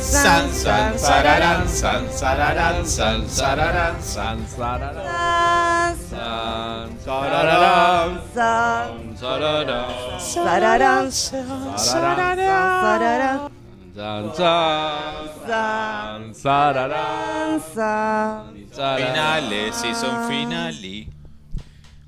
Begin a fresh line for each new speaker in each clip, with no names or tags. san, san, sararán, san, sararán, san, sararán, san, sararán,
San,
san, sararán,
san,
san, sararán,
sararán, sararán,
san, san, san, sararán,
san.
sararán.
Finales, sí, son finali.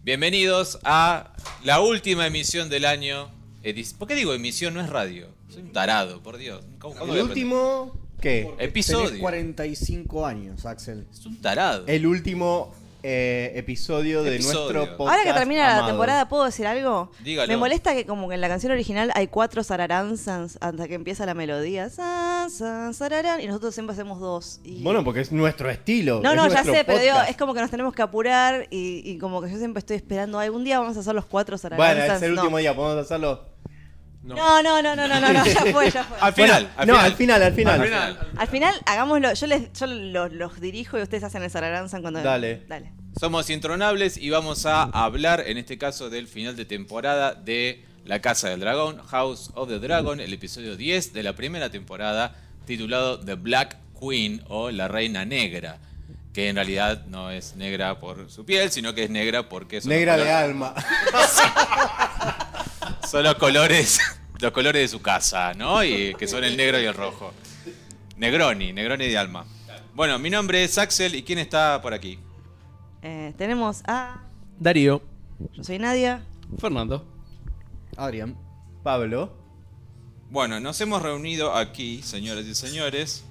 Bienvenidos a la última emisión del año. Edis- ¿Por qué digo emisión? No es radio. Soy un tarado, por Dios. ¿Cómo- cómo voy
El
a aprender?
último. ¿Qué?
Episodio.
Tenés 45 años, Axel.
Es un tarado.
El último eh, episodio de
Episodio.
nuestro podcast.
Ahora que termina la
amado.
temporada, ¿puedo decir algo?
Dígalo.
Me molesta que como que en la canción original hay cuatro sararanzans hasta que empieza la melodía. San, san, sararán. Y nosotros siempre hacemos dos. Y-
Bueno, porque es nuestro estilo.
No,
es
no, ya
nuestro
sé, pero digo,
podcast.
es como que nos tenemos que apurar y, y como que yo siempre estoy esperando, algún día vamos a hacer los cuatro
Bueno,
sararanzans.
es el
no.
último día, podemos hacerlo.
No, no, no, no, no, no, no, ya fue, ya fue.
Al final,
Bueno, no, al final, al final.
Al final.
Al final, hagámoslo. Yo les yo los, los dirijo y ustedes hacen el sararanzan cuando.
Dale.
Dale.
Somos intronables y vamos a hablar en este caso del final de temporada de La Casa del Dragón, House of the Dragon, el episodio 10 de la primera temporada titulado The Black Queen o La Reina Negra, que en realidad no es negra por su piel, sino que es negra porque son,
Negra
los,
de
colores,
alma.
son los colores los colores de su casa, ¿no? Y que son el negro y el rojo. Negroni, Negroni de alma. Bueno, mi nombre es Axel y ¿quién está por aquí?
Eh, tenemos a.
Darío.
Yo soy Nadia.
Fernando.
Adrián. Pablo.
Bueno, nos hemos reunido aquí, señoras y señores,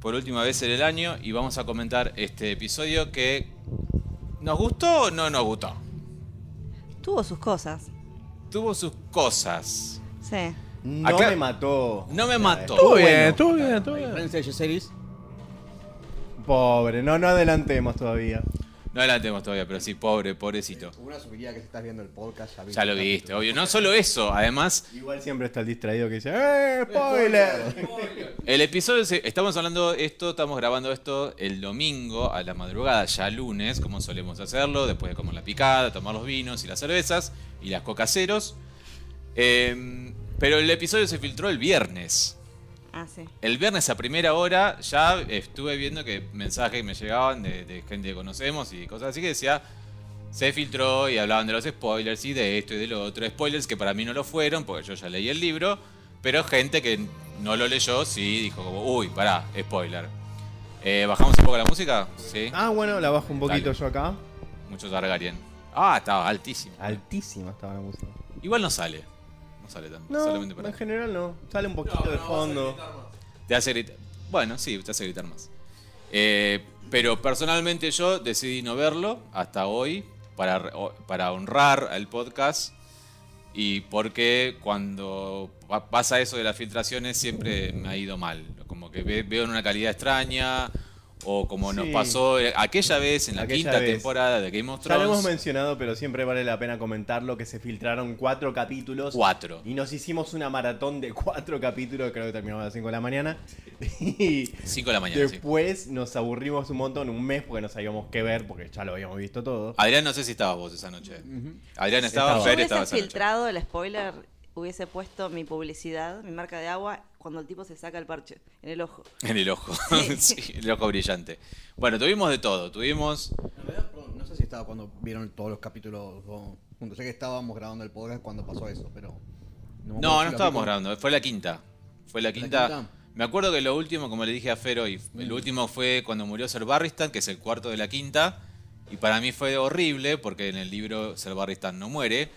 por última vez en el año y vamos a comentar este episodio que nos gustó o no nos gustó.
Tuvo sus cosas.
Tuvo sus cosas.
Sí.
No
Acá-
me mató.
No me mató.
Estuvo
bueno.
bien, estuvo bien, estuvo bien.
diferencia de Yeseris,
Pobre, no, no adelantemos todavía.
No adelantemos todavía, pero sí, pobre, pobrecito.
una subiría que si estás viendo el podcast ya, viste
Ya lo
el
viste,
capítulo.
obvio. No solo eso, además,
Igual siempre está el distraído que dice, ¡eh, spoiler!
El episodio, se- estamos hablando esto, estamos grabando esto el domingo a la madrugada, ya lunes, como solemos hacerlo, después de comer la picada, tomar los vinos y las cervezas y las cocaceros. Em, pero el episodio se filtró el viernes.
Ah, sí.
El viernes a primera hora ya estuve viendo que mensajes que me llegaban de, de gente que conocemos y cosas así que decía, se filtró y hablaban de los spoilers y de esto y de lo otro. Spoilers que para mí no lo fueron porque yo ya leí el libro, pero gente que no lo leyó sí dijo como, uy, pará, spoiler. Eh, ¿Bajamos un poco la música? Sí.
Ah, bueno, la bajo un poquito
Dale.
yo acá.
Mucho Targaryen. Ah, estaba altísimo.
Altísima estaba la música.
Igual no sale. No sale tanto.
No,
solamente para...
en general no. Sale un poquito de fondo.
Te hace gritar. Bueno, sí, te hace gritar más. Eh, pero personalmente yo decidí no verlo hasta hoy para, re- o- para honrar al podcast y porque cuando pa- pasa eso de las filtraciones siempre me ha ido mal. Como que ve- veo en una calidad extraña o como nos
Sí.
pasó eh, aquella vez en la
Aquella
quinta
vez.
temporada de Game of
Ya lo hemos
Thrones.
mencionado, pero siempre vale la pena comentarlo, que se filtraron cuatro capítulos.
Cuatro.
Y nos hicimos una maratón de cuatro capítulos, creo que terminamos a las 5 de la mañana. Y
5 de la mañana. sí.
después nos aburrimos un montón, un mes, porque no sabíamos qué ver, porque ya lo habíamos visto todo.
Adrián, no sé si estabas vos esa noche. Adrián
Estaba.
estaba, Fer
Si hubiese
Ah, estaba esa noche.
filtrado el spoiler, hubiese puesto mi publicidad, mi marca de agua, cuando el tipo se saca el parche en el ojo.
En el ojo.
Sí.
Sí, el ojo brillante. Bueno, tuvimos de todo. Tuvimos.
En realidad, perdón, no sé si estaba cuando vieron todos los capítulos o- juntos sé que estábamos grabando el podcast cuando pasó eso pero me acuerdo
No, no
si lo
estábamos
vi con-
grabando. Fue la quinta. Fue la quinta.
quinta?
Me acuerdo que lo último, como le dije a Fer hoy, el último fue cuando murió Ser Barristan, que es el cuarto de la quinta. Y para mí fue horrible, porque en el libro Ser Barristan no muere.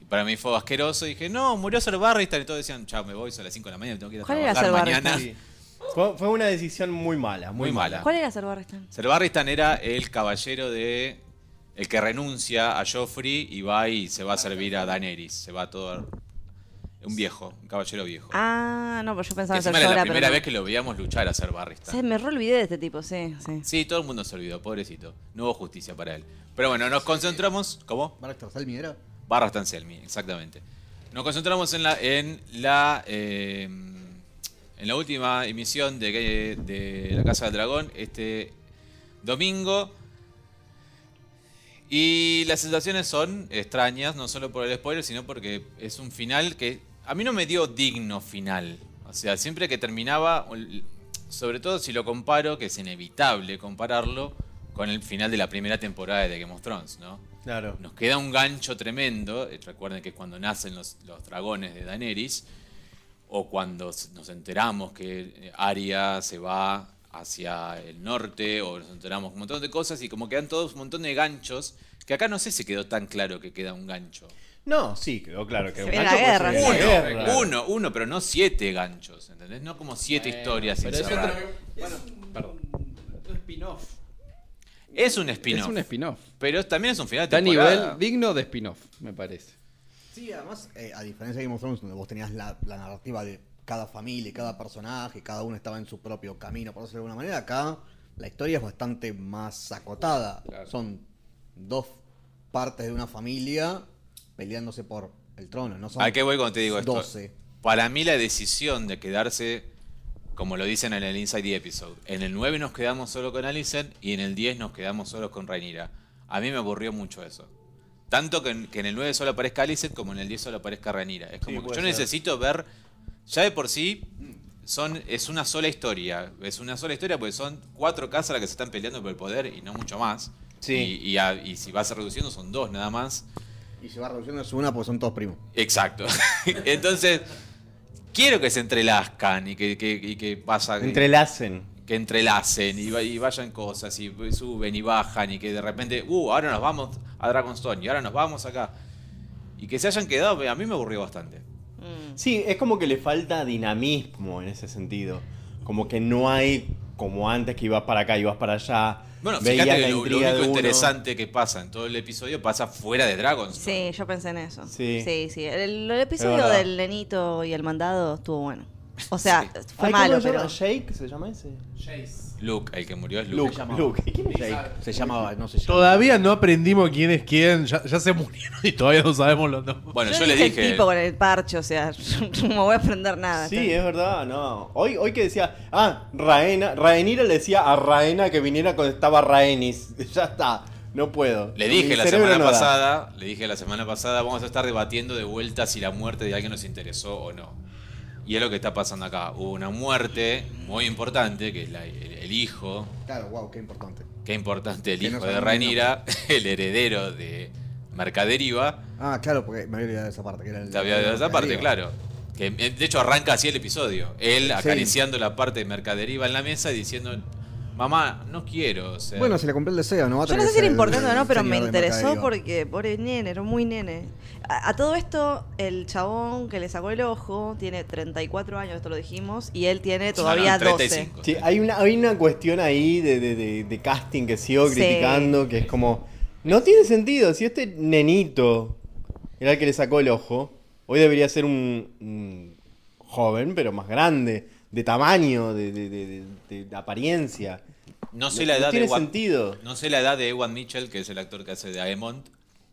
Y para mí fue asqueroso. Y dije, no, murió Ser Barristan. Y todos decían, chao, me voy, son las 5 de la mañana, tengo que ir a
¿Cuál era
trabajar
Ser Barristan?
mañana.
Sí. Fue, fue una decisión muy mala, muy,
Ah, Muy mala.
mala.
¿Cuál era Serbarrestan?
Ser Barristan era el caballero de. El que renuncia a Joffrey y va y se va a servir a Daenerys. Se va a todo. Un viejo, un caballero viejo.
Ah, no, pero yo
Que
pensaba ser
encima era la
Jorah,
primera
pero. no.
vez que lo veíamos luchar a ser barrista.
Sí, me re olvidé de este tipo, sí, sí.
Sí, todo el mundo se olvidó, pobrecito. No hubo justicia para él. pero bueno, nos concentramos. ¿Cómo?
Barack Tarsalmi era
Barra Stanselmi, exactamente. Nos concentramos en la, en la, eh, en la última emisión de, Ga- de La Casa del Dragón este domingo. Y las sensaciones son extrañas, no solo por el spoiler, sino porque es un final que a mí no me dio digno final. O sea, siempre que terminaba, ol- sobre todo si lo comparo, que es inevitable compararlo con el final de la primera temporada de The Game of Thrones, ¿no?
Claro.
Nos queda un gancho tremendo. eh, Recuerden que es cuando nacen los, los dragones de Daenerys. O cuando s- nos enteramos que eh, Arya se va hacia el norte. O nos enteramos un montón de cosas. Y como quedan todos un montón de ganchos. Que acá no sé si quedó tan claro que queda un gancho.
No, sí, quedó claro que
Se
un
viene la
gancho,
guerra,
pues,
sí.
se viene la
Uno,
guerra.
uno, uno, pero no siete ganchos. ¿Entendés? No como siete historias sin
pero eso
cerrar.
también-
Bueno, Un spin-off.
Es un
Es
spin-off.
un spin-off.
pero también es un final de
Está a
temporada.
nivel digno de spin-off, me parece.
Sí, además, eh, a diferencia de Game of Thrones, donde vos tenías la, la narrativa de cada familia, y cada personaje, cada uno estaba en su propio camino, por decirlo de alguna manera, acá la historia es bastante más acotada. Son dos partes de una familia peleándose por el trono, no son
¿A qué voy cuando te digo esto?
12.
Para mí la decisión de quedarse, como lo dicen en el Inside the Episode, en el 9 nos quedamos solo con Alicent y en el 10 nos quedamos solos con Rhaenyra. A mí me aburrió mucho eso. Tanto que en, que en el 9 solo aparezca Alicent como en el 10 solo aparezca Rhaenyra. Es como
Sí,
que yo
puede ser.
necesito ver, ya de por sí, son, es una sola historia. Es una sola historia porque son cuatro casas las que se están peleando por el poder y no mucho más.
Sí.
Y, y a- y si vas reduciendo son dos nada más.
Y se va reduciendo es una porque son todos primos.
Exacto. Entonces, quiero que se entrelazcan y que, que, y que pasa-
Entrelacen.
que entrelacen y, va- y vayan cosas y suben y bajan y que de repente, uh, ahora nos vamos a Dragonstone y ahora nos vamos acá. Y que se hayan quedado, a mí me aburrió bastante.
Mm.
Sí, es como que le falta dinamismo en ese sentido. Como que no hay como antes que ibas para acá, ibas para allá.
Bueno,
veías
fíjate
la
que lo, lo
intriga de
único
uno.
interesante que pasa en todo el episodio pasa fuera de Dragonstone.
Sí, yo pensé en eso.
Sí.
sí. sí. El, el episodio
verdad.
del nenito y el mandado estuvo bueno. O sea, fue
Ay, ¿cómo
malo,
se llama?
pero.
¿Jake se llama ese?
Jace.
Luke, el que murió es Luke.
Luke. Luke. ¿Quién es Jake?
Se llamaba, no se llamaba.
Todavía no aprendimos quién es quién, ya, ya se murieron y todavía no sabemos los nombres.
Bueno, yo, le dije.
tipo con el parche, o sea, yo no voy a aprender nada.
Sí, es verdad, no. Hoy, hoy que decía, ah, Raena, Raenira le decía a Raena que viniera cuando estaba Raenis. Ya está, no puedo.
Le
Mi
dije la
cerebro
semana
no da.
pasada, le dije la semana pasada, vamos a estar debatiendo de vuelta si la muerte de alguien nos interesó o no. Y es lo que está pasando acá. Hubo una muerte muy importante, que es la- el, el hijo,
Claro, wow, qué importante.
qué importante, el
Que no
hijo de
sabemos
Rhaenyra, el heredero de Mercaderiva.
Ah, claro, porque me había olvidado de esa parte. Que era el-
La había de esa parte,
arriba.
claro. Que, eh, de hecho arranca así el episodio. Él
Sí.
acariciando la parte de Mercaderiva en la mesa y diciendo, mamá, no quiero. o sea,
Bueno, se le cumplió el deseo, ¿no? Va a
Yo no sé
tener que
si era
ser el-
importante o
el
no, pero me
señor de
interesó
Mercaderio.
porque, pobre nene, era muy nene. A, a todo esto, el chabón que le sacó el ojo tiene 34 años, esto lo dijimos, y él tiene
no, no,
todavía 12.
35.
Sí, hay una, hay una cuestión ahí de, de- de- de casting que sigo
Sí.
criticando, que es como, no tiene sentido, si este nenito era el que le sacó el ojo, hoy debería ser un, un joven, pero más grande, de tamaño, de, de- de- de- de apariencia.
No sé la edad
tiene
de Wa-
sentido.
No sé la edad de Ewan Mitchell, que es el actor que hace de Aemond.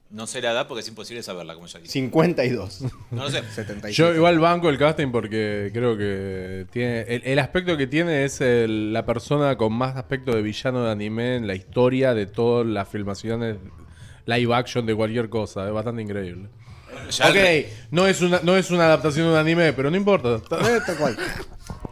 No sé la edad porque es imposible saberla, como ya dije.
52.
No lo sé.
76.
Yo igual banco el casting porque creo que tiene. El, el aspecto que tiene es el- la persona con más aspecto de villano de anime en la historia de todas las filmaciones live action de cualquier cosa. Es bastante increíble.
Ya
ok,
el,
no, es una, no es una adaptación de un anime, pero no importa.
Eh, tal cual.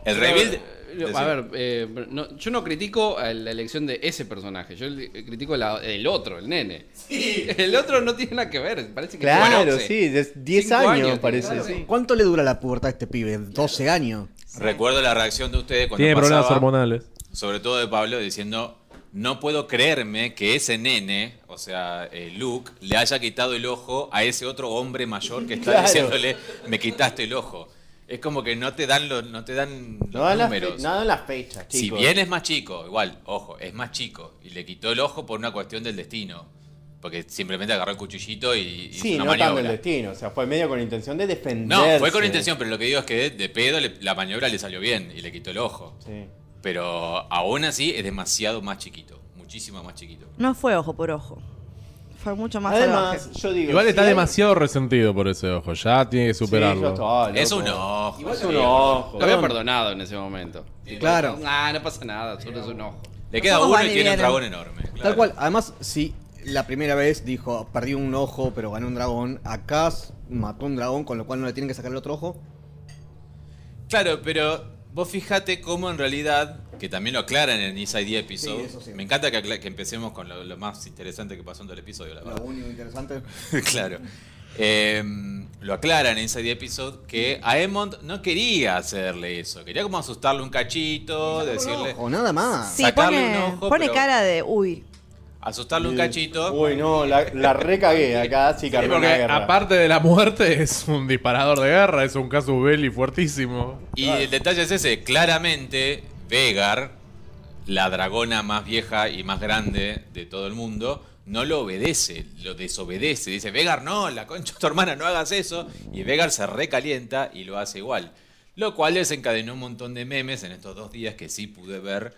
el reveal.
Pero, eh, A ver, eh, no- yo no critico a la elección de ese personaje, yo le- critico la- el otro, el nene. El otro no tiene nada que ver, parece que
Claro,
Bueno,
sí, de 10
Cinco
años,
años,
parece.
claro, sí.
¿Cuánto le dura la pubertad a este pibe? 12 años.
Recuerdo la reacción de ustedes cuando
Tiene problemas
pasaba,
hormonales.
Sobre todo de Pablo diciendo. No puedo creerme que ese nene, o sea, eh, Luke, le haya quitado el ojo a ese otro hombre mayor que está
Claro.
diciéndole, me quitaste el ojo. Es como que no te dan los, no te dan los
No dan las,
números.
fe- no dan las fechas,
Si
chicos.
bien es más chico, igual, ojo, es más chico. Y le quitó el ojo por una cuestión del destino. Porque simplemente agarró el cuchillito y hizo
Sí,
una
no tanto el
maniobra.
destino, o sea, fue medio con intención de defender.
No, fue con intención, pero lo que digo es que de, de pedo le- la maniobra le salió bien y le quitó el ojo.
Sí.
Pero aún así es demasiado más chiquito. Muchísimo más chiquito.
No fue ojo por ojo. Fue mucho más
Además,
salvaje.
yo digo.
Igual
si
está
hay-
demasiado resentido por ese ojo. Ya tiene que
Sí, yo
superarlo.
estoy,
es un
Ah, loco.
ojo.
Igual es
sí.
un ojo.
Lo había
¿no?
perdonado en ese momento.
Claro.
Ah, no pasa nada, solo es un ojo.
Le queda
Somos
uno y
van y
tiene un
vienen.
dragón enorme. claro.
Tal cual. Además, si la primera vez dijo, perdí un ojo, pero gané un dragón, acá s- mató un dragón, con lo cual no le tienen que sacar el otro ojo.
Claro, pero vos fijate cómo en realidad, que también lo aclaran en Inside the Episode.
Sí, eso sí.
Me encanta que, acla- que empecemos con lo, lo más interesante que pasó en todo el episodio, la
Lo
verdad.
único interesante.
claro. Em, lo aclaran en Inside the Episode que Aemond no quería hacerle eso. Quería como asustarle un cachito, decirle.
O nada
ah.
más.
Sí,
Sacarle
pone,
un ojo,
pone
pero-
cara de, uy,
Asustarle un cachito.
Uy, no, la, la recagué acá, sí,
Sí,
Carmen.
porque
guerra.
aparte de la muerte es un disparador de guerra, es un caso belli fuertísimo.
Y el detalle es ese, claramente Vegar, la dragona más vieja y más grande de todo el mundo, no lo obedece, lo desobedece. Dice, Vegar, no, la concha de tu hermana, no hagas eso. Y Vegar se recalienta y lo hace igual. Lo cual desencadenó un montón de memes en estos dos días que sí pude ver,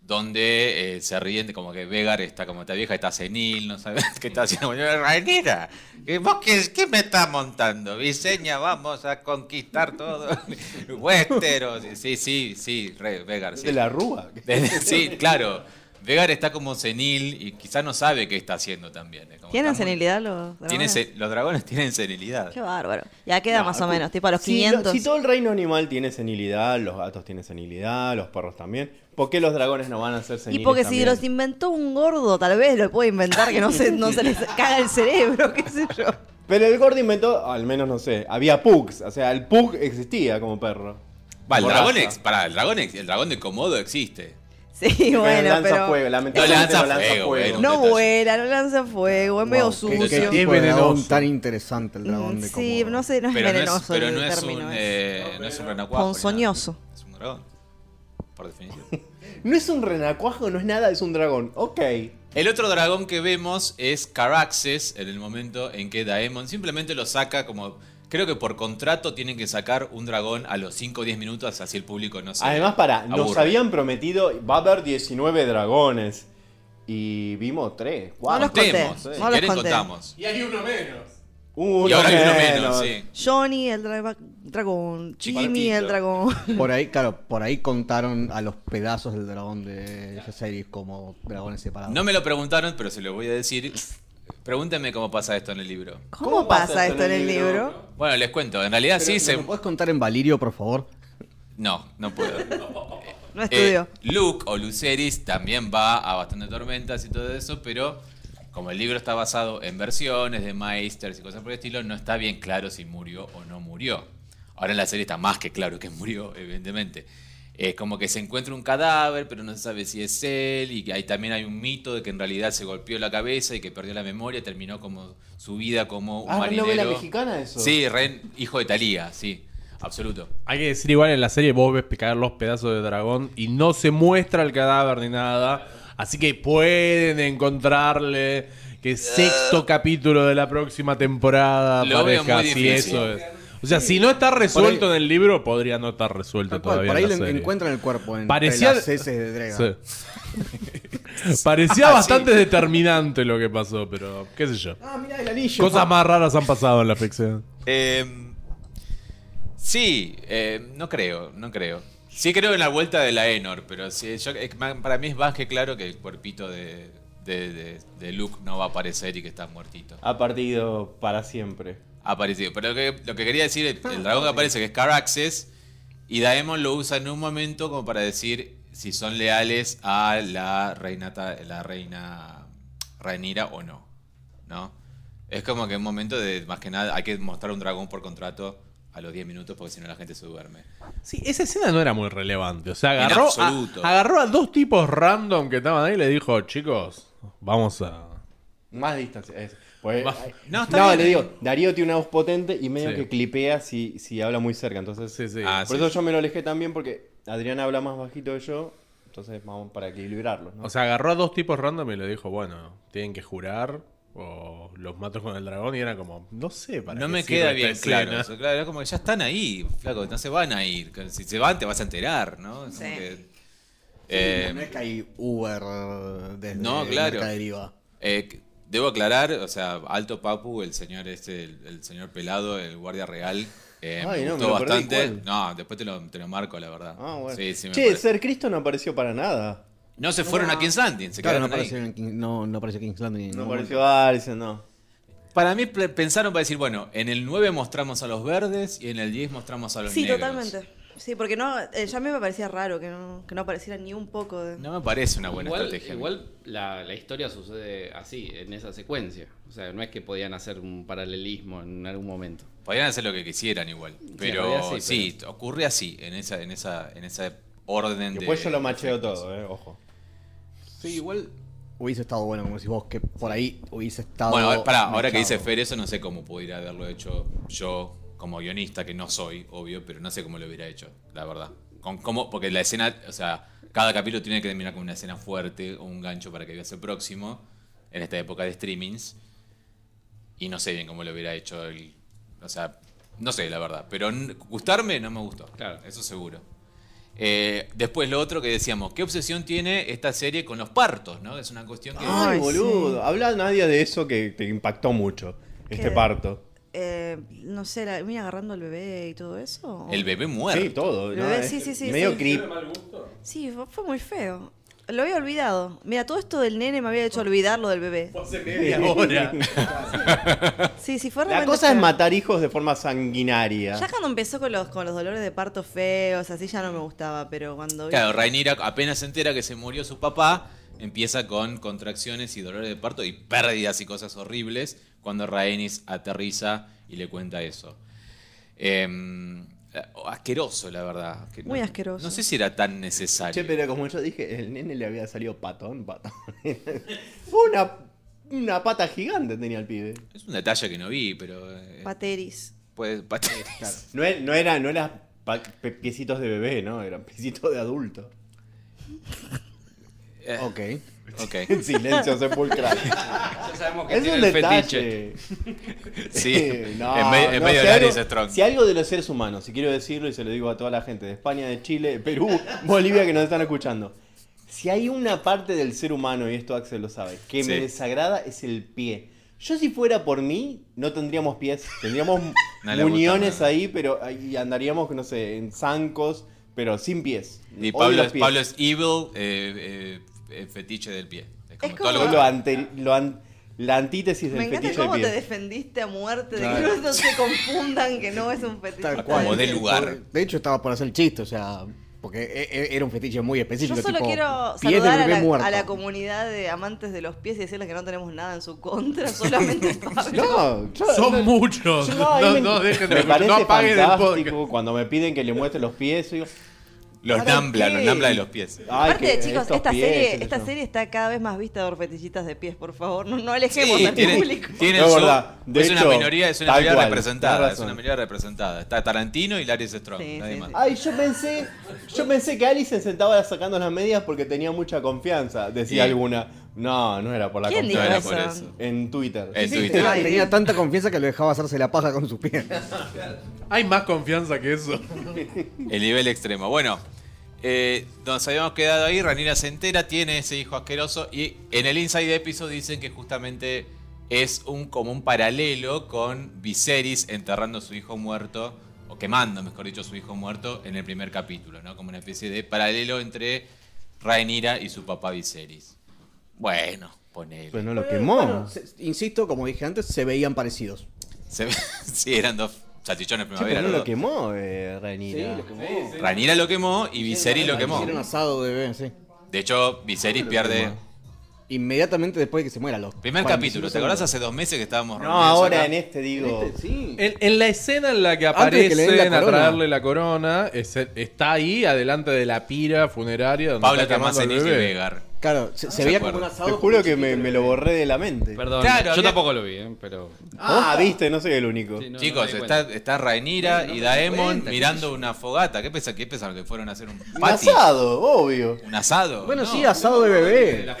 donde eh, se ríen de como que Vegar está como esta vieja, está senil, no sabes qué está haciendo. Rainira, ¿y ¿vos qué, qué me estás montando? Viseña, vamos a conquistar todo. Westeros. Sí, sí, sí, re, Vegar. Sí.
De la rúa.
sí, claro. Vegar está como senil y quizá no sabe qué está haciendo también. Es como
¿tienen
está muy-
senilidad los dragones?
Tiene se- los dragones tienen senilidad.
Qué bárbaro. Ya queda
No,
más o
cu-
menos, tipo a los
si lo-
500.
Si todo el reino animal tiene senilidad, los gatos tienen senilidad, los perros también, ¿por qué los dragones no van a ser
y
seniles
porque si
también?
los inventó un gordo, tal vez lo puede inventar que no se, no se les caga el cerebro, qué sé yo.
Pero el gordo inventó, al menos no sé, había pugs, o sea, el pug existía como perro.
Va, el
Como
dragón,
raza.
ex- pará, el dragón, ex- el dragón de Komodo existe.
Sí,
Pero
bueno,
lanza
pero.
fuego, lamentablemente
No lanza
no lanza
fuego,
fuego.
bueno.
No
Detalle.
vuela, no lanza fuego, es medio
Wow, qué-
sucio.
qué tipo
Es
de dragón
venenoso.
tan interesante el dragón
Mm,
de
sí,
Komodo.
no sé, no es
Pero no es,
venenoso
pero
el
no es
término,
un,
es
eh, no es un renacuajo. ni nada.
ponzoñoso.
Es un dragón. Por definición.
No es un renacuajo, no es nada, es un dragón. Ok.
El otro dragón que vemos es Caraxes en el momento en que Daemon simplemente lo saca como. Creo que por contrato tienen que sacar un dragón a los 5 o 10 minutos, así el público no se.
Además, para, nos
aburre.
habían prometido, va a haber 19 dragones. Y vimos
No
3,
los
4.
conté,
Contemos,
no
si
los
quieren
conté.
contamos. Y
uno
ahora hay uno menos, sí.
Johnny el dra- dragón, Jimmy
Chiquitito.
el dragón.
Por ahí, claro, por ahí contaron a los pedazos del dragón de esa serie como dragones separados.
No me lo preguntaron, pero se lo voy a decir. Pregúntenme cómo pasa esto en el libro.
¿Cómo, pasa esto en el libro?
Bueno, les cuento. En realidad sí
Pero,
se.
¿Me puedes contar en Valirio, por favor?
No, no puedo.
No estudio.
Eh, Luke o Luceris también va a bastante tormentas y todo eso, pero como el libro está basado en versiones de Maesters y cosas por el estilo, no está bien claro si murió o no murió. Ahora en la serie está más que claro que murió, evidentemente. Es como que se encuentra un cadáver, pero no se sabe si es él, y que ahí también hay un mito de que en realidad se golpeó la cabeza y que perdió la memoria, terminó como su vida como un
Ah, ¿re
marinero.
novela mexicana eso?
Sí, re- hijo de Talía, sí, absoluto.
Hay que decir igual en la serie vos ves picar los pedazos de dragón y no se muestra el cadáver ni nada. Así que pueden encontrarle que sexto capítulo de la próxima temporada
Lo veo
aparezca,
muy
si
difícil.
eso es. O sea, si no está resuelto
Por
en el libro, podría no estar resuelto
Tal cual,
todavía
por ahí
en la
le
serie.
encuentran el cuerpo entre
Parecía-
las heces de Drega.
Sí. Parecía bastante determinante lo que pasó, pero qué sé yo.
Ah, mirá, el anillo.
Cosas más raras han pasado en la ficción.
Em, sí, em, no creo, no creo. Sí creo en la vuelta de la Enor, pero sí, yo- es más- para mí es más que claro que el cuerpito de, de- de- de Luke no va a aparecer y que está muertito.
Ha partido para siempre.
Ha aparecido. Pero lo que, lo que quería decir, el, el dragón que aparece, que es Caraxes, y Daemon lo usa en un momento como para decir si son leales a la reina, Ta- la reina Rhaenyra o no. ¿No? Es como que un momento de, más que nada, hay que mostrar un dragón por contrato a los 10 minutos porque si no la gente se duerme.
Sí, esa escena no era muy relevante. O sea,
En
agarró a,
absoluto.
agarró a dos tipos random que estaban ahí y le dijo, chicos, vamos a...
Más distancia. es- pues-
Va-
ay,
No,
no,
está bien. eh.
le digo, Darío tiene una voz potente y medio
Sí.
que clipea si, si habla muy cerca. Entonces,
Sí, sí.
Ah,
por
sí.
eso yo me lo alejé también porque Adrián habla más bajito que yo. Entonces, vamos para equilibrarlo. ¿no?
O sea, agarró a dos tipos random y le dijo, bueno, tienen que jurar o los mato con el dragón y era como, no sé, para
No
qué
me
sirve
queda
esta
bien claro.
escena.
eso, claro. Es como que ya están ahí, flaco, no se van a ir. Si se van te vas a enterar, ¿no? Es como
Sí.
que,
Sí,
eh,
no es que hay Uber desde
No, claro.
Merca Deriva.
Eh, debo aclarar, o sea, Alto Papu, el señor este, el, el señor pelado, el guardia real, eh,
Ay,
me
no, me
gustó
lo perdí,
bastante.
¿cuál?
no, después te lo, te lo marco, la verdad.
Ah, bueno.
Sí, sí, me
che, Ah.
parece.
Ser Cristo no apareció para nada.
No se fueron a King's Landing, se
Claro, no
quedaron ahí.
apareció, en King- no, no apareció King's Landing. en
No
ningún
apareció Alison, no.
Para mí pl- pensaron para decir, bueno, en el 9 mostramos a los verdes y en el 10 mostramos a los
Sí,
negros.
totalmente. Sí, porque no, eh, ya me parecía raro que no, que no apareciera ni un poco de...
No me parece una buena
igual,
estrategia.
igual la, la historia sucede así, en esa secuencia. O sea, no es que podían hacer un paralelismo en algún momento.
Podrían hacer lo que quisieran igual.
en
Pero
realidad
sí,
sí,
ocurre así, en esa, en esa, en esa orden de.
Después yo lo macheo todo, eh, ojo.
Sí, igual.
Hubiese estado bueno, como decís vos, que por ahí hubiese estado.
Bueno, a ver, pará, ahora que dice
mechado.
Fer eso, no sé cómo pudiera haberlo hecho yo, como guionista, que no soy, obvio, pero no sé cómo lo hubiera hecho, la verdad. Con, cómo, porque la escena, o sea, cada capítulo tiene que terminar con una escena fuerte o un gancho para que veas el próximo, en esta época de streamings. Y no sé bien cómo lo hubiera hecho el. O sea, no sé, la verdad. Pero n- gustarme no me gustó.
Claro.
Eso seguro. Eh, después lo otro que decíamos, ¿qué obsesión tiene esta serie con los partos? ¿no? Es una cuestión que.
Ay,
Ay,
boludo. Habla nadie de eso que te impactó mucho, este
¿Qué?
parto.
Eh, no sé, la mina agarrando al bebé y todo eso. ¿o?
El bebé muerto.
Sí, todo.
Lo
¿no?
ves,
Es
sí, sí, sí,
Medio
sí.
creep.
Sí, fue- fue muy feo. Lo había olvidado. Mira, todo esto del nene me había hecho olvidar lo del bebé. Sí, sí, fue
La
realmente
cosa es
feo.
matar hijos de forma sanguinaria.
Ya cuando empezó con los, con los dolores de parto feos, así ya no me gustaba, pero cuando... vi-
Claro, Rainira apenas se entera que se murió su papá, empieza con contracciones y dolores de parto y pérdidas y cosas horribles cuando Rhaenys aterriza y le cuenta eso. Em, asqueroso, la verdad. que
Muy
no-
asqueroso.
No sé si era tan necesario.
Che, pero como yo dije, el nene le había salido patón, patón. Fue una, una pata gigante tenía el pibe.
Es un detalle que no vi, pero. eh,
Pateris.
puede- pateris.
No, e- no era, no era pa- pe- piecitos de bebé, ¿no? Eran piecitos de adulto.
Ok.
Ok.
En silencio sepulcral.
Ya sabemos que
es
tiene
un
el fetiche.
detalle.
Sí.
no,
en medio, en
no,
medio
si
de la
algo-
Lisa Strong.
Si algo de los seres humanos, si quiero decirlo y se lo digo a toda la gente de España, de Chile, de Perú, Bolivia que nos están escuchando. Si hay una parte del ser humano, y esto Axel lo sabe, que me
Sí.
desagrada es el pie. Yo si fuera por mí, no tendríamos pies, tendríamos
No le
muñones
gusta nada.
ahí, pero y andaríamos, no sé, en zancos, pero sin pies.
Y
Odio
Pablo,
los pies.
Pablo es evil, eh, eh, el fetiche del pie. Es como,
Es
todo lo
como-
Yo
que-
lo ante- lo an- la antítesis del
Me encanta
fetiche del
cómo
pie.
te defendiste a muerte,
Claro.
de que no se confundan que no es un fetiche.
Tal
cual. Acomodé el lugar.
De hecho, estaba por hacer el chiste, o sea, porque e- e- era un fetiche muy específico.
Yo solo
tipo,
quiero
pie de
saludar a
bebé
la,
muerto.
a la comunidad de amantes de los pies y decirles que no tenemos nada en su contra, solamente Pablo.
No, yo-
Son
no-
muchos.
yo-
No,
ahí me-
no dejen de
Me
escuchar.
parece
No apaguen el
fantástico
podcast.
cuando me piden que le muestre los pies. yo digo,
Los
¿para
nambla,
qué?
los nambla de los pies.
Ay,
Aparte,
que
chicos,
estos
esta,
pies, qué
serie,
sé
esta
yo.
serie está cada vez más vista por fetichistas de pies, por favor. No, no alejemos
Sí,
al
tienen,
público.
tienen
Es
su-
verdad. De
es una
hecho,
minoría, es una
tal
minoría
cual, tenés
representada, es
razón.
una minoría representada. Está Tarantino y Larry Strong,
Sí,
nadie
sí,
más.
sí.
Ay, yo pensé, yo pensé que Alison se sentaba sacando las medias porque tenía mucha confianza, decía
Sí.
alguna. No, no era por la
¿Quién
No
confianza.
era
eso?
por eso.
En Twitter.
En Twitter.
Tenía,
Ay,
tenía
bien.
tanta confianza que lo dejaba hacerse la paja con su pie.
Hay más confianza que eso.
El nivel extremo. Bueno, eh, nos habíamos quedado ahí. Ranira se entera, tiene ese hijo asqueroso. Y en el Inside Episode dicen que justamente es un, como un paralelo con Viserys enterrando a su hijo muerto, o quemando, mejor dicho, su hijo muerto en el primer capítulo, ¿no? Como una especie de paralelo entre Rhaenyra y su papá Viserys. Bueno, ponele.
Pues no lo quemó.
Bueno, se- insisto, como dije antes, se veían parecidos.
Se ve- sí, eran dos salchichones
Che, pero
primavera.
no
los
lo
dos.
quemó, eh, Rhaenyra.
Rhaenyra lo quemó y Viserys lo quemó.
Hicieron asado de bebé, sí.
De hecho, Viserys pierde.
Inmediatamente después de que se muera los.
Primer
45
capítulo, ¿te acordás
segundos.
hace dos meses que estábamos
No,
reunidos
ahora
acá?
en este digo.
Este, sí.
En, en la escena en la que
Antes de que le den la
aparecen a
corona.
traerle la corona, es- está ahí, adelante de la pira funeraria donde
Paula
está
Tamás
quemando
en
al
Iggy
bebé.
Vegar.
Claro, se, se
se
veía
acuerda.
como un
Te
asado.
juro que me, me lo borré de la mente.
Perdón,
Claro,
yo
había-
tampoco lo vi, ¿eh? pero...
Ah, viste, no soy el único.
Sí, no, no me
Chicos,
di
está,
cuenta.
está Rhaenyra
No, no
y
me di
Daemon
cuenta, qué sé
mirando
yo.
una fogata. ¿Qué pensaron? ¿Qué pensaron? ¿Que fueron a hacer un
Un
pati?
asado, obvio.
¿Un asado?
Bueno,
No,
sí, asado de
De la
bebé.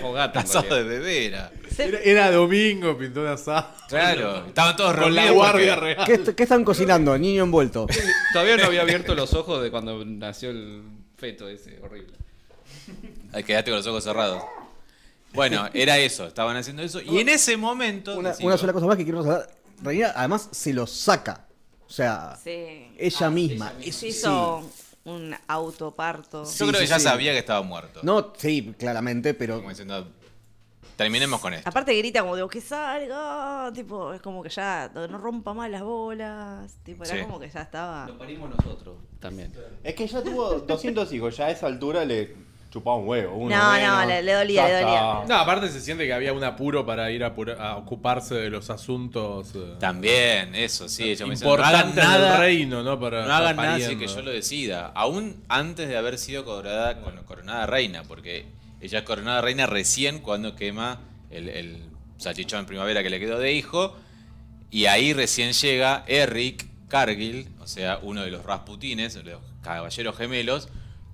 fogata, en
asado de
realidad.
bebé era.
Era, era domingo, pintó un asado.
Claro, estaban todos
Con la
reunidos
guardia
porque-
real.
¿Qué, est- qué están cocinando? Niño envuelto.
Todavía no había abierto los ojos de cuando nació el feto ese, horrible.
Ay, Quedate con los ojos cerrados. Bueno, era eso, estaban haciendo eso. Y en ese momento.
Una,
decilo.
una sola cosa más que quiero hablar. Reina, además, se lo saca. O sea,
Sí.
ella misma.
Se
Eso sí.
hizo un autoparto.
Yo creo
sí,
que ya
sí.
sabía que estaba muerto.
No, sí, claramente, pero
Como diciendo, Terminemos con esto.
Aparte grita como digo, que salga, tipo, es como que ya no rompa más las bolas, tipo, era
Sí.
como que ya estaba.
Lo parimos nosotros también.
Es que ya tuvo 200 hijos, ya a esa altura le chupaba un huevo. uno
No, no,
menos.
le- le dolía,
Ya
le
está.
dolía.
No, aparte se siente que había un apuro para ir a, apura- a ocuparse de los asuntos eh,
También, eso, sí. Yo me decía, no hagan
importantes del
nada,
reino, ¿no? Para,
no hagan
para
nada sin
pariendo.
que yo lo decida. Aún antes de haber sido coronada, con- coronada reina, porque ella es coronada reina recién cuando quema el, el salchichón en primavera que le quedó de hijo. Y ahí recién llega Eric Cargill, o sea, uno de los Rasputines, de los caballeros gemelos,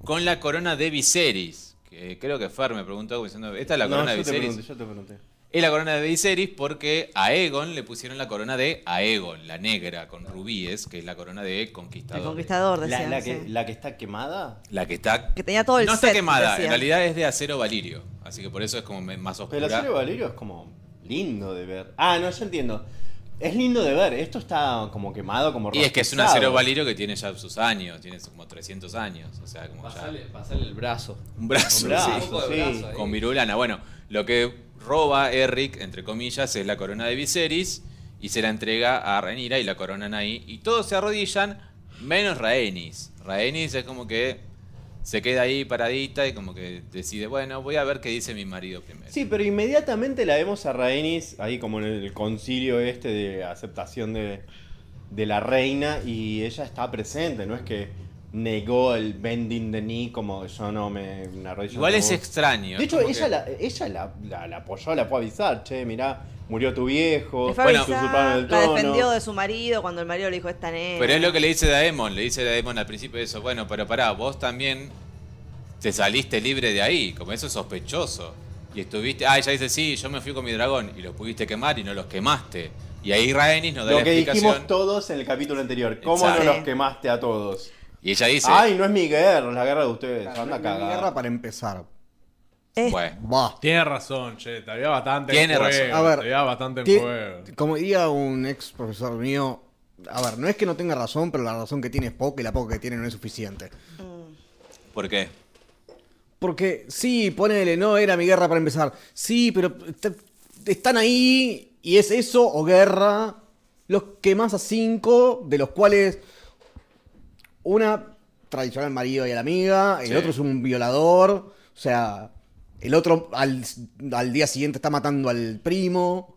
con la corona de Viserys. Que creo que Fer me preguntó como diciendo, ¿esta es la
No,
corona de
yo te
Viserys?
pregunté, yo te pregunté.
Es la corona de Viserys porque a Aegon le pusieron la corona de Aegon, la negra, con rubíes, que es la corona de
El
conquistador.
conquistador,
La,
decían.
la
sí.
que, la que está quemada.
La que está...
Que tenía todo el
no está
set,
quemada,
decían.
en realidad es de acero valirio, así que por eso es como me- más
Pero
oscura.
el acero valerio es como lindo de ver. Ah, no, yo entiendo. Es lindo de ver. Esto está como quemado, como
y es que es un
rostizado.
acero valirio que tiene ya sus años, tiene como 300 años, o sea, como ya...
Pasale, pasale el brazo.
Un brazo,
Con
sí.
brazo,
Un poco de
sí.
brazo ahí.
con virulana. Bueno, lo que roba Eric, entre comillas, es la corona de Viserys y se la entrega a Rhaenyra y la coronan ahí. Y todos se arrodillan, menos Rhaenys. Rhaenys es como que se queda ahí paradita y como que decide, bueno, voy a ver qué dice mi marido primero.
Sí, pero inmediatamente la vemos a Rhaenys ahí como en el concilio este de aceptación de, de la reina y ella está presente, no es que negó el bending the knee como yo no me, me arrodillo
Igual
ante
es
vos.
extraño.
De hecho,
como
ella,
que-
la, ella la, la- la apoyó, la pudo avisar, che, mirá, murió tu viejo,
Le fue a
Bueno,
avisar,
usurparon el
la
trono.
defendió de su marido cuando el marido le dijo esta nena.
Pero es lo que le dice Daemon, le dice Daemon al principio de eso, bueno, pero pará, vos también te saliste libre de ahí, como eso es sospechoso. Y estuviste, ah, ella dice, sí, yo me fui con mi dragón y los pudiste quemar y no los quemaste. Y ahí Rhaenys nos da
Lo
la
que
explicación.
dijimos todos en el capítulo anterior, ¿cómo
Exacto.
no los quemaste a todos?
Y ella dice,
Ay, no es mi guerra, es la guerra de ustedes,
Una
anda cagada.
guerra para empezar.
Es-
bueno,
Va.
Tiene razón, che, te había bastante
Tiene
en
razón.
juego.
A ver,
te había bastante en
Ti-
juego.
Como diría un ex profesor mío, a ver, no es que no tenga razón, pero la razón que tiene es poca y la poca que tiene no es suficiente.
¿por qué?
Porque sí, ponele, no era mi guerra para empezar. Sí, pero est- están ahí y es eso o guerra. Los quemás a cinco, de los cuales una traicionó al marido y a la amiga, el
Sí.
otro es un violador, o sea, el otro al, al día siguiente está matando al primo.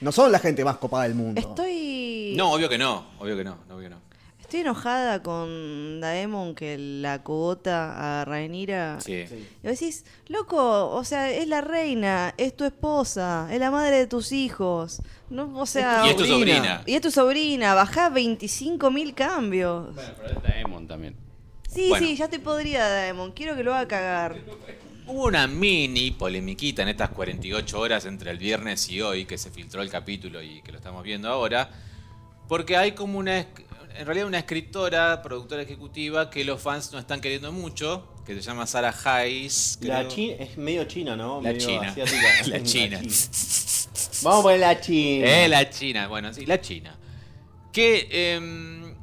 No son la gente más copada del mundo.
Estoy.
No, obvio que no, obvio que no, obvio que no.
Estoy enojada con Daemon que la cogota a Rhaenyra.
Sí.
Y vos decís, loco, o sea, es la reina, es tu esposa, es la madre de tus hijos. No, o sea,
Y es tu sobrina.
Y es tu sobrina, bajá 25.000 cambios.
Bueno, pero es Daemon también.
sí,
bueno.
sí, ya estoy podrida, Daemon, quiero que lo haga cagar.
Hubo una mini polemiquita en estas 48 horas entre el viernes y hoy, que se filtró el capítulo y que lo estamos viendo ahora, porque hay como una, esc- en realidad una escritora, productora ejecutiva, que los fans no están queriendo mucho, que se llama Sara Hayes.
La
creo.
China es medio china, ¿no?
La
Medio
China.
asiática.
La China.
Vamos a poner la China.
Eh, la China, bueno, sí, la China. Que em,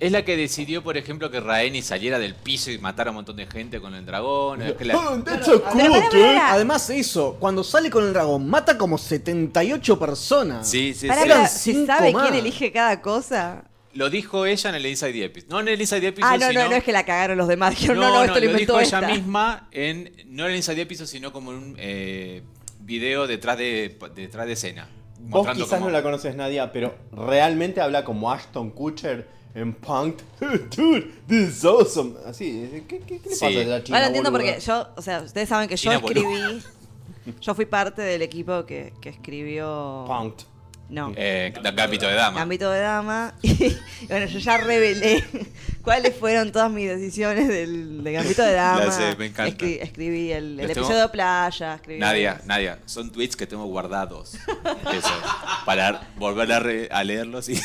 es la que decidió, por ejemplo, que Raeni saliera del piso y matara a un montón de gente con el dragón. es que la-
Oh, that's so
Pero
cool,
pará,
¿eh?
dude.
pará.
Además, eso, cuando sale con el dragón, mata como 78 personas.
Sí, sí,
Pará,
sí.
Eran
pará, ¿se
cinco
sabe
más.
quién elige cada cosa?
Lo dijo ella en Elisa y Diepis. No en Elisa y Diepis,
Ah, no,
sino...
no, no es que la cagaron los demás. Dijeron, no, no, esto lo inventó
dijo
esta.
ella misma en no en el piso sino como en un eh, video detrás de detrás de escena.
Vos
mostrando
quizás
cómo-
no la conoces, Nadia, pero realmente habla como Ashton Kutcher en Punked. Dude, this is awesome. Así, ¿qué, qué, qué le
Sí.
pasa a la China?
Ahora entiendo
boluda?
porque yo, o sea, ustedes saben que yo
China,
escribí, yo fui parte del equipo que, que escribió...
Punked.
No.
eh, da- Gambito de dama.
Ámbito de dama. Y bueno, yo ya revelé cuáles fueron todas mis decisiones del, de Gambito de Dama.
La sé, me encanta.
Escri- escribí el, el
Los tengo-
episodio de playa. Escribí
Nadia, Nadia, son tweets que tengo guardados. Eso, para volver a, re- a leerlos y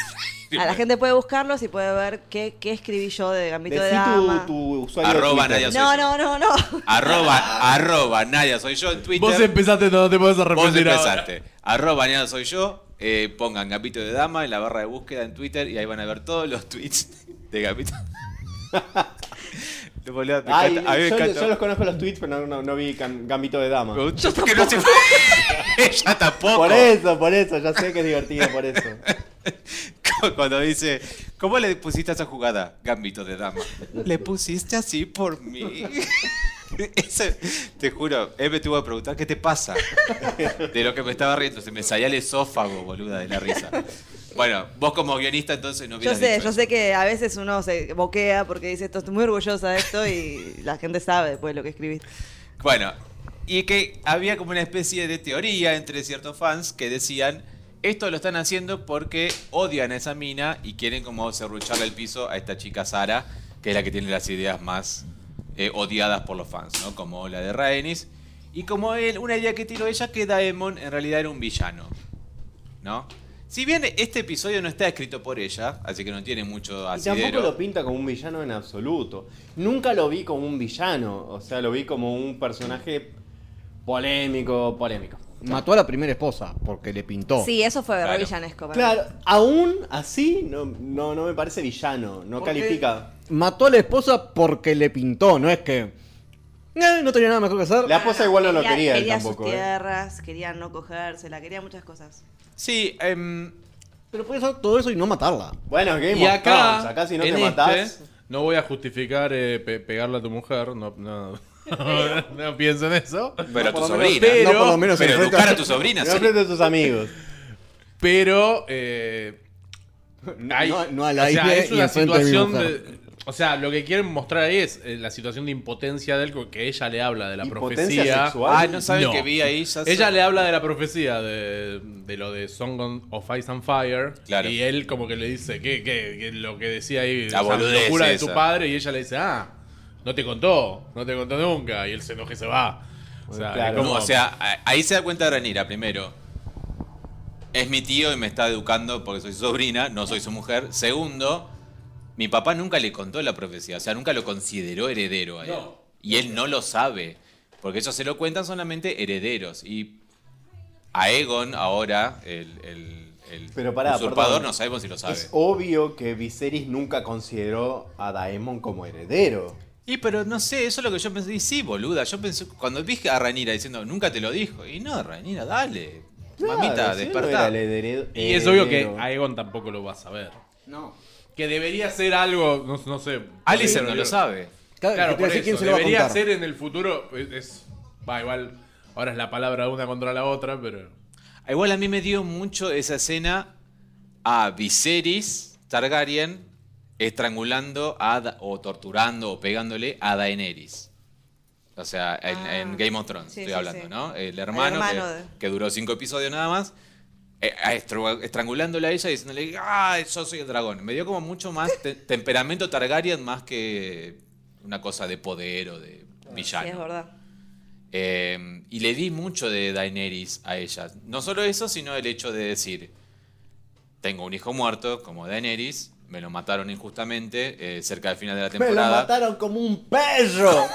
A la gente puede buscarlos y puede ver qué, qué escribí yo de Gambito de
Decí
Dama.
tu, tu usuario. de
Arroba
Twitter.
No,
Nadia.
no, no, no.
arroba arroba Nadia soy yo en Twitter.
Vos empezaste, no te podés
Vos
arrepentir ahora.
empezaste. Arroba Nadia soy yo. eh, pongan Gambito de dama en la barra de búsqueda en Twitter y ahí van a ver todos los tweets de Gambito. Los boleados me
Ay,
encantan. A mí me
yo,
encanta.
yo los conozco los tweets, pero no, no- no vi Gam- Gambito de Dama.
Me gusta que no se Ella tampoco.
Por eso, por eso, ya sé que es divertido, por eso.
Cuando dice, ¿cómo le pusiste a esa jugada, Gambito de Dama? Le pusiste así por mí. Ese- te juro, él me tuvo que preguntar qué te pasa de lo que me estaba riendo. Se me salía el esófago, boluda, de la risa. Bueno, vos como guionista entonces no
Yo
hubieras
sé,
dicho
yo
eso.
sé que a veces uno se boquea porque dice esto, estoy muy orgullosa de esto y la gente sabe después lo que escribiste.
Bueno, y que había como una especie de teoría entre ciertos fans que decían, esto lo están haciendo porque odian a esa mina y quieren como serrucharle el piso a esta chica Sara, que es la que tiene las ideas más eh, odiadas por los fans, ¿no? Como la de Rhaenys. Y como él, una idea que tiró ella, que Daemon en realidad era un villano. ¿No? Si bien este episodio no está escrito por ella, así que no tiene mucho
Y tampoco
asidero.
lo pinta como un villano en absoluto. Nunca lo vi como un villano, o sea, lo vi como un personaje polémico, polémico.
Mató a la primera esposa porque le pintó.
Sí, eso fue
Oh. Claro.
re villanesco. para
Claro, aún así no, no, no me parece villano, no
Porque-
califica.
Mató a la esposa porque le pintó, no es que. "Eh, no tenía nada mejor que hacer.
La esposa igual no lo
Quería-
quería él
Quería sus
tampoco. ¿eh?
tierras, quería no cogérsela, quería muchas cosas.
Sí, em,
Pero puede hacer todo eso y no matarla.
Bueno, Game
Y
of
acá,
Thrones, acá si no te
en este-
matás.
Ah, No voy a justificar eh, pe- pegarle a tu mujer, no, no, no pienso en eso.
pero a tu
por lo menos-
sobrina.
pero-
no, por lo menos
pero
enfrente-
educar a tu sobrina,
No
sí.
enfrente de tus amigos.
Pero eh, hay-
No- no al
o sea,
aire
es
y
una
enfrente de mi
situación
mujer.
de- o sea, lo que quieren mostrar ahí es eh, la situación de impotencia de él, que ella le habla de la
¿Impotencia
profecía.
sexual?
Ah, no sabes
No.
que vi ahí. Ya sé.
Ella le habla de la profecía de, de lo de Song of Ice and Fire.
Claro.
Y él como que le dice, ¿qué? qué, qué lo que decía ahí,
La boludez
locura de tu
esa.
padre. Y ella le dice, ah, no te contó, no te contó nunca. Y él se enoja y se va. O sea,
Claro.
es
No,
como-
o sea, a- ahí se da cuenta Ranira primero. Es mi tío y me está educando porque soy su sobrina, no soy su mujer. Segundo, mi papá nunca le contó la profecía, o sea, nunca lo consideró heredero a él. Y él no lo sabe, porque ellos se lo cuentan solamente herederos. Y a Egon ahora, el, el- el
Pero pará,
usurpador,
perdón.
no sabemos si lo sabe.
Es obvio que Viserys nunca consideró a Daemon como heredero.
Y pero no sé, eso es lo que yo pensé. Y sí, boluda, yo pensé, cuando vi a Ranira diciendo, nunca te lo dijo. Y no, Ranira, dale.
Claro,
mamita,
si él no era
despertá.
el heredero-
y es obvio que
heredero.
Aegon tampoco lo va a saber.
No.
Que debería ser algo, no, no sé.
Alice
Sí,
no
digo.
lo sabe.
Claro,
Claro,
que te
por
voy a decir
eso.
quién se lo va a
Debería
contar.
ser en el futuro. es- es- va, igual. Ahora es la palabra una contra la otra, pero.
Igual a mí me dio mucho esa escena a Viserys Targaryen estrangulando a Da- o torturando o pegándole a Daenerys. O sea, en,
Ah.
en Game of Thrones
Sí,
estoy
sí,
hablando,
sí.
¿no? El hermano,
hermano
que,
de-
que duró cinco episodios nada más, eh, a estru- estrangulándola a ella y diciéndole, ah, yo soy el dragón. Me dio como mucho más te- temperamento Targaryen más que una cosa de poder o de villano.
Sí, es verdad.
Eh, y le di mucho de Daenerys a ella. No solo eso, sino el hecho de decir, tengo un hijo muerto, como Daenerys, me lo mataron injustamente, eh, cerca del final de la
Me lo
temporada.
mataron como un perro.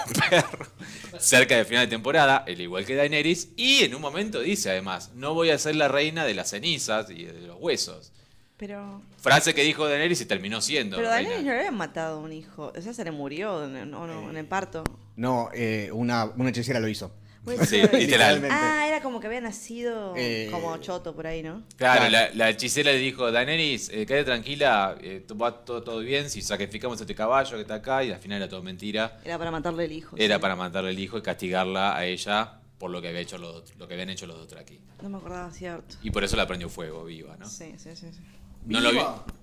Cerca del final de temporada, el igual que Daenerys, y en un momento dice además, no voy a ser la reina de las cenizas y de los huesos.
Pero,
Frase que dijo Daenerys y terminó siendo.
pero
reina.
Daniel no le habían matado a un hijo. O sea, se le murió en, en- o no,
Eh,
en el parto.
No, eh, una, una hechicera lo hizo.
Bueno,
pues Sí,
pero-
literal.
Ah, era como que había nacido
Eh,
como choto por ahí, ¿no?
Claro, la, la hechicera le dijo, Daenerys, eh, quédate tranquila, eh, to- va todo, todo bien, si sacrificamos a este caballo que está acá, y al final era todo mentira.
Era para matarle el hijo.
Era
Pues sí.
para matarle al hijo y castigarla a ella por lo que, había hecho los, lo que habían hecho los dos aquí.
No me acordaba, cierto.
Y por eso la prendió fuego, viva, ¿no?
Sí, sí, sí. sí.
No lo vi-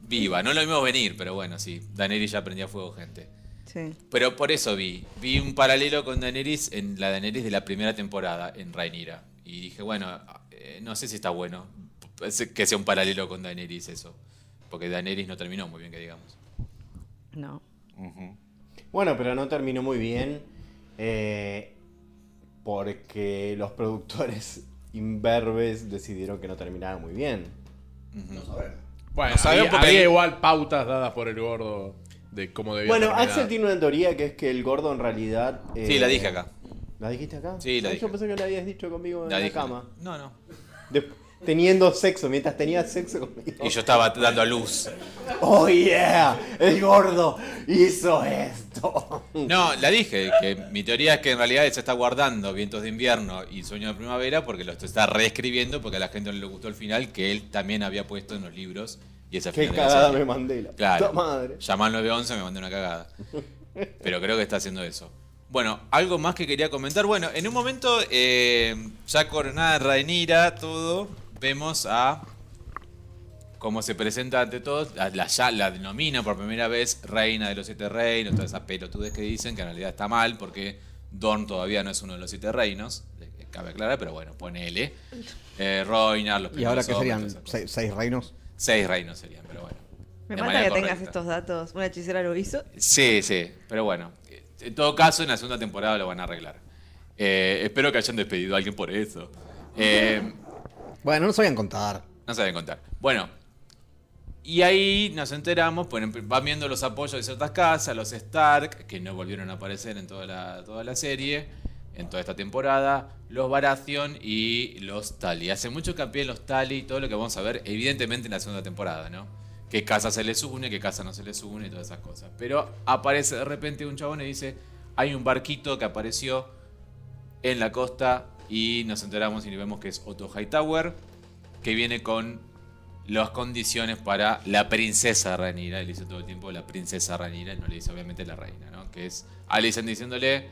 viva, no lo vimos venir, pero bueno, sí, Daenerys ya prendía fuego gente.
Sí.
Pero por eso vi, vi un paralelo con Daenerys en la Daenerys de la primera temporada, en Rhaenyra. Y dije, bueno, eh, no sé si está bueno p- que sea un paralelo con Daenerys eso. Porque Daenerys no terminó muy bien, que digamos.
No.
Bueno, pero no terminó muy bien. eh, porque los productores imberbes decidieron que no terminara muy bien.
Bueno,
No sabemos
había,
porque-
había igual pautas dadas por el gordo de cómo debía
Bueno,
terminar.
Axel tiene una teoría que es que el gordo en realidad. eh,
Sí, la dije acá.
¿La dijiste acá?
Sí, la
Ah,
dije.
Yo pensé que la habías dicho conmigo en
La
la,
dije.
cama.
No, no.
De- teniendo sexo, mientras tenía sexo conmigo.
Y yo estaba dando a luz.
¡Oh, yeah! El gordo hizo esto.
No, la dije, que mi teoría es que en realidad él se está guardando Vientos de Invierno y Sueño de Primavera porque los está reescribiendo porque a la gente no le gustó el final que él también había puesto en los libros y esa
Qué
final de la
cagada
serie.
me mandé. La puta
Claro.
madre.
Llamá al 911, me mandé una cagada. Pero creo que está haciendo eso. Bueno, algo más que quería comentar. Bueno, en un momento, eh, ya coronada Rhaenyra, todo, vemos a cómo se presenta ante todos. La, la- ya la denomina por primera vez reina de los siete reinos, todas esas pelotudes que dicen, que en realidad está mal porque Dorn todavía no es uno de los siete reinos. eh, Cabe aclarar, pero bueno, ponele. Eh, Rhoynar, los
¿Y ahora
primeros
qué
hombres,
serían?
todas esas cosas.
¿Seis, seis reinos?
Seis reinos serían, pero bueno.
Me
de
mata
manera
que
correcta.
tengas estos datos. Una hechicera lo hizo.
Sí, sí, pero bueno. En todo caso, en la segunda temporada lo van a arreglar. Eh, espero que hayan despedido a alguien por eso. Eh,
Bueno, no sabían contar.
no saben contar. Bueno, y ahí nos enteramos, pues en- van viendo los apoyos de ciertas casas, los Stark, que no volvieron a aparecer en toda la, toda la serie, en toda esta temporada, los Baratheon y los Tully. Hace mucho hincapié en los Tully y todo lo que vamos a ver, evidentemente, en la segunda temporada, ¿no? Qué casa se les une, qué casa no se les une y todas esas cosas. Pero aparece de repente un chabón y dice, hay un barquito que apareció en la costa y nos enteramos y vemos que es Otto Hightower, que viene con las condiciones para la princesa Ranira. Él dice todo el tiempo la princesa Ranira, no le dice obviamente la reina, ¿no? Que es Alicent diciéndole,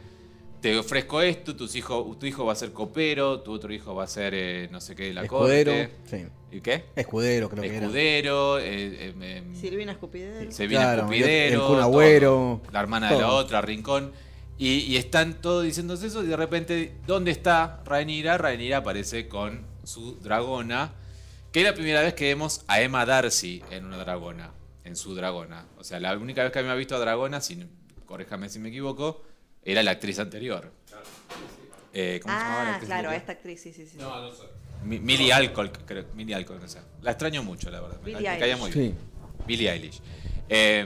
te ofrezco esto, tus hijos, tu hijo va a ser copero, tu otro hijo va a ser eh, no sé qué de la
Escudero.
corte.
Sí.
¿Y qué?
Escudero, creo que
Escudero, eh, eh, em,
Silvina Escupidero.
se viene
Claro,
Escupidero,
el Kun Agüero,
todo. la hermana de la
todo.
otra, Rincón. Y, y están todos diciéndose eso y de repente, ¿dónde está Rhaenyra? Rhaenyra aparece con su dragona, que es la primera vez que vemos a Emma Darcy en una dragona, en su dragona. O sea, la única vez que había visto a dragona, sin, corréjame si me equivoco, era la actriz anterior. Eh, ¿Cómo se llamaba la
Ah,
actriz
claro, a
anterior?
esta actriz, sí, sí, sí.
Mi- Millie Alcohol, creo. Millie Alcohol, no sé. La extraño mucho, la verdad. Me,
Billie
me caía
Eilish.
muy
era.
bien. Billie Eilish. Eh,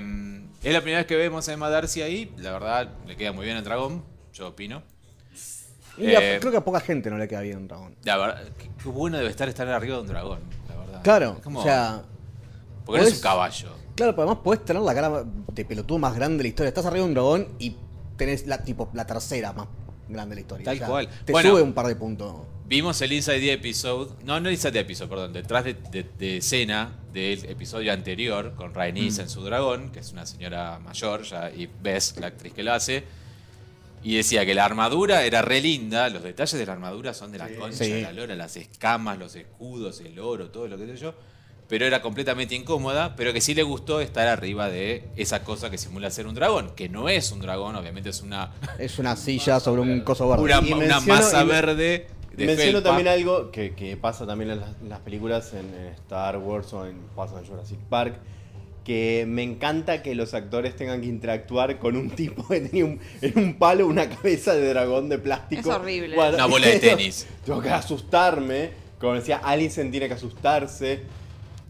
es la primera vez que vemos a Emma Darcy ahí. La verdad, le queda muy bien el dragón, yo opino.
Y a-
Eh,
creo que a poca gente no le queda bien un dragón.
La verdad, qué, qué bueno debe estar estar arriba de un dragón, la verdad.
Claro,
Es como-
o sea,
porque no es
podés-
un caballo.
Claro, pero además podés tener la cara de pelotudo más grande de la historia. Estás arriba de un dragón y tenés la, tipo, la tercera más grande de la historia.
Tal
O sea,
cual.
Te
Bueno.
sube un par de puntos.
Vimos el Inside the Episode. No, no Inside the Episode, perdón. Detrás de, de- de escena del episodio anterior con
Mm.
Rhaenys en su dragón, que es una señora mayor ya, y ves la actriz que lo hace. Y decía que la armadura era re linda. Los detalles de la armadura son de la concha,
Sí.
de la lora, las escamas, los escudos, el oro, todo lo que sé yo. Pero era completamente incómoda, pero que sí le gustó estar arriba de esa cosa que simula ser un dragón. Que no es un dragón, obviamente es una,
Es una silla sobre un coso verde.
una,
Y
una
menciono-
masa
y men-
verde de
Menciono
felpa.
también algo que, que pasa también en las, en las películas, en, en Star Wars o en, pasa en Jurassic Park, que me encanta que los actores tengan que interactuar con un tipo que tenía un- en un palo una cabeza de dragón de plástico.
Es horrible.
Una bola de tenis.
Tengo que asustarme, como decía, Alison tiene que asustarse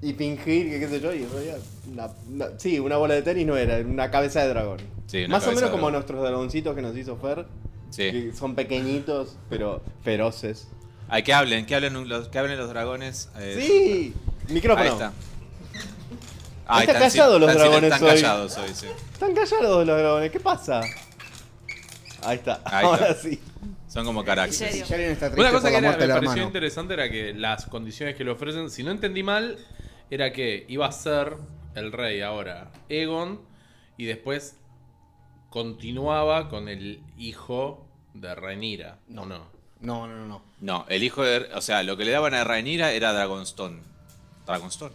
y fingir que qué sé yo, y en realidad, una- una- sí, una bola de tenis no era, era una cabeza de dragón.
Sí, una
Más o
cabeza
menos
de
como
dragón.
nuestros dragoncitos que nos hizo Fer.
Sí.
Que son pequeñitos, pero feroces.
Ay, que hablen, que hablen los, que hablen los dragones. eh,
Sí, micrófono.
Ahí está.
Están
están
callados
sil-
los
están sil-
dragones
Están
hoy.
callados hoy, sí.
Están callados los dragones, ¿qué pasa? Ahí está,
Ahí
ahora
está.
sí.
Son como caraxes.
serio.
Tyrion está triste
Una cosa
por
que
la
era-
muerte
me
del
pareció
hermano.
interesante era que las condiciones que le ofrecen, si no entendí mal, era que iba a ser el rey ahora Egon y después continuaba con el hijo de Rhaenyra. No, no.
No, no, no, no.
No, el hijo de. O sea, lo que le daban a Rhaenyra era Dragonstone. Dragonstone.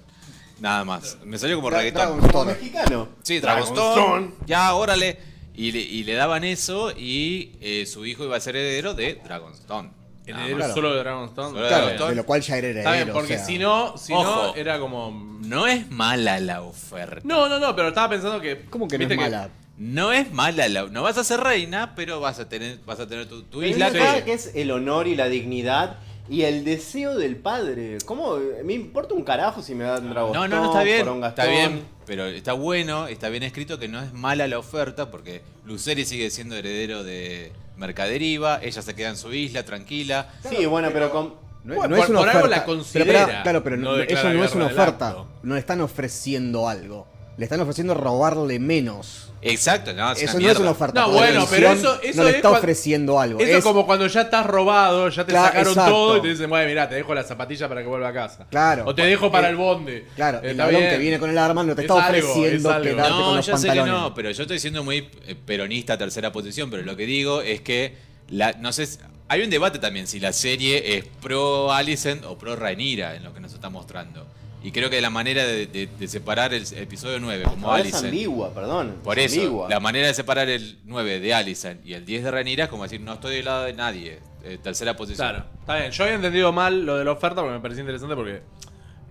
Nada más. Me salió como
Dra-
reggaetón.
Dragonstone.
Mexicano.
Sí, Dragonstone. Ya, órale. Y le, y le daban eso y eh, su hijo iba a ser heredero de Dragonstone.
El heredero
Nada más.
Ah, claro.
solo de Dragonstone.
Solo de
Está
Claro,
bien.
Dragonstone.
de lo cual ya era heredero.
Está bien, porque
o sea,
si no, si
Ojo.
no, era como.
No es mala la oferta.
No, no, no, pero estaba pensando que.
¿Cómo que no es
viste
mala?
No es mala la. No vas a ser reina, pero vas a tener, vas a tener tu, tu
Pero
isla.
es verdad que es el honor y la dignidad y el deseo del padre. ¿Cómo? Me importa un carajo si me dan dragón.
No, no, no está bien. Está
Em,
bien, pero está bueno, está bien escrito que no es mala la oferta porque Luceri sigue siendo heredero de Mercaderiva, ella se queda en su isla tranquila.
Sí, bueno, pero con.
No,
Bueno,
no
por-
es una
por
oferta.
algo la
Pero,
considera.
pará, claro, pero no-
No declara
eso no
guerra
es una
adelanto.
oferta. No están ofreciendo algo. le están ofreciendo robarle menos.
Exacto, no, es
Eso
una
no es
mierda.
una oferta.
No,
por
bueno, pero
televisión,
eso- eso
no le
es
está
cuando-
ofreciendo algo.
Eso
es-
como cuando ya estás robado, ya te
Claro,
sacaron
exacto.
todo y te dicen, bueno, mirá, te dejo la zapatilla para que vuelva a casa.
Claro.
O te dejo para
Eh,
el bonde.
Claro, el
Está
ladrón
bien.
que viene con el arma no te
Es
está
algo, es
ofreciendo
algo.
quedarte
No,
con los
Ah, ya
pantalones.
sé que no, pero yo estoy siendo muy eh, peronista tercera posición, pero lo que digo es que la, no sé, si- hay un debate también si la serie es pro Alicent o pro Rhaenyra en lo que nos está mostrando. Y creo que la manera de, de- de separar el episodio 9 como
Ahora es
Alicent.
ambigua, perdón.
Por
es
eso,
ambigua.
la manera de separar el 9 de Alicent y el 10 de Rhaenyra es como decir, no estoy del lado de nadie, eh, tercera posición.
Claro, está bien. Yo había entendido mal lo de la oferta porque me parecía interesante porque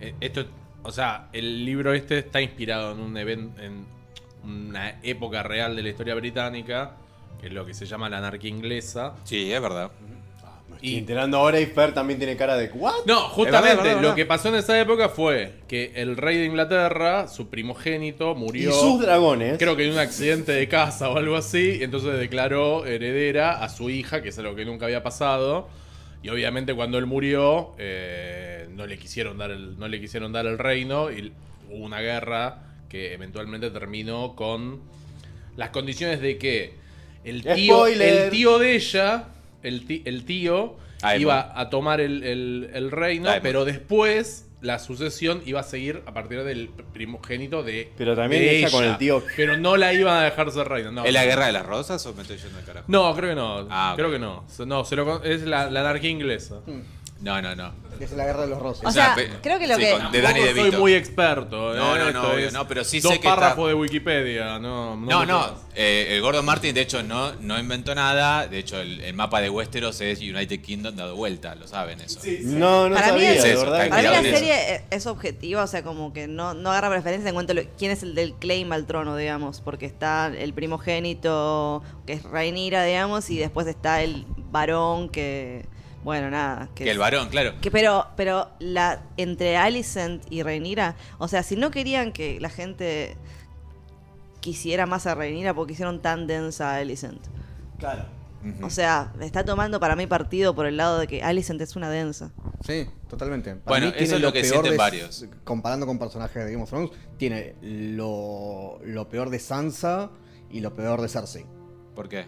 eh, esto, o sea, el libro este está inspirado en un evento, en una época real de la historia británica, que es lo que se llama la anarquía inglesa.
Sí, es verdad.
Y enterando ahora y Fer también tiene cara de ¿what? Eh,
No, justamente
Es verdad, es verdad, es
lo que pasó en esa época fue que el rey de Inglaterra, su primogénito,
y
murió.
sus dragones.
Creo que en un accidente de casa o algo así, entonces declaró heredera a su hija, que es algo que nunca había pasado. Y obviamente cuando él murió, eh, no, le quisieron dar el, no le quisieron dar el reino y hubo una guerra que eventualmente terminó con las condiciones de que el tío,
Spoiler.
el tío de ella, el, ti- el tío,
Aemon.
iba a tomar el, el- el reino,
Aemon.
pero después la sucesión iba a seguir a partir del primogénito de
Pero también
de
ella con el tío.
Pero no la iban a dejar ser reina. No.
¿Es la guerra de las rosas o me estoy yendo al carajo?
No, creo que no.
Ah, ok.
creo que no. Se- No, se lo con- es la, la anarquía inglesa.
No, no, no.
Es la guerra de los rosas.
O
Es
sea,
una pe-
creo que lo
sí,
que-
con- de Dani
Tampoco soy
DeVito.
muy experto.
No,
eh,
no, no,
esto
obvio,
es
no, pero sí
dos
sé que
párrafos
está-
de Wikipedia. No,
No,
me
no.
jodas.
eh, el Gordon Martin, de hecho, no, no inventó nada. De hecho, el, el mapa de Westeros es United Kingdom dado vuelta. Lo saben eso.
No, no
Para mí
sabía,
es
de
eso,
verdad.
está
Para mí la
Cuidado con eso.
serie e-, es- es objetiva, o sea, como que no, no agarra referencia en cuanto a lo- quién es el del claim al trono, digamos, porque está el primogénito, que es Rhaenyra, digamos, y después está el varón que, bueno, nada.
Que el
es-
varón, claro.
que- pero, pero la, entre Alicent y Rhaenyra, o sea, si no querían que la gente quisiera más a Rhaenyra porque hicieron tan densa a Alicent.
Ujú.
O sea, está tomando para mí partido por el lado de que Alicent es una densa.
Sí, totalmente. Para
Bueno,
mí tiene
eso es lo que
peor
sienten
de-
varios.
Comparando con personajes de Game of Thrones, tiene lo, lo peor de Sansa y lo peor de Cersei.
¿Por qué?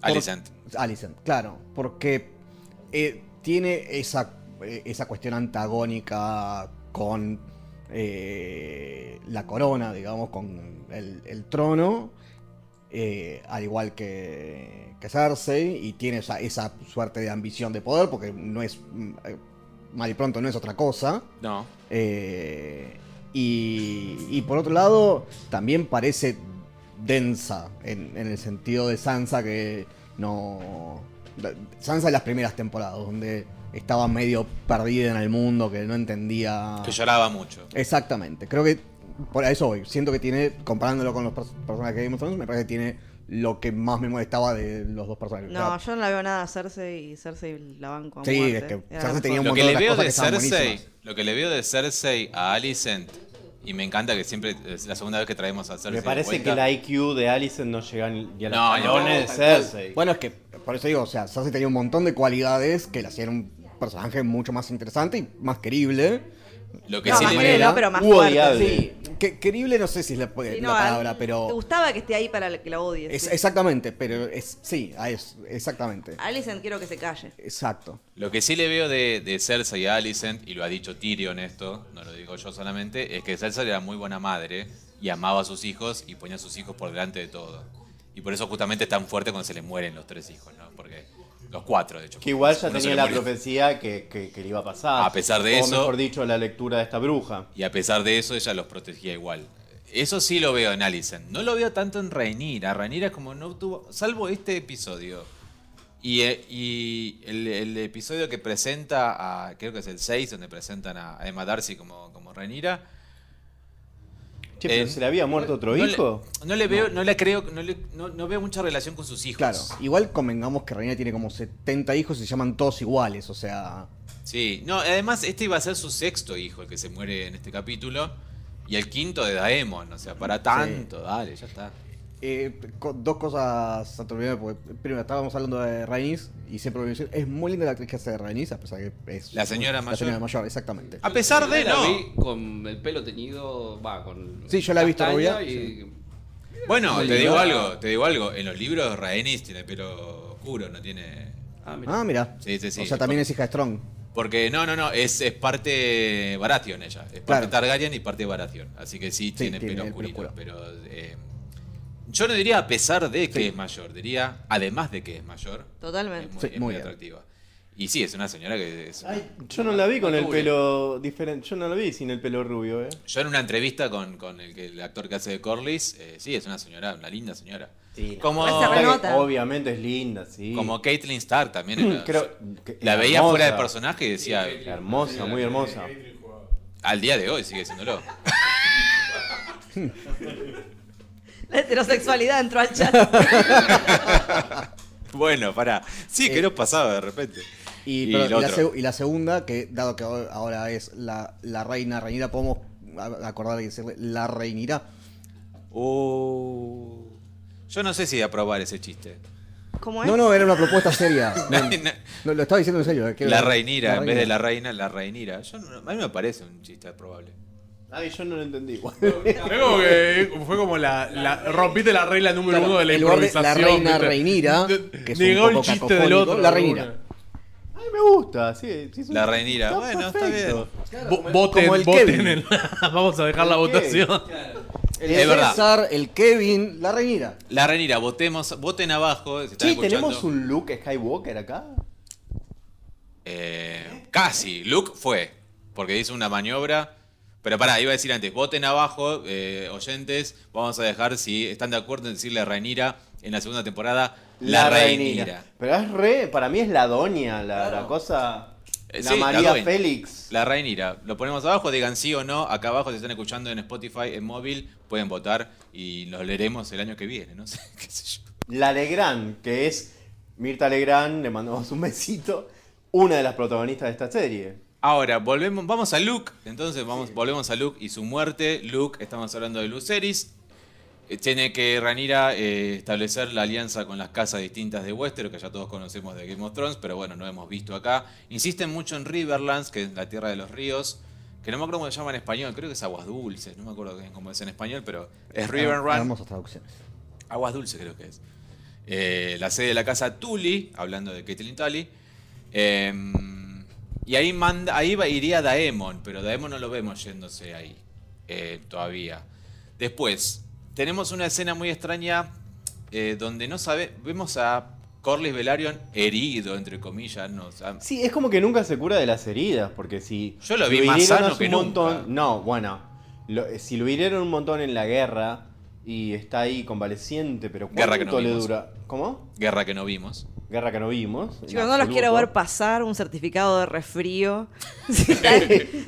Alicent.
Alicent, claro. Porque eh, tiene esa, eh, esa cuestión antagónica con eh, la corona, digamos, con el, el trono. eh, al igual que, que Cersei. Y tiene esa, esa suerte de ambición de poder. Porque no es. mm, eh, Mal y pronto no es otra cosa.
No.
Eh, y, y por otro lado, también parece densa en, en el sentido de Sansa que no... Sansa en las primeras temporadas, donde estaba medio perdida en el mundo, que no entendía...
Que lloraba mucho.
Exactamente, creo que por a eso voy. Siento que tiene, comparándolo con los pers- personajes de Game of Thrones, me parece que tiene lo que más me molestaba de los dos personajes.
No,
O sea,
yo no la veo nada a Cersei y Cersei la banco a
Sí,
muerte.
es que
Era
Cersei
la
tenía
mejor.
un montón de
Lo que le
otras
veo
cosas
de
que estaban
Cersei,
buenísimas.
lo que le veo de Cersei a Alicent, y me encanta que siempre es la segunda vez que traemos a Cersei.
Me
de
parece que
vuelta.
la IQ de Alicent no llega ni a la
No, no,
de
tal
Cersei.
Bueno, es que por eso digo, o sea, Cersei tenía un montón de cualidades que la hacían un personaje mucho más interesante y más querible.
Lo que
No,
sí
más
le
que
veo.
no, pero más
Hubo
fuerte.
diable.
Sí, que, querible no sé si es la,
Sí,
la
no,
palabra,
a- Te
pero...
gustaba que esté ahí para que la odies.
es-
sí.
exactamente, pero es, sí, a eso, exactamente.
Alicent quiero que se calle.
Exacto.
Lo que sí le veo de, de Cersei a Alicent, y lo ha dicho Tyrion esto, no lo digo yo solamente, es que Cersei era muy buena madre y amaba a sus hijos y ponía a sus hijos por delante de todo. Y por eso justamente es tan fuerte cuando se le mueren los tres hijos, ¿no? Porque los cuatro, de hecho.
Que igual ya
uno se
tenía
le
la
murió.
profecía que, que- que le iba a pasar.
A pesar de eso-
O mejor dicho, la lectura de esta bruja.
Y a pesar de eso, ella los protegía igual. Eso sí lo veo en Alicent. No lo veo tanto en Rhaenyra. Rhaenyra es como no tuvo... Salvo este episodio. Y, eh, y el, el episodio que presenta a... Creo que es el 6, donde presentan a a Emma Darcy como, como Rhaenyra.
Che, pero
Eh,
¿se le había muerto otro
no
hijo?
Le, no le veo, no, la creo, no, le- no- no veo mucha relación con sus hijos.
Claro, igual convengamos que Reina tiene como 70 hijos y se llaman todos iguales, o sea...
Sí, no, además este iba a ser su sexto hijo, el que se muere en este capítulo. Y el quinto de Daemon, o sea, para tanto, dale, ya está.
Eh, co- dos cosas antes de olvidarme, porque primero estábamos hablando de Rainis y siempre lo voy a decir, es muy linda la actriz que hace de Rainis, a pesar que es...
La señora mayor.
La señora mayor, exactamente.
A pesar de
la
no.
vi con el pelo teñido, va, con.
Sí, yo la he visto
castaño
rubia,
y-
Bueno,
Sí.
te digo algo, te digo algo. En los libros Rhaenys tiene pelo oscuro, no tiene.
Ah, mira.
Ah, mira.
Sí, sí, sí.
O sea, también es hija de Strong.
Porque no, no, no, es, es parte Baratheon ella. Es parte
Claro.
Targaryen y parte Baratheon. Así que sí, tiene,
tiene
pelo
el pelo
oscurito. Pero eh, yo no diría a pesar de que
Sí.
es mayor, diría además de que es mayor. Es
Totalmente.
muy,
Sí,
es
muy
muy
bien.
atractiva. Y sí, es una señora que es una-
Yo no la vi con el
Rubia.
pelo diferente. Yo no la vi sin el pelo rubio, eh.
Yo en una entrevista con, con el, que- el actor que hace de Corlys, eh, sí, es una señora, una linda señora. como,
Esa re- renota.
Obviamente es linda, sí. Mm,
como Caitlyn Starr también. era-
Creo que-
la veía
hermosa.
fuera de personaje y decía,
Hermosa, muy hermosa.
al día de hoy sigue siéndolo.
La heterosexualidad entró al chat.
Bueno, pará. Sí, que nos pasaba de repente.
Y,
Y
pero-
el
y la,
otro.
seg- y la segunda, que dado que ahora- ahora es la, la reina reinira, podemos a- acordar y decirle la reinira.
Oh. Yo no sé si aprobar ese chiste.
¿Cómo es?
No, no, era una propuesta seria.
No,
No,
no.
no, lo estaba diciendo en serio. eh, que
La
era-
reinira,
la
en vez de la reina, la reinira. Yo no- a mí me parece un chiste probable.
Ay, yo no lo entendí.
Fue como, que- fue como la, la- Rompiste la regla número
Claro,
uno de la
en lugar de la
improvisación.
reina
¿viste?
reinira, que es un
Negó el
poco
chiste
cacofónico,
del otro.
la reinira.
Ay, me gusta, sí. sí, es un-
La reinira.
está
Bueno, está
perfecto.
Vo- voten,
como el
voten.
Kevin.
en la- vamos a dejar la
El Kevin.
votación.
El
Es verdad.
César, el Kevin, la reinira.
La reinira, votemos, voten abajo. si están
Che, ¿tenemos
escuchando.
un Luke Skywalker acá?
Eh, casi, Luke fue, porque hizo una maniobra. Pero pará, iba a decir antes, voten abajo, eh, oyentes, vamos a dejar si están de acuerdo en decirle Reinira en la segunda temporada, la, Reinira.
Pero es re, para mí es la doña, la, la cosa.
Eh,
la
sí, la
María
doña.
Félix.
La Reinira. Lo ponemos abajo, digan sí o no. Acá abajo, si están escuchando en Spotify, en móvil, pueden votar y los leeremos el año que viene, no sé, qué sé yo.
La Legrand, que es Mirta Legrand, le mandamos un besito. Una de las protagonistas de esta serie.
Ahora, volvemos, vamos a Luke. Entonces, vamos, volvemos a Luke y su muerte. Luke, estamos hablando de Luceris. Eh, Tiene que Ranira eh, establecer la alianza con las casas distintas de Westeros, que ya todos conocemos de Game of Thrones, pero bueno, no hemos visto acá. Insisten mucho en Riverlands, que es la tierra de los ríos, que no me acuerdo cómo se llama en español, creo que es Aguas Dulces, no me acuerdo bien cómo es en español, pero es Riverlands.
Ah, Hermosas traducciones.
Aguas Dulces creo que es. Eh, la sede de la casa Tully, hablando de Caitlyn Tully. Eh, y ahí, manda, ahí va- iría Daemon, pero Daemon no lo vemos yéndose ahí eh, todavía. Después, tenemos una escena muy extraña eh, donde no sabe, vemos a Corlys Velaryon herido, entre comillas. No, o sea,
Sí, es como que nunca se cura de las heridas, porque si...
Yo lo
si
vi más
hirieron
sano
hace
que
un
nunca.
montón- No, bueno, lo- si lo hirieron un montón en la guerra y está ahí convaleciente, pero ¿cuánto
Guerra que no
le
vimos.
dura? ¿Cómo?
guerra que no vimos.
Guerra que no vimos. en
Chicos, no los
absoluto.
quiero ver pasar un certificado de resfrío. Si estás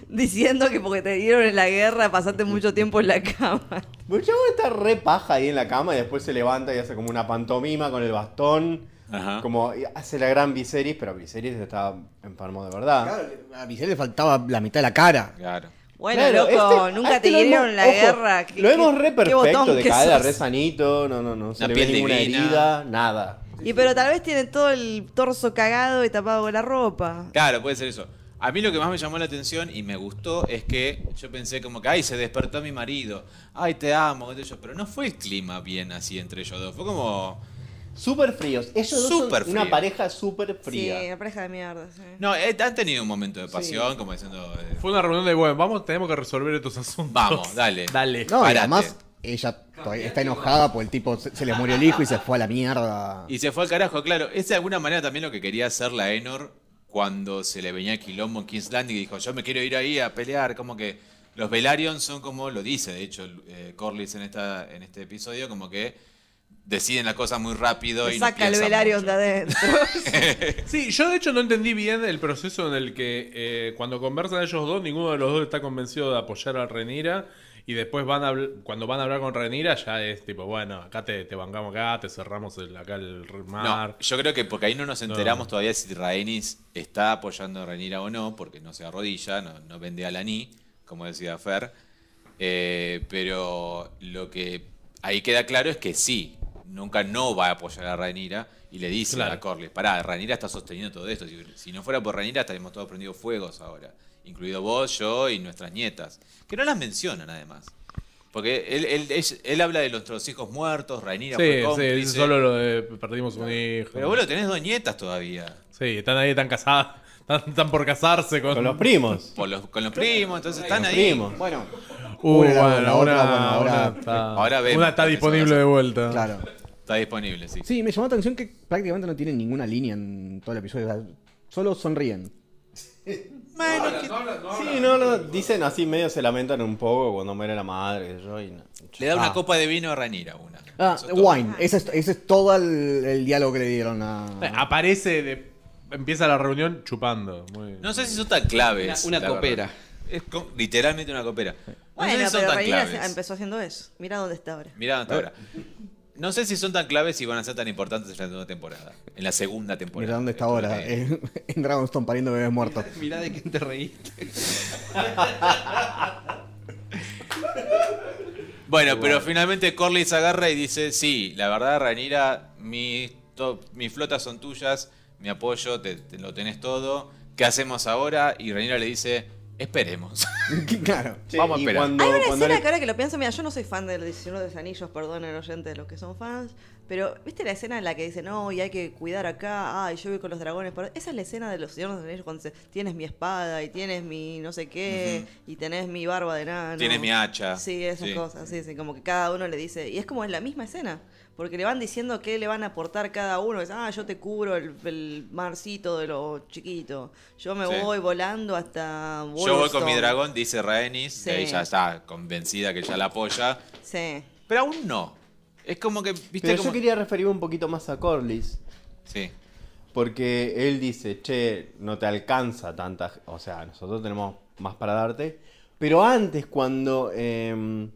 diciendo que porque te dieron en la guerra pasaste mucho tiempo en la cama.
Pero ya van a estar re paja ahí en la cama y después se levanta y hace como una pantomima con el bastón.
Ajá.
Como y hace la gran Viserys, pero Viserys está enfermo de verdad.
Claro, a Michelle le faltaba la mitad de la cara.
Claro.
Bueno,
Claro,
loco,
este-
nunca
a
te
este lo
hirieron
hemos-
en la
ojo,
guerra. ¿Qué-
Lo
qué-
hemos re
qué botón
perfecto, de
que
cadera
sos?
re sanito, no, no, no, se le
Una
ve
piel
ninguna
divina.
herida, nada.
Y pero tal vez tiene todo el torso cagado y tapado con la ropa.
Claro, puede ser eso. A mí lo que más me llamó la atención y me gustó es que yo pensé como que, ay, se despertó mi marido, ay, te amo, qué sé yo. pero no fue el clima bien así entre ellos dos, fue como...
Súper fríos. Ellos dos
Súper
son una
frío.
pareja súper fría.
Sí, la pareja de mierda. sí.
No, eh, han tenido un momento de pasión, como diciendo, eh,
Fue una reunión de, bueno, vamos, tenemos que resolver estos asuntos.
vamos, dale.
Dale.
No, y
Parate.
además ella todavía está enojada porque el tipo se, se le murió el hijo y se fue a la mierda.
Y se fue al carajo, claro. Es de alguna manera también lo que quería hacer la Enor cuando se le venía quilombo en King's Landing y dijo, yo me quiero ir ahí a pelear. Como que los Velaryon son como, lo dice de hecho eh, Corlys en, esta, en este episodio, como que deciden las cosas muy rápido y
Te
no
saca el
piensan
velario
mucho.
de adentro.
Sí, yo de hecho no entendí bien el proceso en el que eh, cuando conversan ellos dos, ninguno de los dos está convencido de apoyar a Renira. Y después van a habl- cuando van a hablar con Renira, ya es tipo, bueno, acá te, te bancamos acá, te cerramos el, acá el mar.
No, yo creo que porque ahí no nos enteramos todavía si Rhaenys está apoyando a Rhaenyra o no, porque no se arrodilla, no, no vende a la ni, como decía Fer. Eh, pero lo que ahí queda claro es que sí, nunca no va a apoyar a Ranira y le dice
Claro.
a Corlys, pará, Ranira está sosteniendo todo esto, si, si no fuera por Ranira estaríamos todos prendidos fuegos ahora, incluido vos, yo y nuestras nietas, que no las mencionan además. Porque él, él- él- él habla de nuestros hijos muertos, Ranira
Sí,
fue
sí,
cómplice.
dice solo lo de perdimos un hijo.
Pero vos lo tenés dos nietas todavía.
Sí, están ahí, están casadas. Están, están por casarse con,
Con los primos.
Por los- con los primos, entonces están
los
ahí.
primos.
Bueno,
Uh,
Una era
bueno,
buena,
ahora,
otra buena,
ahora
ahora-
está,
Ahora vemos
una está
quiénes son
disponible
las-
de vuelta.
claro.
Está disponible, sí.
Sí, me llamó la atención que prácticamente no tienen ninguna línea en todo el episodio. o sea, solo sonríen.
Sí, no, no, dicen así, medio se lamentan un poco cuando muere la madre. qué sé Yo, y no.
Le da una
Ah.
copa de vino a Ranira, una.
Ah,
Eso todo.
wine. Ese es, ese es todo el, el diálogo que le dieron
Eh,
a.
Aparece, de- empieza la reunión chupando. Muy,
No sé si son tan claves.
Una- una
la verdad.
copera.
Es co- literalmente una copera. No sé
Bueno,
si son
pero
tan
Reina
claves.
empezó haciendo eso. Mira dónde está ahora.
Mirá hasta ahora. No sé si son tan claves y van a ser tan importantes en la segunda temporada. En la segunda temporada.
Mira dónde está
Esto
ahora.
es lo que-
eh, en Dragonstone pariendo bebés muertos.
Mirá de quién te reíste.
eh.
Bueno, pero finalmente Corlys agarra y dice, sí, la verdad, Ranira, mis, to- mis flotas son tuyas, mi apoyo, te, te lo tenés todo. ¿Qué hacemos ahora? Y Ranira le dice, esperemos.
claro.
Che,
Vamos a
y
esperar.
cuando-
Hay una
cuando
escena
le-
que ahora que lo pienso, mira, yo no soy fan del 19 de los anillos, perdón el oyente de los que son fans, pero ¿viste la escena en la que dice, no, y hay que cuidar acá, ah, y yo voy con los dragones? por-". Esa es la escena de los señores de los anillos cuando dice, tienes mi espada, y tienes mi no sé qué, y tenés mi barba de nano.
Tienes mi hacha.
Sí, esas
Ah, Sí.
cosas, sí, sí, como que cada uno le dice, y es como en la misma escena, porque le van diciendo qué le van a aportar cada uno, es, ah, yo te cubro el, el marcito de lo chiquito, yo me
Sí.
voy volando hasta...
Yo voy con mi
Wolverstone".
dragón, dice Rhaenys,
Sí.
y ella está convencida que ya la apoya,
Sí.
pero aún no. Es como que, viste,
Pero
como...
yo quería referirme un poquito más a Corlys.
Sí.
Porque él dice, che, no te alcanza tanta... g- O sea, nosotros tenemos más para darte. Pero antes, cuando... em,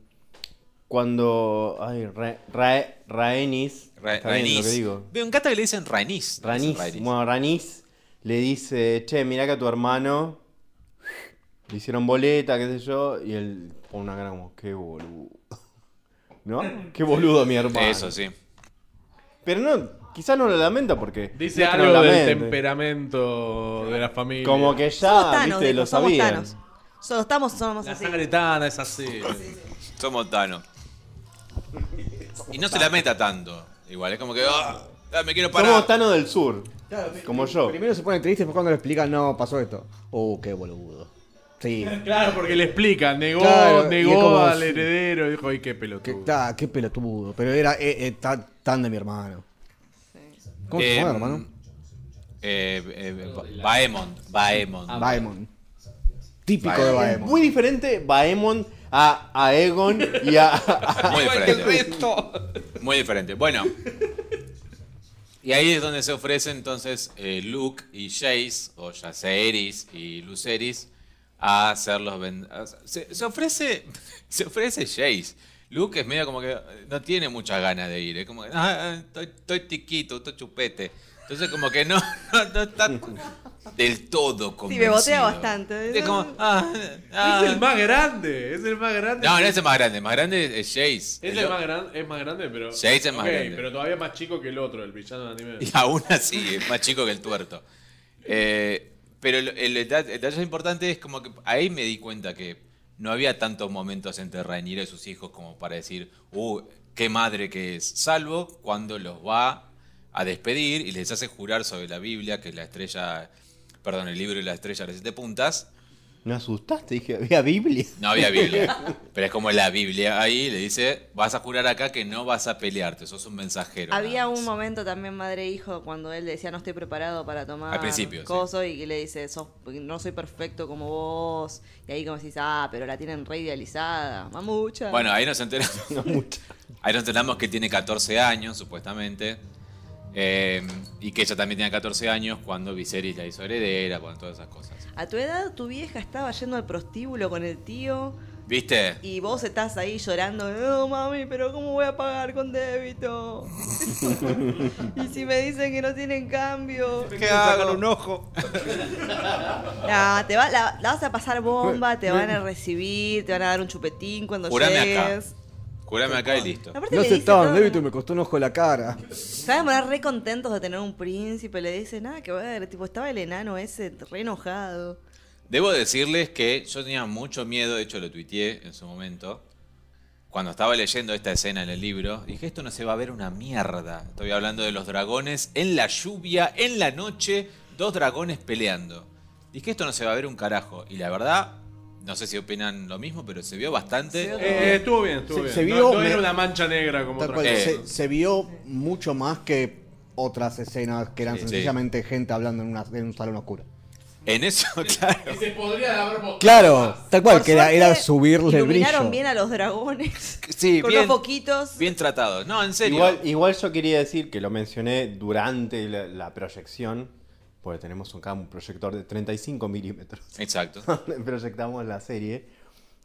cuando... Ay, Ra- Ra- Rhaenys...
Ra-
¿está bien lo que
Rhaenys.
digo?
Veo, me encanta que le dicen Rhaenys.
Rhaenys.
Rhaenys.
Bueno, Rhaenys le dice, che, mirá que a tu hermano le hicieron boleta, qué sé yo, y él pone una cara como, qué boludo. ¿No? Qué boludo mi hermano.
Eso sí.
Pero no, quizás no lo lamenta porque...
Dice
no es que no
algo
lo
del
lamente.
temperamento de la familia.
Como que
Somos
ya,
Thanos,
viste,
dijo,
lo
somos
sabían.
Thanos. Solo estamos, somos
La
así.
sangre tana es así.
Somos Thanos. Y no se la meta tanto. Igual, es como que. "Ah, ah, me quiero parar.
Somos Thanos del Sur. Como yo.
Primero se ponen tristes, después cuando le explican, no, pasó esto. Uh, qué boludo. Sí.
Claro, porque le explica, negó,
Claro, y es
negó
como-
al heredero, dijo, ay, qué
Qué,
pelotudo.
ta- qué pelotudo. Pero era eh, eh, ta- tan de mi hermano. ¿Cómo se
Eh,
llama, hermano?
Eh, eh, Ba- Baemon. ah, Baemon.
Baemon. Típico de
Es
Baemon.
Muy diferente Baemon a, a Egon y a, a-
Muy
Igual que Ah, el
diferente.
resto.
Muy diferente. Bueno. Y ahí es donde se ofrece entonces eh, Luke y Jace, o Jaceeris y Luceris, a hacer los ven- a- se, se ofrece se ofrece Jace. Luke es medio como que eh, no tiene muchas ganas de ir. Es como que, "Ah, ah, estoy, estoy tiquito, estoy chupete. Entonces como que no, no, no está del todo convencido.
bebotea bastante.
Es como, "Ah, ah".
Es el más grande, es el más grande.
No, no es el más grande. El más grande es Jace.
Es el más grande, es más grande, pero.
Jace es más
Ok,
grande.
Pero todavía más chico que el otro, el villano de anime. Eh,
Y aún así, es más chico que el tuerto. Eh, pero el, el deta- el detalle importante es como que ahí me di cuenta que no había tantos momentos entre Rhaenyra y sus hijos como para decir, uh, qué madre que es. Salvo cuando los va a despedir y les hace jurar sobre la Biblia, que es la estrella, perdón, el libro de la estrella de las siete puntas.
Me asustaste, dije, había Biblia.
No había Biblia. Pero es como la Biblia ahí, le dice, vas a jurar acá que no vas a pelearte, sos un mensajero.
Había
nada más".
un momento también madre e hijo cuando él decía no estoy preparado para tomar
Al principio, sí.
coso y que le dice "Sos- no soy perfecto como vos y ahí como decís ah pero la tienen re idealizada mamucha
Bueno, ahí nos enteramos.
No mucho.
Ahí nos enteramos que tiene 14 años, supuestamente. eh, y que ella también tenía 14 años cuando Viserys la hizo heredera, bueno, todas esas cosas.
a tu edad tu vieja estaba yendo al prostíbulo con el tío
¿Viste?
y vos estás ahí llorando no mami pero cómo voy a pagar con débito y si me dicen que no tienen cambio
ojo.
No, te va, la, la vas a pasar bomba, te van a recibir, te van a dar un chupetín cuando
Jurame acá.
llegues.
Curame acá y listo.
Aparte
No
le
sé
dice
tan
todo,
débito y me costó un ojo la cara.
Se van a poner re contentos de tener un príncipe. Le dice, nada que ver. Tipo, estaba el enano ese re enojado.
Debo decirles que yo tenía mucho miedo, de hecho lo tuiteé en su momento. Cuando estaba leyendo esta escena en el libro, dije, esto no se va a ver una mierda. Estoy hablando de los dragones en la lluvia, en la noche, dos dragones peleando. Dije, esto no se va a ver un carajo. Y la verdad, no sé si opinan lo mismo, pero se vio bastante.
Eh, estuvo bien, estuvo
Se-
bien.
se
No-
vio-
no, era
me-
una mancha negra como
Tal
otra
cual,
Eh.
se, se vio mucho más que otras escenas que eran
Sí, sí.
sencillamente gente hablando en, una- en un salón oscuro.
En eso, claro.
se podría haber
Claro, tal cual,
Por
que era,
suerte,
era subirle el brillo.
Iluminaron bien a los dragones.
Sí,
con los
bien,
poquitos.
bien tratado. No, en serio.
Igual, igual yo quería decir que lo mencioné durante la, la proyección, porque tenemos acá un proyector de 35 milímetros.
Exacto.
donde proyectamos la serie,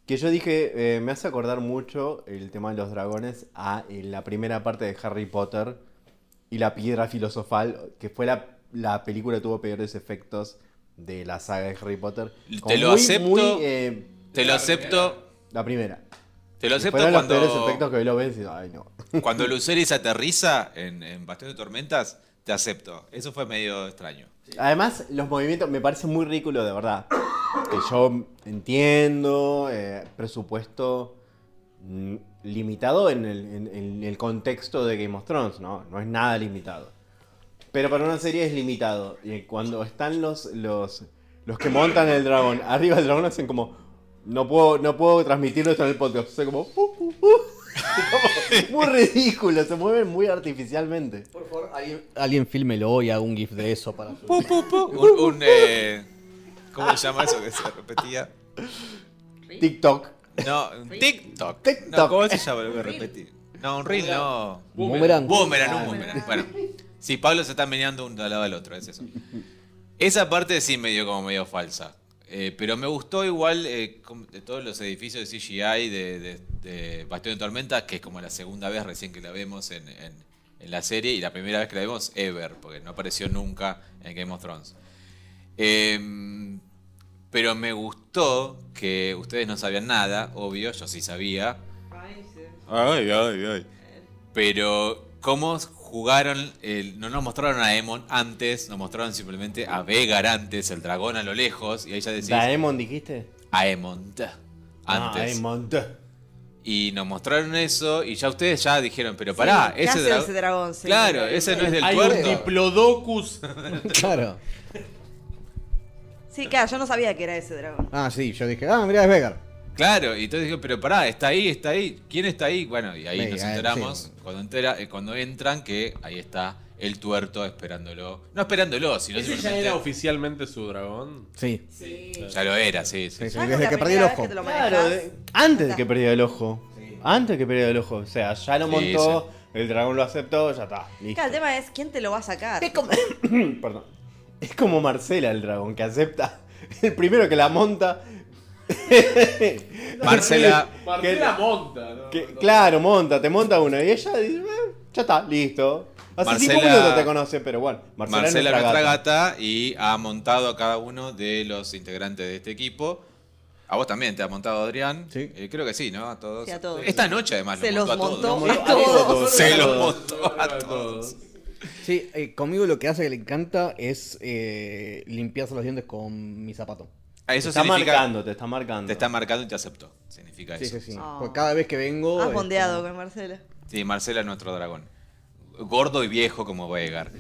que yo dije, eh, me hace acordar mucho el tema de los dragones a eh, la primera parte de Harry Potter y la piedra filosofal, que fue la, la película que tuvo peores efectos de la saga de Harry Potter.
Te
Como
lo acepto.
eh,
Te lo acepto.
la primera.
Te
Y
lo acepto
fueron los
cuando.
peores efectos que hoy lo ves y ay no.
Cuando Luceris aterriza en, en Bastión de Tormentas, te acepto. Eso fue medio extraño.
Además, los movimientos me parecen muy ridículos, de verdad. Que yo entiendo, eh, presupuesto mm, limitado en el, en- en el contexto de Game of Thrones, ¿no? No es nada limitado. Pero para una serie es limitado. Y cuando están los, los, los que montan el dragón, arriba del dragón hacen como... No puedo, no puedo transmitirlo esto en el podcast. Hacen como... "Uh, uh, uh". Como muy ridículo, se mueven muy artificialmente.
Por favor, alguien, alguien fílmelo y haga un GIF de eso para su-
Un, un, eh, ¿Cómo se llama eso que se repetía?
TikTok.
No, un TikTok.
TikTok.
No, ¿Cómo se llama lo que repetí? No, un reel no.
Boomerang.
Boomerang, un boomerang. Bueno, sí, Pablo se está meneando un lado al otro, es eso. Esa parte sí me dio como medio falsa. Eh, pero me gustó igual eh, com- de todos los edificios de CGI de, de, de Bastión de Tormenta, que es como la segunda vez recién que la vemos en, en- en la serie y la primera vez que la vemos ever, porque no apareció nunca en Game of Thrones. Em, pero me gustó que ustedes no sabían nada, obvio, yo sí sabía. Ay, ay, ay. Pero cómo jugaron, el- no nos mostraron a Emon antes, nos mostraron simplemente a Vegar antes, el dragón a lo lejos, y ahí ya decís
Daemon dijiste.
a Emon t, antes.
Ah, Daemon. t.
Y nos mostraron eso y ya ustedes ya dijeron, pero pará,
¿qué
ese,
hace
dra-
ese dragón? Sí.
Claro, ese no es del
Hay un
puerto.
diplodocus.
Claro.
Sí, claro, yo no sabía que era ese dragón.
Ah, sí, yo dije, ah, mira, es Vegar.
Claro, y entonces dijeron, pero pará, está ahí, está ahí. ¿Quién está ahí? Bueno, y ahí
Sí,
nos
ah,
enteramos
sí.
cuando, entera, eh, cuando entran que ahí está el tuerto esperándolo. No esperándolo, sino
¿Ese ya
simplemente-
era oficialmente su dragón?
Sí.
Ya lo era, sí, sí.
Sí, sí,
Ya
desde
la
que perdí el
primera vez
ojo.
te lo
Claro,
manejás.
de- antes de que perdiera el ojo. Antes de que perdiera el ojo. O sea, ya lo
Sí,
montó, el dragón lo aceptó, ya está. Listo.
Claro, el tema es quién te lo va a sacar.
Perdón. Es como Marcela el dragón, que acepta. El primero que la monta.
Marcela,
Marcela
monta, ¿no?
que- claro, monta, te monta uno. Y ella dice, "Eh, ya está, listo. Hace cinco
Marcela-
minutos te conoce, pero bueno. Marcela,
Marcela,
es
es
nuestra
nuestra
gata.
gata. y ha montado a cada uno de los integrantes de este equipo. A vos también te ha montado Adrián.
Sí.
Eh, creo que sí, ¿no? A todos.
Sí, a todos.
Esta noche además
Se
los
los
montó a todos.
montó
Los
a
montó a
todos.
todos.
Se los
Los
montó a todos.
Sí, eh, conmigo lo que hace que le encanta es eh, limpiarse los dientes con mi zapato.
Ah,
Te
Eso
está
significa
marcando, te está marcando.
te está marcando y te aceptó. Significa
Sí,
eso.
sí,
Sí,
sí.
Oh.
Porque cada vez que vengo.
Has
eh,
bondeado con Marcela.
Marcela es nuestro dragón. Gordo y viejo como Vegar.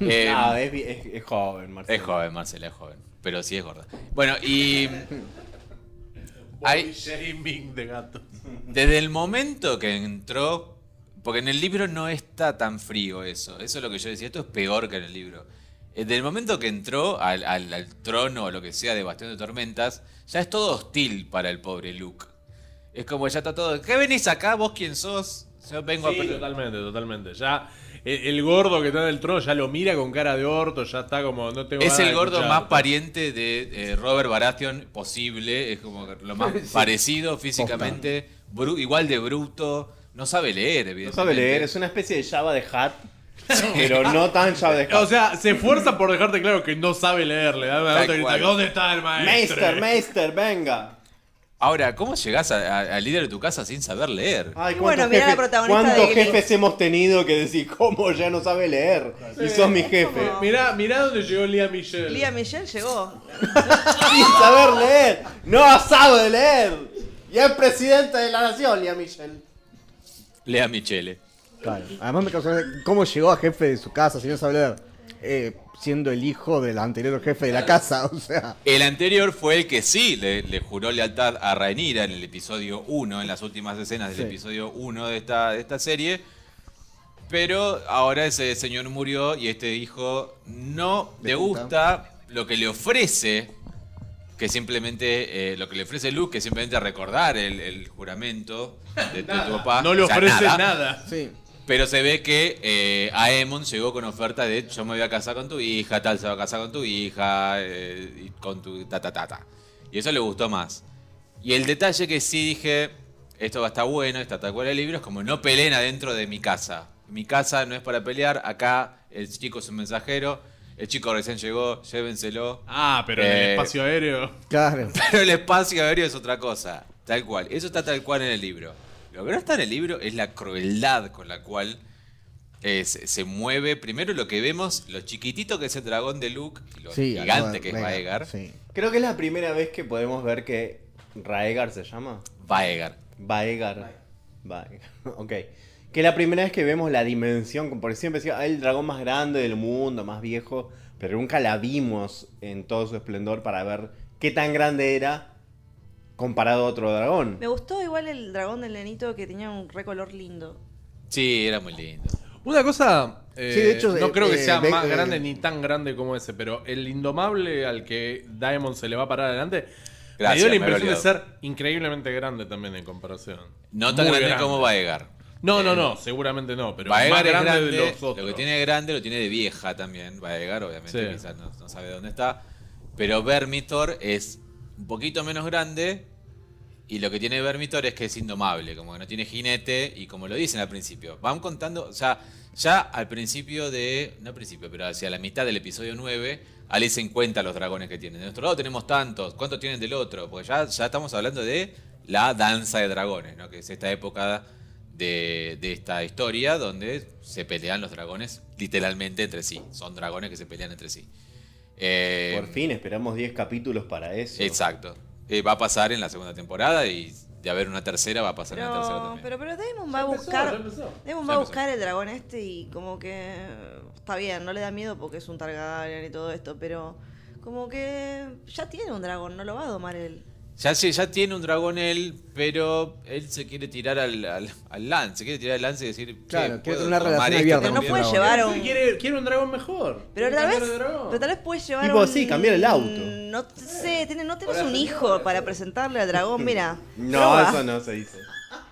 Eh,
Ah, es, vi- es- es joven, Marcela.
Es joven, Marcela, es joven. Pero sí es gorda. Bueno, y
Hay shaming de gatos.
desde el momento que entró. Porque en el libro no está tan frío eso. Eso es lo que yo decía. Esto es peor que en el libro. Eh, Desde el momento que entró al, al- al trono o lo que sea de Bastión de Tormentas, ya es todo hostil para el pobre Luke. Es como ya está todo. ¿Qué venís acá? ¿Vos quién sos? Yo vengo a
Sí,
perder.
totalmente, totalmente. Ya el, el gordo que está en el trono ya lo mira con cara de orto, ya está como no tengo
Es
ganas de
el gordo
escuchar.
más pariente de eh, Robert Baratheon posible, es como lo más parecido físicamente, bru- igual de bruto, no sabe leer,
No
evidentemente.
sabe leer, es una especie de Java de Hat, pero no tan Java de Hat.
O sea, se esfuerza por dejarte claro que no sabe leer. Le da una
Tal
nota y grita,
cual.
¿dónde está el maestro?
Meister, Meister, venga.
Ahora, ¿cómo llegás a- a- al líder de tu casa sin saber leer?
Ay,
Y
¿cuántos
bueno, mirá la
jefes-
protagonista
¿Cuántos
de Glee.
jefes hemos tenido que decir, ¿cómo ya no sabe leer? Y sos mi jefe.
como-
Mirá, mirá dónde llegó Lía Michelle.
Lía Michelle llegó.
Sin saber leer. No sabe leer. Y es presidente de la nación, Lía Michel.
Lea Michele.
Claro. Además me causó cómo llegó a jefe de su casa, señor Sabler, eh, siendo el hijo del anterior jefe de la casa, o sea.
El anterior fue el que sí le, le juró lealtad a Rhaenyra en el episodio 1, en las últimas escenas del
Sí.
episodio 1 de esta, de esta serie. Pero ahora ese señor murió y este hijo no
De
le
puta.
gusta lo que le ofrece, que simplemente, eh, lo que le ofrece Luke, que simplemente recordar el, el juramento de de tu papá.
No le
O sea,
ofrece nada.
Sí.
Pero se ve que eh, Aemon llegó con oferta de yo me voy a casar con tu hija, tal se va a casar con tu hija, eh, y con tu ta ta ta ta. Y eso le gustó más. Y el detalle que sí dije, esto va a estar bueno, está tal cual el libro, es como no peleen adentro de mi casa. Mi casa no es para pelear, acá el chico es un mensajero, el chico recién llegó, llévenselo.
Ah, pero en el
Eh,
espacio aéreo.
Claro.
Pero el espacio aéreo es otra cosa. Tal cual. Eso está tal cual en el libro. Lo que no está en el libro es la crueldad con la cual eh, se, se mueve. Primero lo que vemos, lo chiquitito que es el dragón de Luke, y lo
Sí,
gigante
acaba-
que es
venga,
Vaegar.
Sí.
Creo que es la primera vez que podemos ver que Raegar se llama.
Vaegar.
Vaegar. Vaegar. Ok. Que es la primera vez que vemos la dimensión, porque siempre decía, "Ah, el dragón más grande del mundo, más viejo, pero nunca la vimos en todo su esplendor para ver qué tan grande era comparado a otro dragón.
Me gustó igual el dragón del nenito que tenía un recolor lindo.
Sí, era muy lindo.
Una cosa. eh,
Sí, de hecho,
no
eh,
creo que
eh,
sea
ve-
más
eh,
grande ni tan grande como ese, pero el indomable al que Diamond se le va a parar adelante. me
Gracias,
dio la
me había
impresión de ser increíblemente grande también en comparación.
No tan
Muy
grande, como Vaegar.
No, no, no, seguramente no, pero más
Vaegar es
grande,
grande,
de los otros.
lo que tiene de grande lo tiene de vieja también. Vaegar, obviamente,
Sí.
quizás no, no sabe dónde está. Pero Vermitor es un poquito menos grande. Y lo que tiene Vermitor es que es indomable, como que no tiene jinete. Y como lo dicen al principio, van contando, o sea, ya al principio de. No al principio, pero hacia la mitad del episodio 9, Alice cuenta los dragones que tienen. De nuestro lado tenemos tantos, ¿cuántos tienen del otro? Porque ya, ya estamos hablando de la danza de dragones, ¿no? Que es esta época de, de esta historia donde se pelean los dragones literalmente entre sí. Son dragones que se pelean entre sí. Eh,
Por fin esperamos 10 capítulos para eso.
Exacto. Eh, va a pasar en la segunda temporada y de haber una tercera va a pasar en la tercera
Pero,
también.
pero, pero Damon va a
empezó,
buscar.
ya empezó.
Damon
Ya
va a
empezó.
buscar el dragón este y como que. eh, Está bien, no le da miedo porque es un Targaryen y todo esto, pero. Como que ya tiene un dragón, no lo va a domar él.
Ya, sí, ya tiene un dragón él, pero él se quiere tirar al, al, al lance, se quiere tirar al lance y decir, che,
Claro, quiere
¿puedo
tener una
tomar
relación
esto
abierta
Pero
con
no
también?
puede
dragón.
llevar a un.
Quiere, quiere un dragón mejor.
Pero
Quiere
tal, vez,
cambiar de dragón. Eh,
pero tal vez puedes llevar
Tipo
un...
así, cambiar el auto.
No te sé, tiene- no tenés un hijo para presentarle al dragón, mira.
No,
proba.
eso no se dice.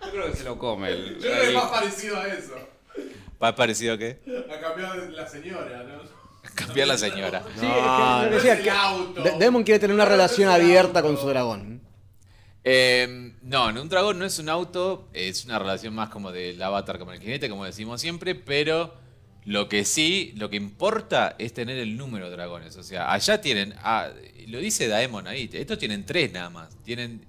Yo creo que se lo come. el- el-
parecido a eso.
¿Pa- parecido a qué?
A cambiar la señora, ¿no?
Cambiar la señora.
No, decía
el
que-
auto.
Da- Daemon quiere tener una relación abierta con su dragón.
Eh, no, en un dragón no es un auto, es una relación más como del avatar como el jinete, como decimos siempre, pero lo que sí, lo que importa es tener el número de dragones. O sea, allá tienen, ah, lo dice Daemon ahí, estos tienen tres nada más, tienen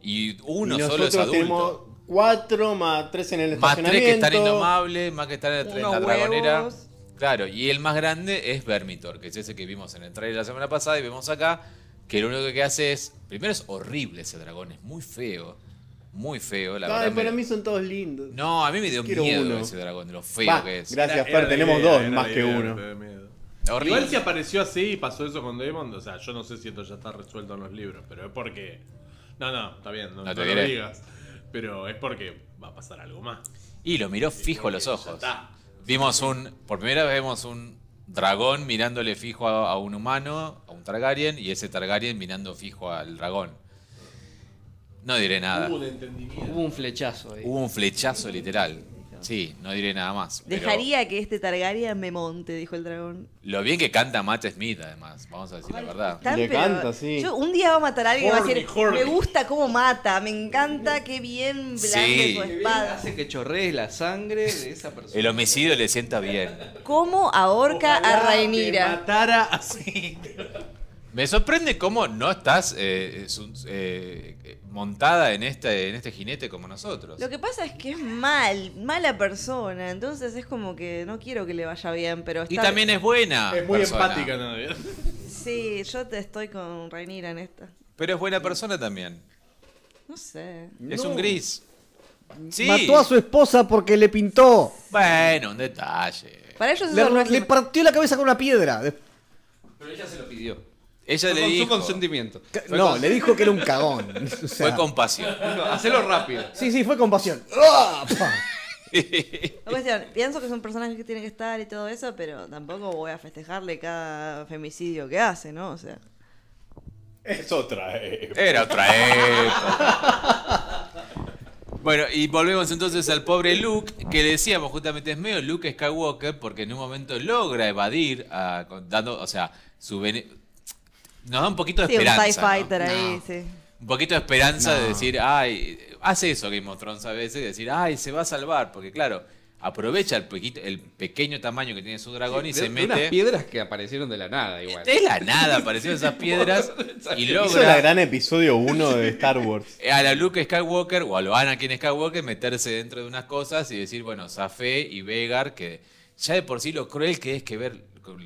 y uno
y
solo
nosotros
es adulto.
tenemos 4 más 3 en el
Más tres que
estacionamiento.
están indomables, más que están en la
Unos
dragonera.
huevos.
Claro, y el más grande es Vermitor, que es ese que vimos en el trailer la semana pasada y vemos acá, que lo único que hace es. Primero es horrible ese dragón, es muy feo. Muy feo, la
Ay,
verdad. me-
para mí son todos lindos.
No, a mí me dio
Quiero
miedo
uno.
ese dragón, de lo feo
Va,
que es.
Gracias,
Era
Fer,
la
tenemos
idea,
dos
era
más
la
que
idea,
uno.
te da miedo.
Horrible.
Igual si apareció así y pasó eso con Damon, o sea, yo no sé si esto ya está resuelto en los libros, pero es porque. No, no, está bien, no,
No te
no lo
diré.
digas. Pero es porque va a pasar algo más.
Y lo miró fijo a los
Ya
ojos.
está.
Vimos un. Por primera vez vemos un dragón mirándole fijo a, a un humano, a un Targaryen, y ese Targaryen mirando fijo al dragón. No diré nada.
Hubo un entendimiento.
Hubo un flechazo ahí.
Hubo un flechazo literal. Sí, no diré nada más. pero
Dejaría que este Targaryen me monte, dijo el dragón.
Lo bien que canta Matt Smith, además. Vamos a decir la verdad.
Tan,
Ah, Le
pero-
canta, sí.
Yo un día va a matar a alguien y va a decir,
Horny, horny.
me gusta cómo mata, me encanta, qué bien blande
Sí.
su
Qué
espada.
Hace que chorree la sangre de esa persona.
El homicidio le sienta bien.
¿Cómo ahorca
Ojalá
a
te
Rhaenyra?
matara así.
Me sorprende cómo no estás eh, es un- eh, montada en este, en este jinete como nosotros.
Lo que pasa es que es mal, mala persona, entonces es como que no quiero que le vaya bien, pero está...
Y también es buena.
Es muy
persona.
empática, ¿no?
Sí, yo te estoy con Reinira en esta.
Pero es buena persona también.
No sé.
Es un gris. Sí.
Mató a su esposa porque le pintó.
Bueno, un detalle.
Para ellos eso
Le,
no es...
le partió la cabeza con una piedra. De-
Pero ella se lo pidió.
Ella le
con
dijo.
su consentimiento.
No, le dijo que era un cagón. O sea,
Fue con pasión.
Dijo, Hacelo rápido.
Sí, sí, fue con pasión. ¡Ah! Pa.
La cuestión, pienso que es un personaje que tiene que estar y todo eso, pero tampoco voy a festejarle cada femicidio que hace, ¿no? O sea,
Es otra. eh.
Era otra época. Bueno, y volvemos entonces al pobre Luke, que decíamos justamente es medio Luke Skywalker, porque en un momento logra evadir, a- con- dando, o sea, su bene- nos da un poquito de
sí, un TIE
esperanza. ¿no?
Fighter ahí, sí.
Un poquito de esperanza de decir, ay, hace eso Game of Thrones a veces, de decir, ay, se va a salvar, porque claro, aprovecha el, poquito- el pequeño tamaño que tiene su dragón y
De-
se
de Unas
mete.
piedras que aparecieron de la nada igual.
De la nada aparecieron esas piedras y
Hizo la
logra
gran episodio 1 de Star Wars.
eh, a la Luke Skywalker o a lo Anakin Skywalker meterse dentro de unas cosas y decir, bueno, Zafé y Vegar, que ya de por sí lo cruel que es que ver,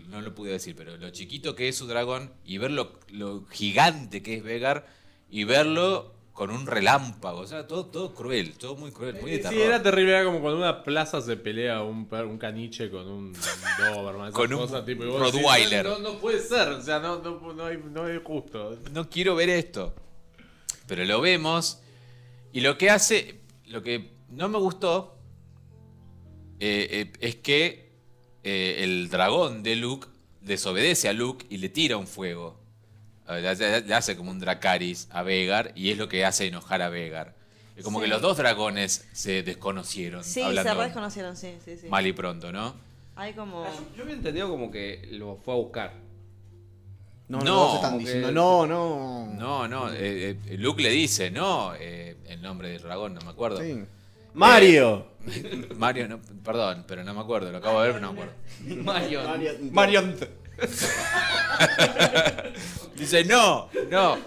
no lo pude decir, pero lo chiquito que es su dragón y ver lo, lo gigante que es Vegar y verlo con un relámpago, o sea, todo, todo cruel, todo muy cruel, muy de
Sí, era
terror.
terrible, era como cuando en una plaza se pelea un, per- un caniche con un Doberman. esas
Con un
cosas, tipo, y vos decís,
Rottweiler.
no, no puede ser, o sea, no, no, no hay, no hay justo.
No quiero ver esto. Pero lo vemos y lo que hace, lo que no me gustó eh, eh, es que eh, el dragón de Luke desobedece a Luke y le tira un fuego. A ver, Le hace- le hace como un Dracaris a Vegar y es lo que hace enojar a Vegar. Es como
Sí.
que los dos dragones se desconocieron.
Sí,
hablando
se reconocieron, sí, sí, sí.
mal y pronto, ¿no?
Hay como...
Yo había entendido como que lo fue a buscar.
No, no,
No,
no, están
como que-
diciendo. No, no.
No, no. eh, eh, Luke le dice, no, eh, el nombre del dragón, no me acuerdo.
Sí.
Mario.
Mario, no, perdón, pero no me acuerdo, lo acabo de ver, pero no me acuerdo.
Marion.
Marion.
Dice, no, no.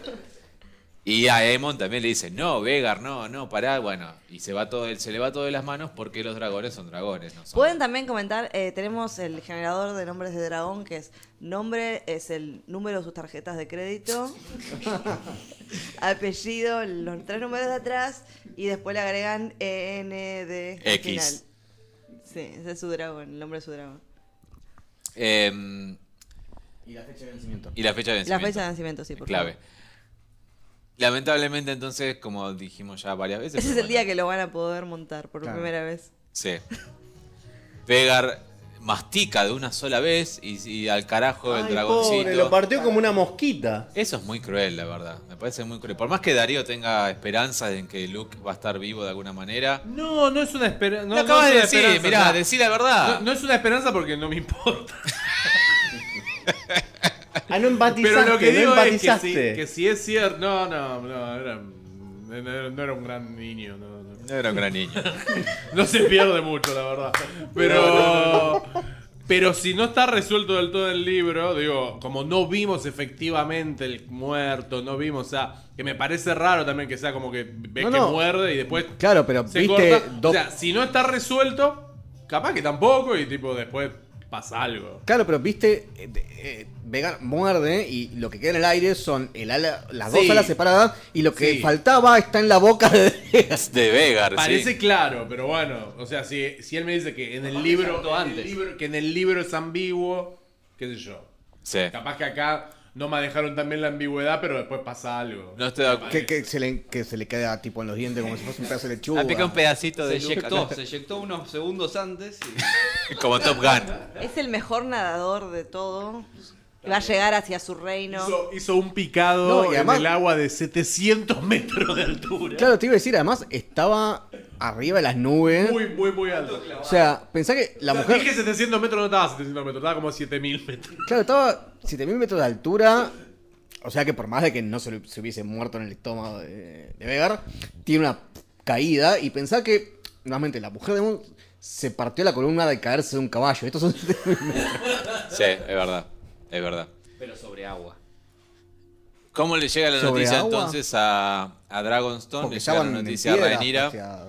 Y a Emon también le dice, no, Vegar, no, no, pará, bueno. Y se va todo, se le va todo de las manos porque los dragones son dragones, no son-
Pueden también comentar, eh, tenemos el generador de nombres de dragón, que es nombre, es el número de sus tarjetas de crédito, apellido, los tres números de atrás, y después le agregan END al
X.
final. Sí, ese es su dragón, el nombre de su dragón.
Em,
Y la fecha de vencimiento.
y la fecha de
La
vencimiento.
fecha de nacimiento, sí, por
clave.
favor.
Lamentablemente, entonces, como dijimos ya varias veces.
Ese es
pero
el día
bueno,
que lo van a poder montar por
Claro.
primera vez.
Sí. Vegar mastica de una sola vez y, y al carajo el
Ay,
dragoncito.
pobre, lo partió como una mosquita.
Eso es muy cruel, la verdad. Me parece muy cruel. Por más que Darío tenga esperanza en que Luke va a estar vivo de alguna manera.
No, no es una esperanza. No,
Lo acabas
no es
de
una
decir,
esperanza,
mirá,
o sea,
decí la verdad.
Ah.
no, no es una esperanza porque no me importa.
Ah, no empatizaste,
Pero lo que
no
digo es que si,
empatizaste.
que si es cierto. No, no, no, era, no, era- no era un gran niño. No, no.
No era un gran niño.
No se pierde mucho, la verdad. Pero. Pero si no está resuelto del todo el libro, digo, como no vimos efectivamente el muerto, no vimos, o sea, que me parece raro también que sea como que ves
No,
que
no.
muerde y después
Claro, pero
se
viste.
corta.
dos-
O sea, si no está resuelto, capaz que tampoco y tipo después pasa algo.
Claro, pero viste, eh, eh, Vegar muerde y lo que queda en el aire son el ala- las dos
Sí.
alas separadas y lo que
Sí.
faltaba está en la boca de.
De Vegar,
Parece
sí.
claro, pero bueno, o sea, si, si él me dice que en el libro,
saltó
en el
antes.
libro- que en el libro es ambiguo, qué sé yo.
Sí.
Capaz que acá no manejaron también la ambigüedad, pero después pasa algo.
No estoy de acu-
que, que se le, que se le queda tipo en los dientes como si fuese un pedazo de lechuga.
Ah, pica un pedacito
Se
de Luke
eyectó, se eyectó unos segundos antes y
acá, como Top Gun.
Es el mejor nadador de todo. Va a llegar hacia su reino.
Hizo, hizo un
No,
picado
y además-
en el agua de 700 metros de altura.
Claro, te iba a decir, además estaba arriba de las nubes.
Muy, muy, muy alto.
O sea, pensá que la
O sea,
mujer.
Dije 700 metros, no estaba a 700 metros, estaba como a 7000 metros.
Claro, estaba 7000 metros de altura. O sea que por más de que no se, le- se hubiese muerto en el estómago de, de Vegar, tiene una caída. Y pensá que, nuevamente, la mujer de Moon se partió la columna de caerse de un caballo. Estos son.
Sí, es verdad. Es verdad.
pero sobre agua.
¿Cómo le llega la
¿Sobre
noticia
agua?
entonces a, a Dragonstone?
Porque
le
ya
llega la
van en
noticia a
piedras
Rhaenyra
hacia-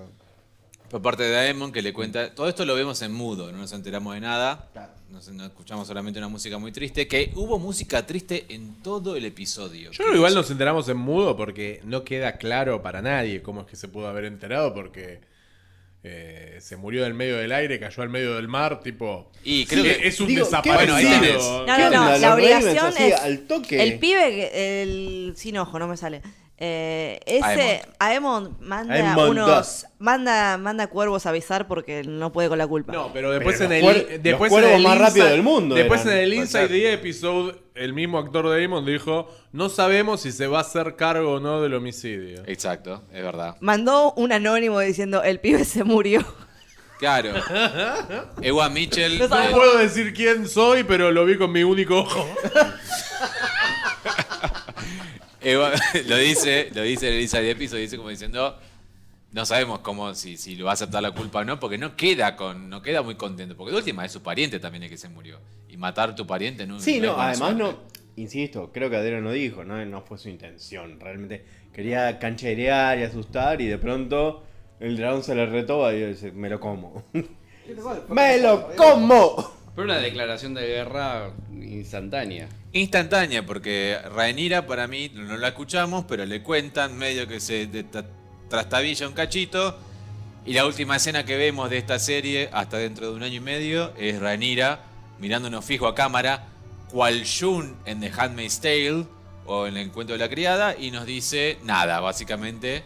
por parte de Daemon que le cuenta. Todo esto lo vemos en mudo, no nos enteramos de nada.
Claro.
Nos, no escuchamos solamente una música muy triste. Que hubo música triste en todo el episodio.
Yo creo que igual nos enteramos en mudo porque no queda claro para nadie cómo es que se pudo haber enterado porque eh, se murió del medio del aire, cayó al medio del mar, tipo...
Y creo que-
es un
Digo, ¿qué
desaparecido.
No,
onda?
¿Qué
no, no, la
onda? Los Ravens
obligación
así,
es.
al toque.
El pibe, que- el sin ojo, no me sale. Eh, ese Aemon manda
Aemon
unos manda manda cuervos a avisar porque no puede con la culpa.
No, pero después
Pero
en
los
el
cuer- los
después
cuervos
en el
más
inside-
rápido del mundo
Después
eran.
en el Inside
Exacto.
the Episode, el mismo actor de Damon dijo, "No sabemos si se va a hacer cargo o no del homicidio."
Exacto, es verdad.
Mandó un anónimo diciendo el pibe se murió.
Claro. Ewan Mitchell.
No
No
sabemos.
puedo decir quién soy, pero lo vi con mi único ojo.
Ewan- eh, lo dice, lo dice en el Inside Episode, dice como diciendo. No sabemos cómo, si, si lo va a aceptar la culpa o no, porque no queda con, no queda muy contento. Porque de última es su pariente también el que se murió. Y matar a tu pariente
Mm,
no
Sí,
es
no,
buena
además
suerte.
no, insisto, creo que Adero no dijo, no, no fue su intención, realmente quería cancherear y asustar y de pronto el dragón se le retoba y dice, me lo como. ¡Me lo como!
Pero una declaración de guerra instantánea.
Instantánea, porque Rhaenyra para mí no la escuchamos, pero le cuentan medio que se de- tra- trastabilla un cachito. Y la última escena que vemos de esta serie, hasta dentro de un año y medio, es Rhaenyra mirándonos fijo a cámara, cual Jun en The Handmaid's Tale o en El Cuento de la Criada, y nos dice nada, básicamente.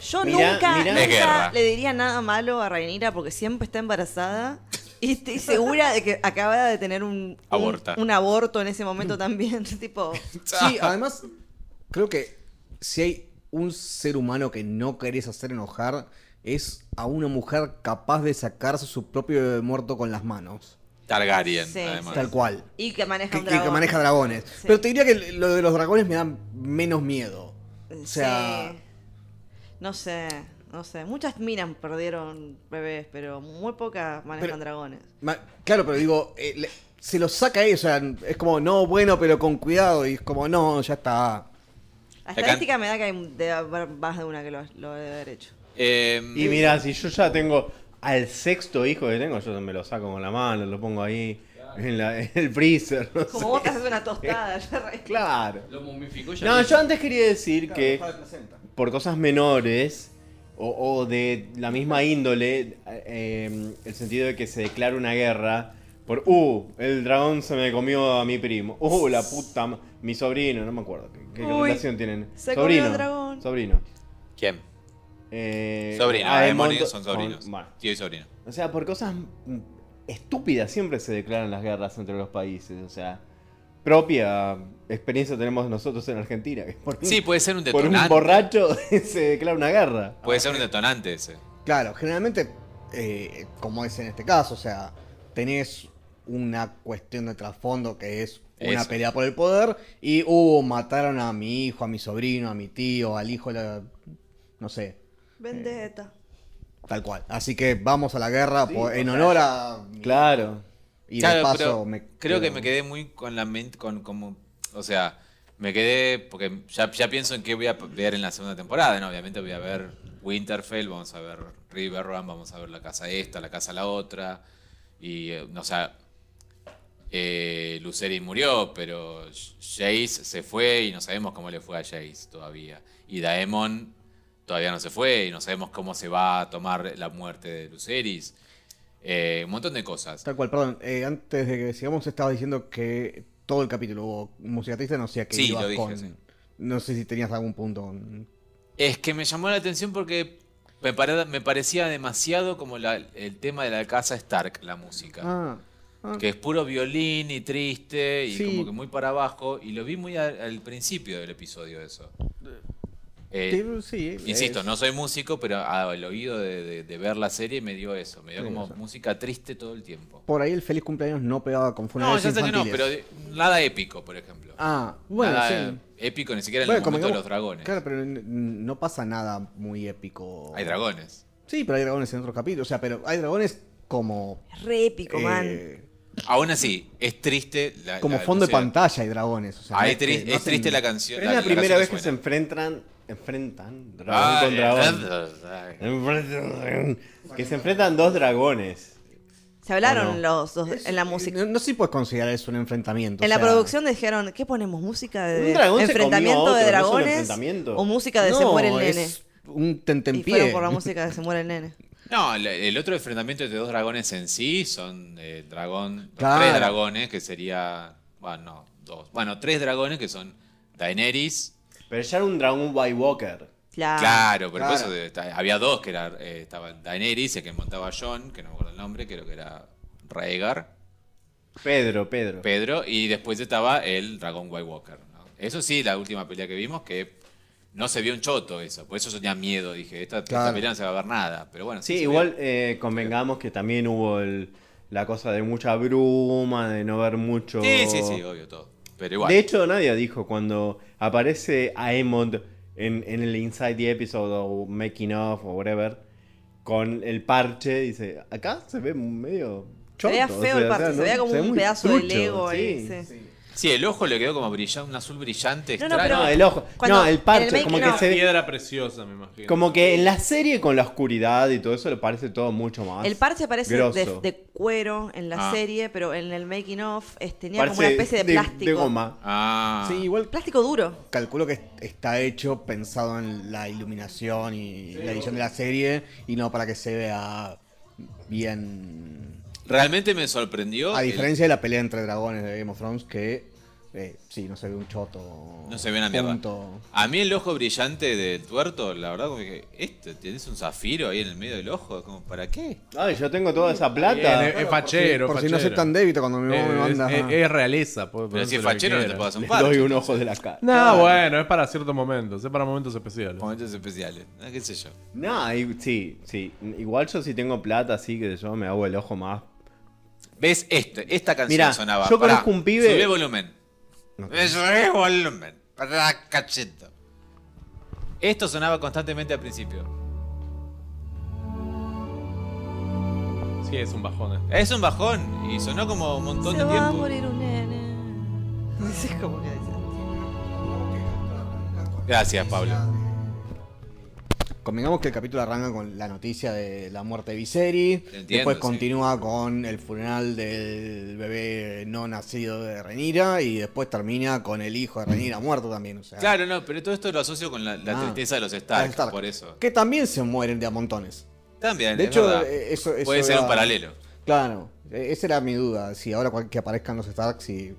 Yo
Mirá,
nunca,
mirá.
nunca
Es guerra.
le diría nada malo a Rhaenyra porque siempre está embarazada y estoy segura de que acaba de tener un, un-
Aborta.
un aborto en ese momento también, tipo
Sí, además, creo que si hay un ser humano que no querés hacer enojar, es a una mujer capaz de sacarse su propio bebé muerto con las manos.
Targaryen,
Sí,
además.
Tal cual.
y que maneja
Que,
un
que-
dragón.
que maneja dragones.
Sí.
Pero te diría que lo de los dragones me dan menos miedo. O sea,
Sí. no sé, no sé, muchas minas perdieron bebés, pero muy pocas manejan
Pero-
dragones.
ma- claro, pero digo, eh, le- se lo saca ella. Es como, no, bueno, pero con cuidado. Y es como, no, ya está.
La
Acá-
estadística me da que hay de haber más de una que lo, lo debe haber hecho.
Em,
Y mira, si yo ya tengo al sexto hijo que tengo, yo me lo saco con la mano, lo pongo ahí en, la- en el freezer, no
Como
sé.
vos te haces una tostada. yo re-
Claro.
Lo momificó ya.
No,
mismo.
yo antes quería decir que... por cosas menores o, o de la misma índole, eh, el sentido de que se declara una guerra por, uh, el dragón se me comió a mi primo, uh, la puta, ma- mi sobrino, no me acuerdo, ¿qué, qué
Uy,
relación tienen?
se comió
sobrino,
el dragón.
sobrino.
¿Quién?
Eh,
Sobrino,
hay
Daemon
monto-
son sobrinos.
bueno.
Tío y sobrino.
O sea, por cosas mm, estúpidas siempre se declaran las guerras entre los países, o sea, propia experiencia tenemos nosotros en Argentina, que por un-
Sí, puede ser un
Mm. por
detonante.
un borracho se declara una guerra.
Puede ser un detonante ese.
Claro, generalmente, eh, como es en este caso, o sea, tenés una cuestión de trasfondo que es una
Eso.
pelea por el poder y, uh, mataron a mi hijo, a mi sobrino, a mi tío, al hijo, de la... no sé, Eh.
Vendetta.
tal cual. Así que vamos a la guerra
Sí,
por- en
o sea,
honor a...
Claro.
Y de
Claro,
paso
pero
me
creo que
quedo-
me quedé muy con la mente, con como, o sea, me quedé, porque ya, ya pienso en qué voy a ver en la segunda temporada, ¿no? Obviamente voy a ver Winterfell, vamos a ver Riverrun, vamos a ver la casa esta, la casa la otra, y, eh, o sea, eh, Lucerys murió, pero Jace se fue y no sabemos cómo le fue a Jace todavía. Y Daemon todavía no se fue y no sabemos cómo se va a tomar la muerte de Lucerys. Eh, un montón de cosas.
Tal cual, perdón, eh, antes de que sigamos estabas diciendo que todo el capítulo hubo música triste, no sé a qué
Sí,
ibas
lo dije,
con-
sí.
No sé si tenías algún punto con...
Es que me llamó la atención porque me, pare- me parecía demasiado como la- el tema de la casa Stark, la música.
Ah, ah.
Que es puro violín y triste y
Sí.
como que muy para abajo. Y lo vi muy al, al principio del episodio eso. Eh,
Sí, sí,
insisto,
es-
no soy músico, pero al oído de, de- de ver la serie me dio eso. Me dio
Sí,
como
o sea.
música triste todo el tiempo.
Por ahí el feliz cumpleaños no pegaba con
No,
funerales
ya sé que no,
infantiles.
pero de- nada épico, por ejemplo.
Ah, bueno,
nada
sí.
épico ni siquiera en
Bueno,
el
como
momento de
digamos-
los dragones.
Claro, pero n- no pasa nada muy épico.
Hay dragones.
Sí, pero hay dragones en otros capítulos. O sea, pero hay dragones como...
Es re épico, man.
eh,
Aún así, es triste. La,
Como
la-
fondo
o
de
sea,
pantalla hay dragones. o sea,
ah,
no
es,
que-
tri-
no
es
hacen-
triste la canción.
Pero es la primera vez que
¿eh?
se enfrentan. Enfrentan. Dragón
Ah,
con dragón. Enfrentan- Que se enfrentan dos dragones.
Se hablaron
Bueno.
los dos
Es-
en la música.
No, no sé si puedes considerar eso un enfrentamiento.
En
o
la
sea,
producción dijeron, ¿qué ponemos? ¿Música de
Un dragón se
enfrentamiento
comió a
de
otro, ¿no es un
dragones?
enfrentamiento?
¿O música de
no,
Se muere el nene?
es un
Y
tentempié.
fueron por la música de Se muere el nene.
No, la- el otro enfrentamiento entre dos dragones en sí son eh, dragón,
Claro.
tres dragones que sería, bueno, no, dos, bueno, tres dragones que son Daenerys,
Pero ya era un dragón White Walker.
Ah, Claro.
claro, pero por
claro.
eso de- está- había dos que era, eh, estaba Daenerys, el que montaba John, que no me acuerdo el nombre, creo que era Rhaegar,
Pedro, Pedro.
Pedro, y después estaba el dragón White Walker. ¿no? Eso sí, la última pelea que vimos que no se vio un choto eso, por eso yo tenía miedo, dije, esta, esta
Claro.
pelea no se va a ver nada, pero bueno.
Sí,
se
igual
vio.
eh, convengamos que también hubo el- la cosa de mucha bruma, de no ver mucho.
Sí, sí, sí, obvio todo. Pero igual.
De hecho, nadie dijo cuando aparece Aemond en, en el Inside the Episode o Making Off o whatever, con el parche, dice, acá se ve medio
Se
choto.
veía
o
feo
sea,
el parche,
o sea,
se
no-
veía como
ve
un
muy
pedazo de
trucho,
Lego ahí.
sí.
sí.
Sí, el ojo le quedó como brillante, un azul brillante
No, no,
extraño.
No,
pero-
el ojo.
Cuando-
no, el
en
parche,
el
como
making
que
of.
se ve-
Piedra preciosa, me imagino.
Como que en la serie con la oscuridad y todo eso le parece todo mucho más.
El parche parece de,
grosso.
de cuero en la
Ah.
serie, pero en el making of es- tenía como
Parece
una especie de, plástico.
De goma.
Ah.
Sí, igual
Plástico duro.
calculo que está hecho pensado en la iluminación y la edición de la serie y no para que se vea bien.
Realmente me sorprendió.
A
el-
diferencia de la pelea entre dragones de Game of Thrones, que eh, sí, no se ve un choto.
No se ve una mierda.
punto.
a mí el ojo brillante del tuerto, la verdad, como que este, tienes un zafiro ahí en el medio del ojo, como, ¿para qué?
Ay, yo tengo toda esa
Bien,
plata.
es, es fachero.
Por si
fachero.
no soy tan débito cuando mi mamá me
Eh, es,
manda.
es- es realeza. po-
Pero si es
lo que
fachero no te
quieras.
puedo hacer
Le
un par.
doy un ojo de la cara.
No, bueno, es para ciertos momentos, es para momentos especiales.
Momentos especiales, ¿no? qué sé yo.
No, y- sí, sí. Igual yo si tengo plata, así que yo me hago el ojo más.
¿Ves este? Esta canción
Mirá,
sonaba.
yo
Pará,
conozco un pibe-
Subí el volumen. Eh, Subí el volumen. Pará, cacheto. Esto sonaba constantemente al principio.
Sí, es un bajón. este.
Es un bajón y sonó como un montón
Se
de
va a
tiempo.
morir un nene. Sí, como que dice.
Gracias, Pablo.
Convengamos que el capítulo arranca con la noticia de la muerte de Viserys.
Te entiendo,
Después
sí.
continúa con el funeral del bebé no nacido de Renira. Y después termina con el hijo de Renira muerto también. O sea,
Claro, no, pero todo esto lo asocio con la, la
Ah.
tristeza de los
Claro,
Stark,
Stark.
por eso.
Que también se mueren de a montones.
También,
De
es
hecho,
verdad.
eh, eso, eso
puede ser
era-
un paralelo.
Claro, e- esa era mi duda. Si ahora cual- que aparezcan los Starks y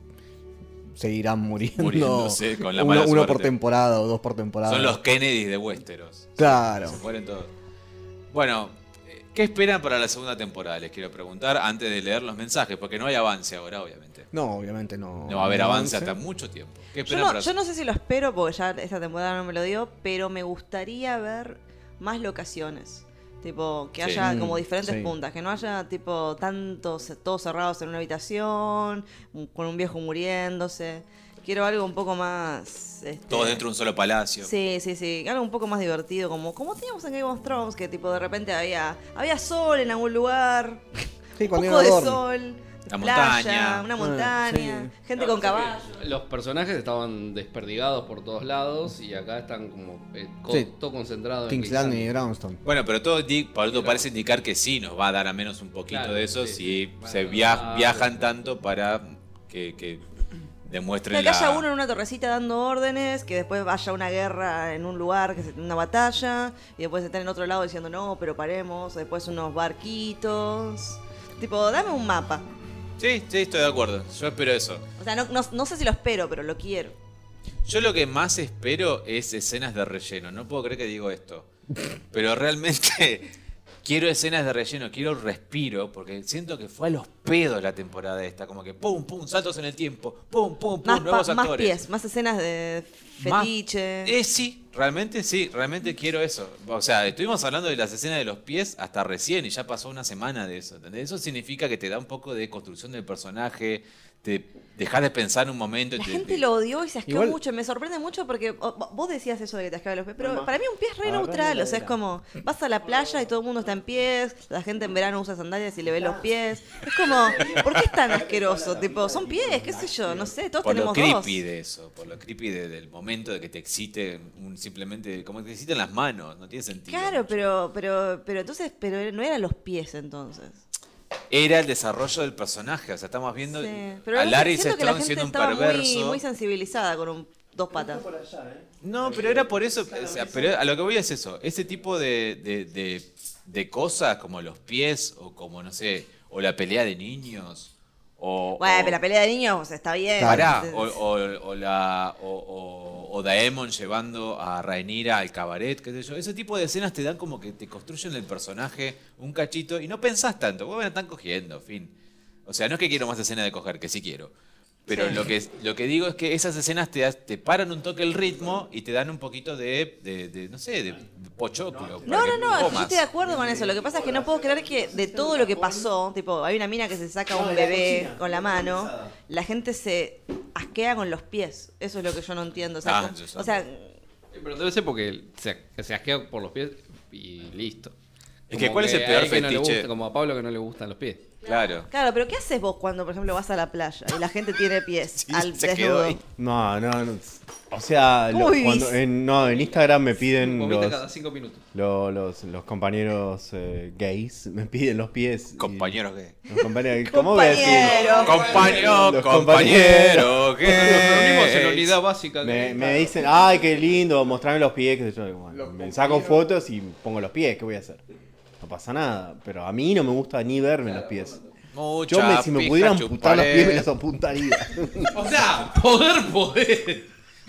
seguirán muriendo.
Muriéndose con la
uno,
mala
uno por
suerte.
temporada o dos por temporada.
Son los Kennedy de Westeros.
Claro.
Se mueren todos. Bueno, eh, ¿qué esperan para la segunda temporada? Les quiero preguntar antes de leer los mensajes, porque no hay avance ahora, obviamente.
No, obviamente no.
No va a haber avance hasta mucho tiempo. ¿Qué
Yo
esperan
no,
para
yo no sé si lo espero porque ya esta temporada no me lo dio, pero me gustaría ver más locaciones. Tipo, que
Sí.
haya
Mm,
como diferentes
sí.
puntas, que no haya tipo tantos, todos cerrados en una habitación, un- con un viejo muriéndose. Quiero algo un poco más... este,
todos dentro de un solo palacio?
Sí, sí, sí, algo un poco más divertido, como, como teníamos en Game of Thrones, que tipo de repente había, había sol en algún lugar,
Sí,
un
cuando
poco
hay
de
un adorno.
sol,
La montaña.
playa, una montaña,
Ah, sí.
gente con caballo.
Los personajes estaban desperdigados por todos lados y acá están como eh, co-
Sí.
todo concentrado
King's
en Landing.
Landing ¿eh? y Brownstone.
Bueno, pero todo di- Pablo, parece indicar que sí nos va a dar a menos un poquito
Claro,
de eso
sí,
si
sí.
se
Bueno,
via-
ah,
viajan
bueno.
tanto para que, que demuestren
Claro, que
la...
haya uno en una torrecita dando órdenes, que después vaya una guerra en un lugar, que se, una batalla, y después estén en otro lado diciendo no, pero paremos, después unos barquitos. Tipo, dame un mapa.
Sí, sí, estoy de acuerdo. Yo espero eso.
O sea, no, no- no sé si lo espero, pero lo quiero.
Yo lo que más espero es escenas de relleno. No puedo creer que digo esto. Pero realmente quiero escenas de relleno, quiero respiro, porque siento que fue a los pedos la temporada esta. Como que pum, pum, saltos en el tiempo, pum, pum, pum,
Más, pa-
Uh, nuevos
más
actores.
pies, más escenas de
Más-
fetiche.
Eh, sí, Realmente sí, realmente quiero eso. O sea, estuvimos hablando de las escenas de los pies hasta recién y ya pasó una semana de eso. ¿entendés? Eso significa que te da un poco de construcción del personaje, te dejas de pensar un momento. y
La
te-
gente
te-
lo odió y se asqueó
Igual-
mucho. Me sorprende mucho porque o, vo- vos decías eso de que te asqueaban los pies, pero
Mamá,
para mí un pie es re
agarrá
neutral.
la
O sea, es
heladera.
como vas a la playa y todo el mundo está en pies, la gente en verano usa sandalias y le ve los pies. Es como, ¿por qué es tan asqueroso? Tipo, son pies, qué sé yo, no sé, todos
Por lo
tenemos dos.
creepy de eso, por lo creepy de- del momento de que te excite un, simplemente, como que te exciten las manos, no tiene sentido.
Claro, pero, pero, pero entonces, pero no eran los pies entonces.
Era el desarrollo del personaje, o sea, estamos viendo
Sí.
a
la-
Larry
siento que la
Strong
gente
siendo un
estaba
perverso.
Muy, muy sensibilizada con un- dos patas.
No, pero era por eso. o sea, pero a lo que voy es eso. Ese tipo de, de- de- de cosas como los pies o como, no sé, o la pelea de niños. O,
Bueno,
o-
pero la pelea de niños o sea, está bien.
Pará,
Entonces-
o, o- o la, o, o- o Daemon llevando a Rhaenyra al cabaret, qué sé yo. Ese tipo de escenas te dan como que te construyen el personaje un cachito y no pensás tanto. Vos me están cogiendo, fin. O sea, no es que quiero más escenas de coger, que sí quiero. Pero
Sí.
lo, que, lo que digo es que esas escenas te, das- te paran un toque el ritmo y te dan un poquito de, de- de, no sé, de pochoclo.
No, no, no, yo estoy de acuerdo con eso. Lo que pasa es que no puedo creer que de todo lo que pasó, tipo, hay una mina que se saca un bebé con la mano, la gente se asquea con los pies. Eso es lo que yo no entiendo. O sea,
Ah,
como-
yo sé.
o sea,
Eh, Pero debe ser porque se, se asquea por los pies y listo.
Es que, ¿cuál es el peor
hay que no le
fetiche?
gusta, como a Pablo que no le gustan los pies.
Claro.
claro, pero ¿qué haces vos cuando, por ejemplo, vas a la playa y la gente tiene pies
Sí,
al
se
desnudo?
quedó ahí.
No, no, no. O sea,
¿Cómo vivís?
cuando- en, no, en Instagram me piden
Vomita
los,
cada cinco minutos.
lo- los, los compañeros eh, gays, me piden los pies. y-
Compañero que.
los compañeros- ¿Cómo voy a decir?
Compañero.
Compañero,
Los
compañero, que.
Nos reunimos en la unidad básica.
Me,
de-
me dicen, ay, qué lindo, mostrame los pies. qué sé yo. Bueno, me saco fotos y pongo los pies, ¿qué voy a hacer? No pasa nada, pero a mí no me gusta ni verme los pies.
Mucha
Yo, me- si me
pija
pudieran amputar los
chuparé.
pies, me los apuntaría.
O sea, poder, poder.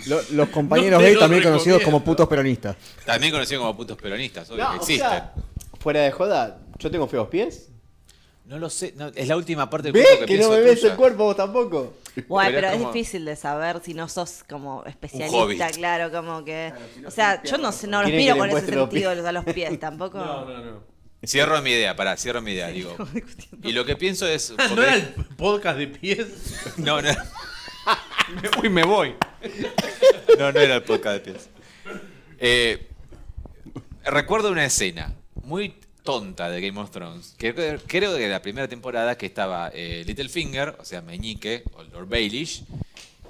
Lo- los compañeros
No te
gay
lo
también conocidos
recomiendo.
como putos peronistas.
También conocidos como putos peronistas, obvio que
No, o
existen.
sea, fuera de joda, ¿yo tengo feos pies?
No lo sé, no, es la última parte del
¿Ves
cuento
que,
que,
no
pienso
me ves
tuya.
el cuerpo vos tampoco?
Bueno,
Pero
pero
es
es
como-
difícil de saber si no sos como
hobbit.
especialista, claro, como que... O sea, yo no, sé, no los
¿Quieren que
miro
les
con ese
muestre los pies?
sentido a los pies, tampoco...
Cierro mi idea, pará, cierro mi idea, digo. Y lo que pienso es. porque-
¿No era el podcast de pies?
no, no,
Uy, me voy.
no, no era el podcast de pies. Eh, recuerdo una escena muy tonta de Game of Thrones. que creo- creo que era la primera temporada que estaba eh, Littlefinger, o sea, Meñique, o Lord Baelish,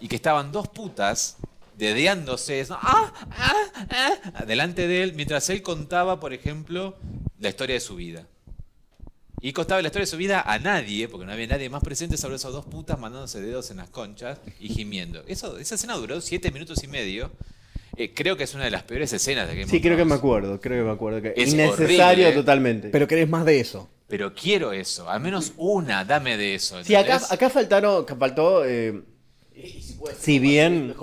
y que estaban dos putas dedeándose ¿no? ¡Ah! ¡Ah! ¡Ah! delante de él mientras él contaba, por ejemplo, la historia de su vida. Y contaba la historia de su vida a nadie, porque no había nadie más presente, sobre esas dos putas mandándose dedos en las conchas y gimiendo. Eso, esa escena duró siete minutos y medio. Eh, creo que es una de las peores escenas de Game
Sí,
of
creo que me
Thrones.
acuerdo, creo que me acuerdo. Que
Es
innecesario
horrible.
totalmente.
Pero querés más de eso.
Pero quiero eso, al menos una, dame de eso.
sí, acá,
¿entendés?
acá faltaron, que faltó, eh, si bien,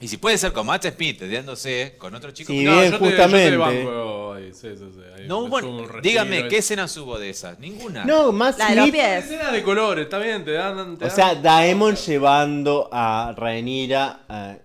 Y si puede ser con Matt Smith, dedeándose con otro chico.
si
No,
bien
yo te-
justamente.
yo te banco ahí, sí, sí, sí, ahí
no
me
hubo-
sumo un respiro, eh.
dígame,
ahí.
¿qué escenas hubo de esas? Ninguna.
no, más
La de los
Smith-
pies.
Escenas de colores, está bien, te dan. te
O
dan-
sea, Daemon llevando a Rhaenyra, a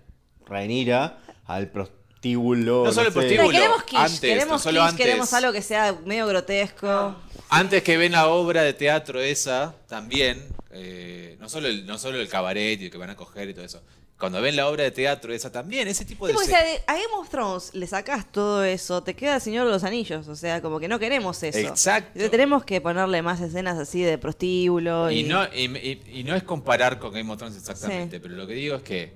Rhaenyra al prostíbulo.
No solo el
sé.
Mira,
prostíbulo.
queremos quiche,
antes, no
queremos
solo
quiche,
antes. Ah,
queremos algo que sea medio grotesco.
Antes que ven la obra de teatro esa, también, eh, no, solo el, no solo el cabaret y el que van a coger y todo eso. Cuando ven la obra de teatro esa, también, ese tipo de...
Tipo que
se-
si a a Game of Thrones le sacás todo eso, te queda el Señor de los Anillos. O sea, como que no queremos eso.
Exacto.
Entonces tenemos que ponerle más escenas así de prostíbulo. Y,
Y no, y- y- y no es comparar con Game of Thrones exactamente,
Sí.
pero lo que digo es que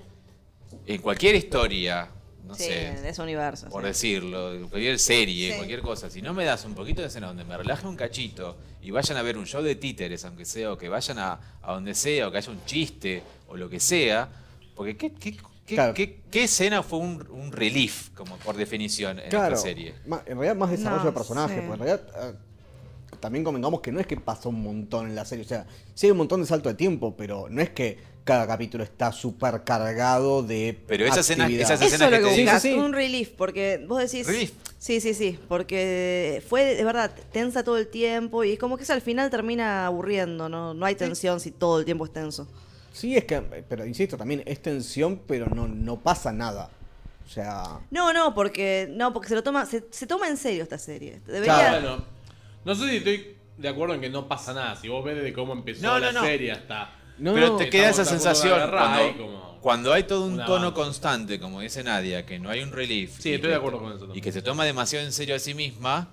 en cualquier historia, no
Sí,
sé,
de ese universo.
por
sí.
decirlo, en cualquier serie,
Sí.
cualquier cosa, si no me das un poquito de escena donde me relaje un cachito y vayan a ver un show de títeres, aunque sea, o que vayan a, a donde sea, o que haya un chiste, o lo que sea, porque ¿qué, qué, qué-
Claro.
qué- qué escena fue un, un relief, como por definición, en
Claro.
esta serie?
Ma- en realidad más desarrollo
No,
de personaje,
sí.
porque en realidad ah, también convengamos que no es que pasa un montón en la serie, o sea, sí hay un montón de salto de tiempo, pero no es que cada capítulo está súper cargado de
Pero esa escena-
actividad.
esa escena-
Eso es lo
que
que
te
buscas,
Sí, sí, sí.
un relief, porque vos decís...
Relief.
Sí, sí, sí, porque fue de verdad tensa todo el tiempo y es como que eso al final termina aburriendo, ¿no? No hay tensión si todo el tiempo es tenso.
Sí, es que, pero insisto, también es tensión, pero no, no pasa nada. sea,
No, no, porque no, porque se lo toma, se, se toma en serio esta serie. Debería,
Claro.
Bueno, no sé si estoy de acuerdo en que no pasa nada. Si vos ves desde cómo empezó
No, no,
la
no.
serie hasta.
No,
pero
no,
te
estamos
queda esa
tratando de
sensación
agarrar ahí
cuando,
como-
cuando hay todo un
una
tono
banda.
constante, como dice Nadia, que no hay un relief.
Sí,
y
estoy
que-
de acuerdo con eso
Y
también.
que se toma demasiado en serio a sí misma,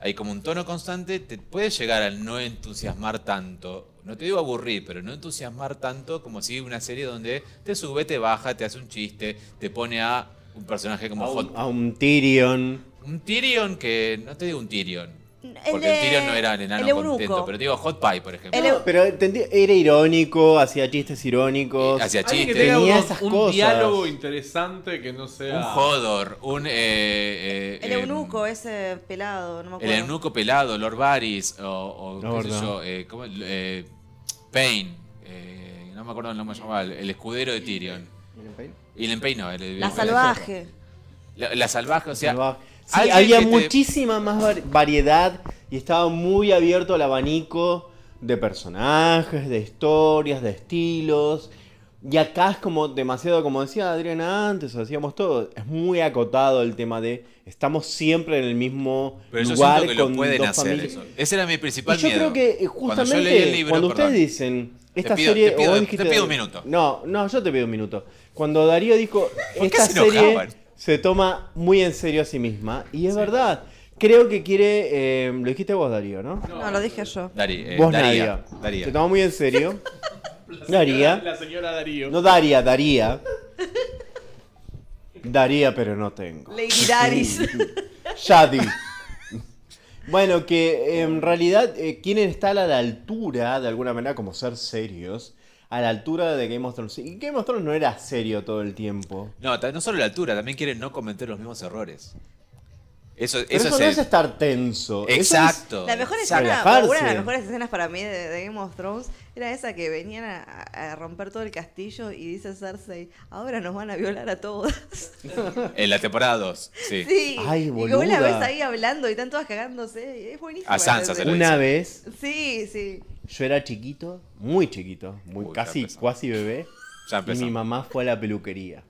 hay como un tono constante, te puede llegar al no entusiasmar tanto. No te digo aburrir, pero no entusiasmar tanto como si una serie donde te sube, te baja, te hace un chiste, te pone a un personaje como
A
Hot.
un, a un Tyrion.
Un Tyrion que. No te digo un Tyrion.
El
Porque
de-
el Tyrion no era el enano
el eunuco.
contento, pero te digo Hot Pie, por ejemplo.
El eu-
Pero entendí- era irónico, hacía chistes irónicos.
Hacía
Alguien que
chistes.
tenga
Tenía
unos-
esas
un
cosas.
diálogo interesante que no sea.
Un Jodor, un. eh, eh,
el
em,
eunuco, ese pelado, no me
El
acuerdo.
eunuco pelado, Lord Varys, o, o
No,
qué sé
verdad.
yo, eh, ¿cómo? Eh, Payne, eh, no me acuerdo el nombre llamaba, el escudero de Tyrion. Y el no, el- el-
La
el-
salvaje.
La, la salvaje, o sea.
Salvaje. Sí,
alguien
había
que te-
muchísima más var- variedad y estaba muy abierto al abanico de personajes, de historias, de estilos. Y acá es como demasiado, como decía Adriana antes, o decíamos todo, es muy acotado el tema de estamos siempre en el mismo
Pero yo
lugar
siento que lo
con
pueden
dos
hacer
familias.
eso. Ese era mi principal
Y yo
miedo.
creo que eh,
Cuando
justamente
yo
cuando,
leí el libro,
ustedes
perdón.
dicen esta
pido-
serie
te
o
pido-
vos
te
dijiste-
pido un minuto.
No, no, yo te pido un minuto. Cuando Darío dijo
qué
esta
se
serie
enojaban?
se toma muy en serio a sí misma y es verdad. Creo que quiere eh, lo dijiste vos Darío, ¿no?
No, lo dije yo.
Dari, eh,
vos
Daría,
Nadia.
Daría.
Se toma muy en serio. Daría.
La señora Darío.
No Daría, Daría. Daría, pero no tengo.
Lady Daris.
Shadi. Bueno, que en realidad eh, quieren estar a la altura, de alguna manera, como ser serios, a la altura de Game of Thrones. Y Game of Thrones no era serio todo el tiempo.
No, ta- no solo la altura, también quieren no cometer los mismos errores. Eso,
Pero
eso,
eso, no
el-
es estar tenso. eso es-
Exacto.
La mejor
Exacto.
escena,
Relajarse.
o una de las mejores escenas para mí de, de Game of Thrones era esa que venían a, a romper todo el castillo y dice Cersei, ahora nos van a violar a todas.
En la temporada 2, sí.
Sí.
Ay,
y que vos la
boluda.
ves ahí hablando y están todas cagándose. y es buenísimo.
A Sansa se lo dice.
una vez,
Sí, sí.
yo era chiquito, muy chiquito, muy,
Uy, ya
casi,
empezamos.
casi bebé.
Ya
Y mi
empezamos.
mamá fue a la peluquería.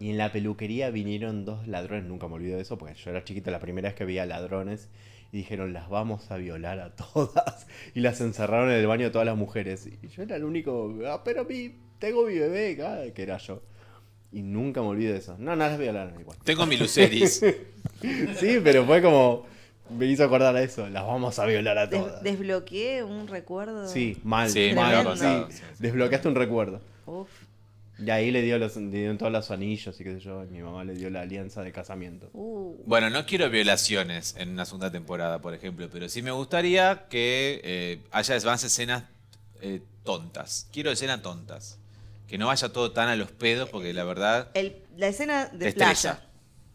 Y en la peluquería vinieron dos ladrones, nunca me olvido de eso, porque yo era chiquita la primera vez que veía ladrones. Y dijeron, las vamos a violar a todas. Y las encerraron en el baño a todas las mujeres. Y yo era el único, "Ah, pero mi, tengo mi bebé, ah, que era yo. Y nunca me olvido de eso. No, no las violaron igual.
Tengo mi Luceris.
Sí, pero fue como, me hizo acordar a eso, las vamos a violar a
Des-
todas.
desbloqueé un recuerdo.
Sí, mal,
Sí, me
mal.
había
sí.
pasado, sí, sí.
Desbloqueaste un recuerdo.
Uf.
Y ahí le dio los, le dieron todos los anillos y qué sé yo, y mi mamá le dio la alianza de casamiento.
Uh.
Bueno, no quiero violaciones en una segunda temporada, por ejemplo, pero sí me gustaría que eh, haya más escenas eh, tontas. Quiero escenas tontas. Que no vaya todo tan a los pedos, porque la verdad
El- la escena de
te
playa.
estresa.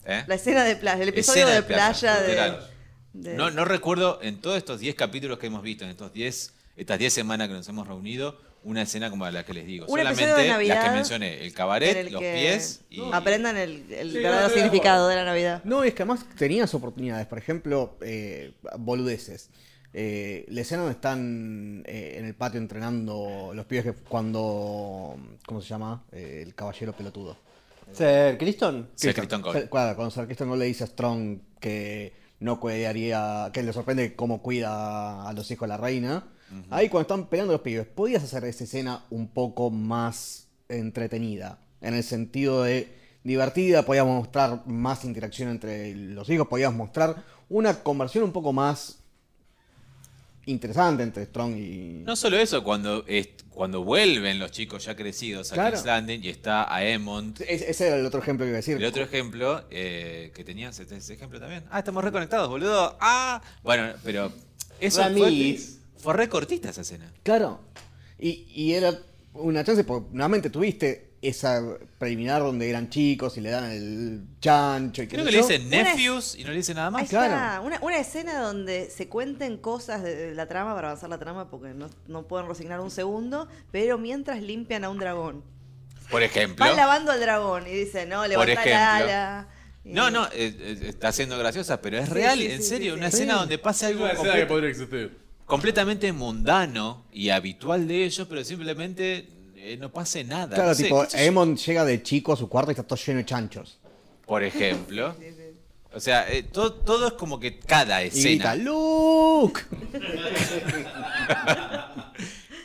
¿Eh?
La escena de playa. El episodio
Escena
de playa, de,
literal.
de-
No, no recuerdo en todos estos 10 capítulos que hemos visto, en estos 10, estas 10 semanas que nos hemos reunido, una escena como la que les digo.
Un episodio de
Solamente las que
Navidad
mencioné, el
en
cabaret,
el
los
que Uh,
pies y...
Aprendan el, el
Sí, no,
verdadero
estoy de
significado de la Navidad.
No, es que además tenías oportunidades, por ejemplo, eh, boludeces. Eh, la escena donde están eh, en el patio entrenando los pibes que cuando. ¿Cómo se llama? Eh, el caballero pelotudo.
Ser Criston.
Sir Criston Cole.
Se- Claro, cuando Sir Criston Cole le dice a Strong que no cuidaría. que le sorprende cómo cuida a los hijos de la reina. Ahí cuando están peleando los pibes, podías hacer esa escena un poco más entretenida. En el sentido de divertida, podías mostrar más interacción entre los hijos, podías mostrar una conversión un poco más interesante entre Strong y.
No solo eso, cuando, est- cuando vuelven los chicos ya crecidos a
Claro.
King's Landing y está Aemond.
Es- ese era el otro ejemplo que iba a decir.
El otro ejemplo eh, que tenías, este ese ejemplo también. Ah, estamos reconectados, boludo. Ah, bueno, pero eso fue,
Ramiz.
fue re cortita esa escena.
Claro. Y, y era una chance, porque nuevamente tuviste esa preliminar donde eran chicos y le dan el chancho y qué
Creo
sé
que le
yo.
dicen
Una-
nephews y no le dicen nada
Ahí
más.
está,
claro.
una, una escena donde se cuenten cosas de, de la trama para avanzar la trama porque no, no pueden resignar un segundo, pero mientras limpian a un dragón.
Por ejemplo.
Van lavando al dragón y dicen, no, levanta
ejemplo.
la ala. Y-
No, no, eh, eh, está siendo graciosa, pero es
Sí,
real,
sí,
en
sí,
serio.
sí,
una
sí.
escena donde pasa
Es
algo
una escena
comple-
que podría existir.
completamente mundano y habitual de ellos, pero simplemente eh, no pase nada.
Claro,
no sé,
tipo,
qué sé yo.
Emon llega de chico a su cuarto y está todo lleno de chanchos.
por ejemplo. O sea, eh, todo, todo es como que cada
Y grita,
escena.
¡Luke!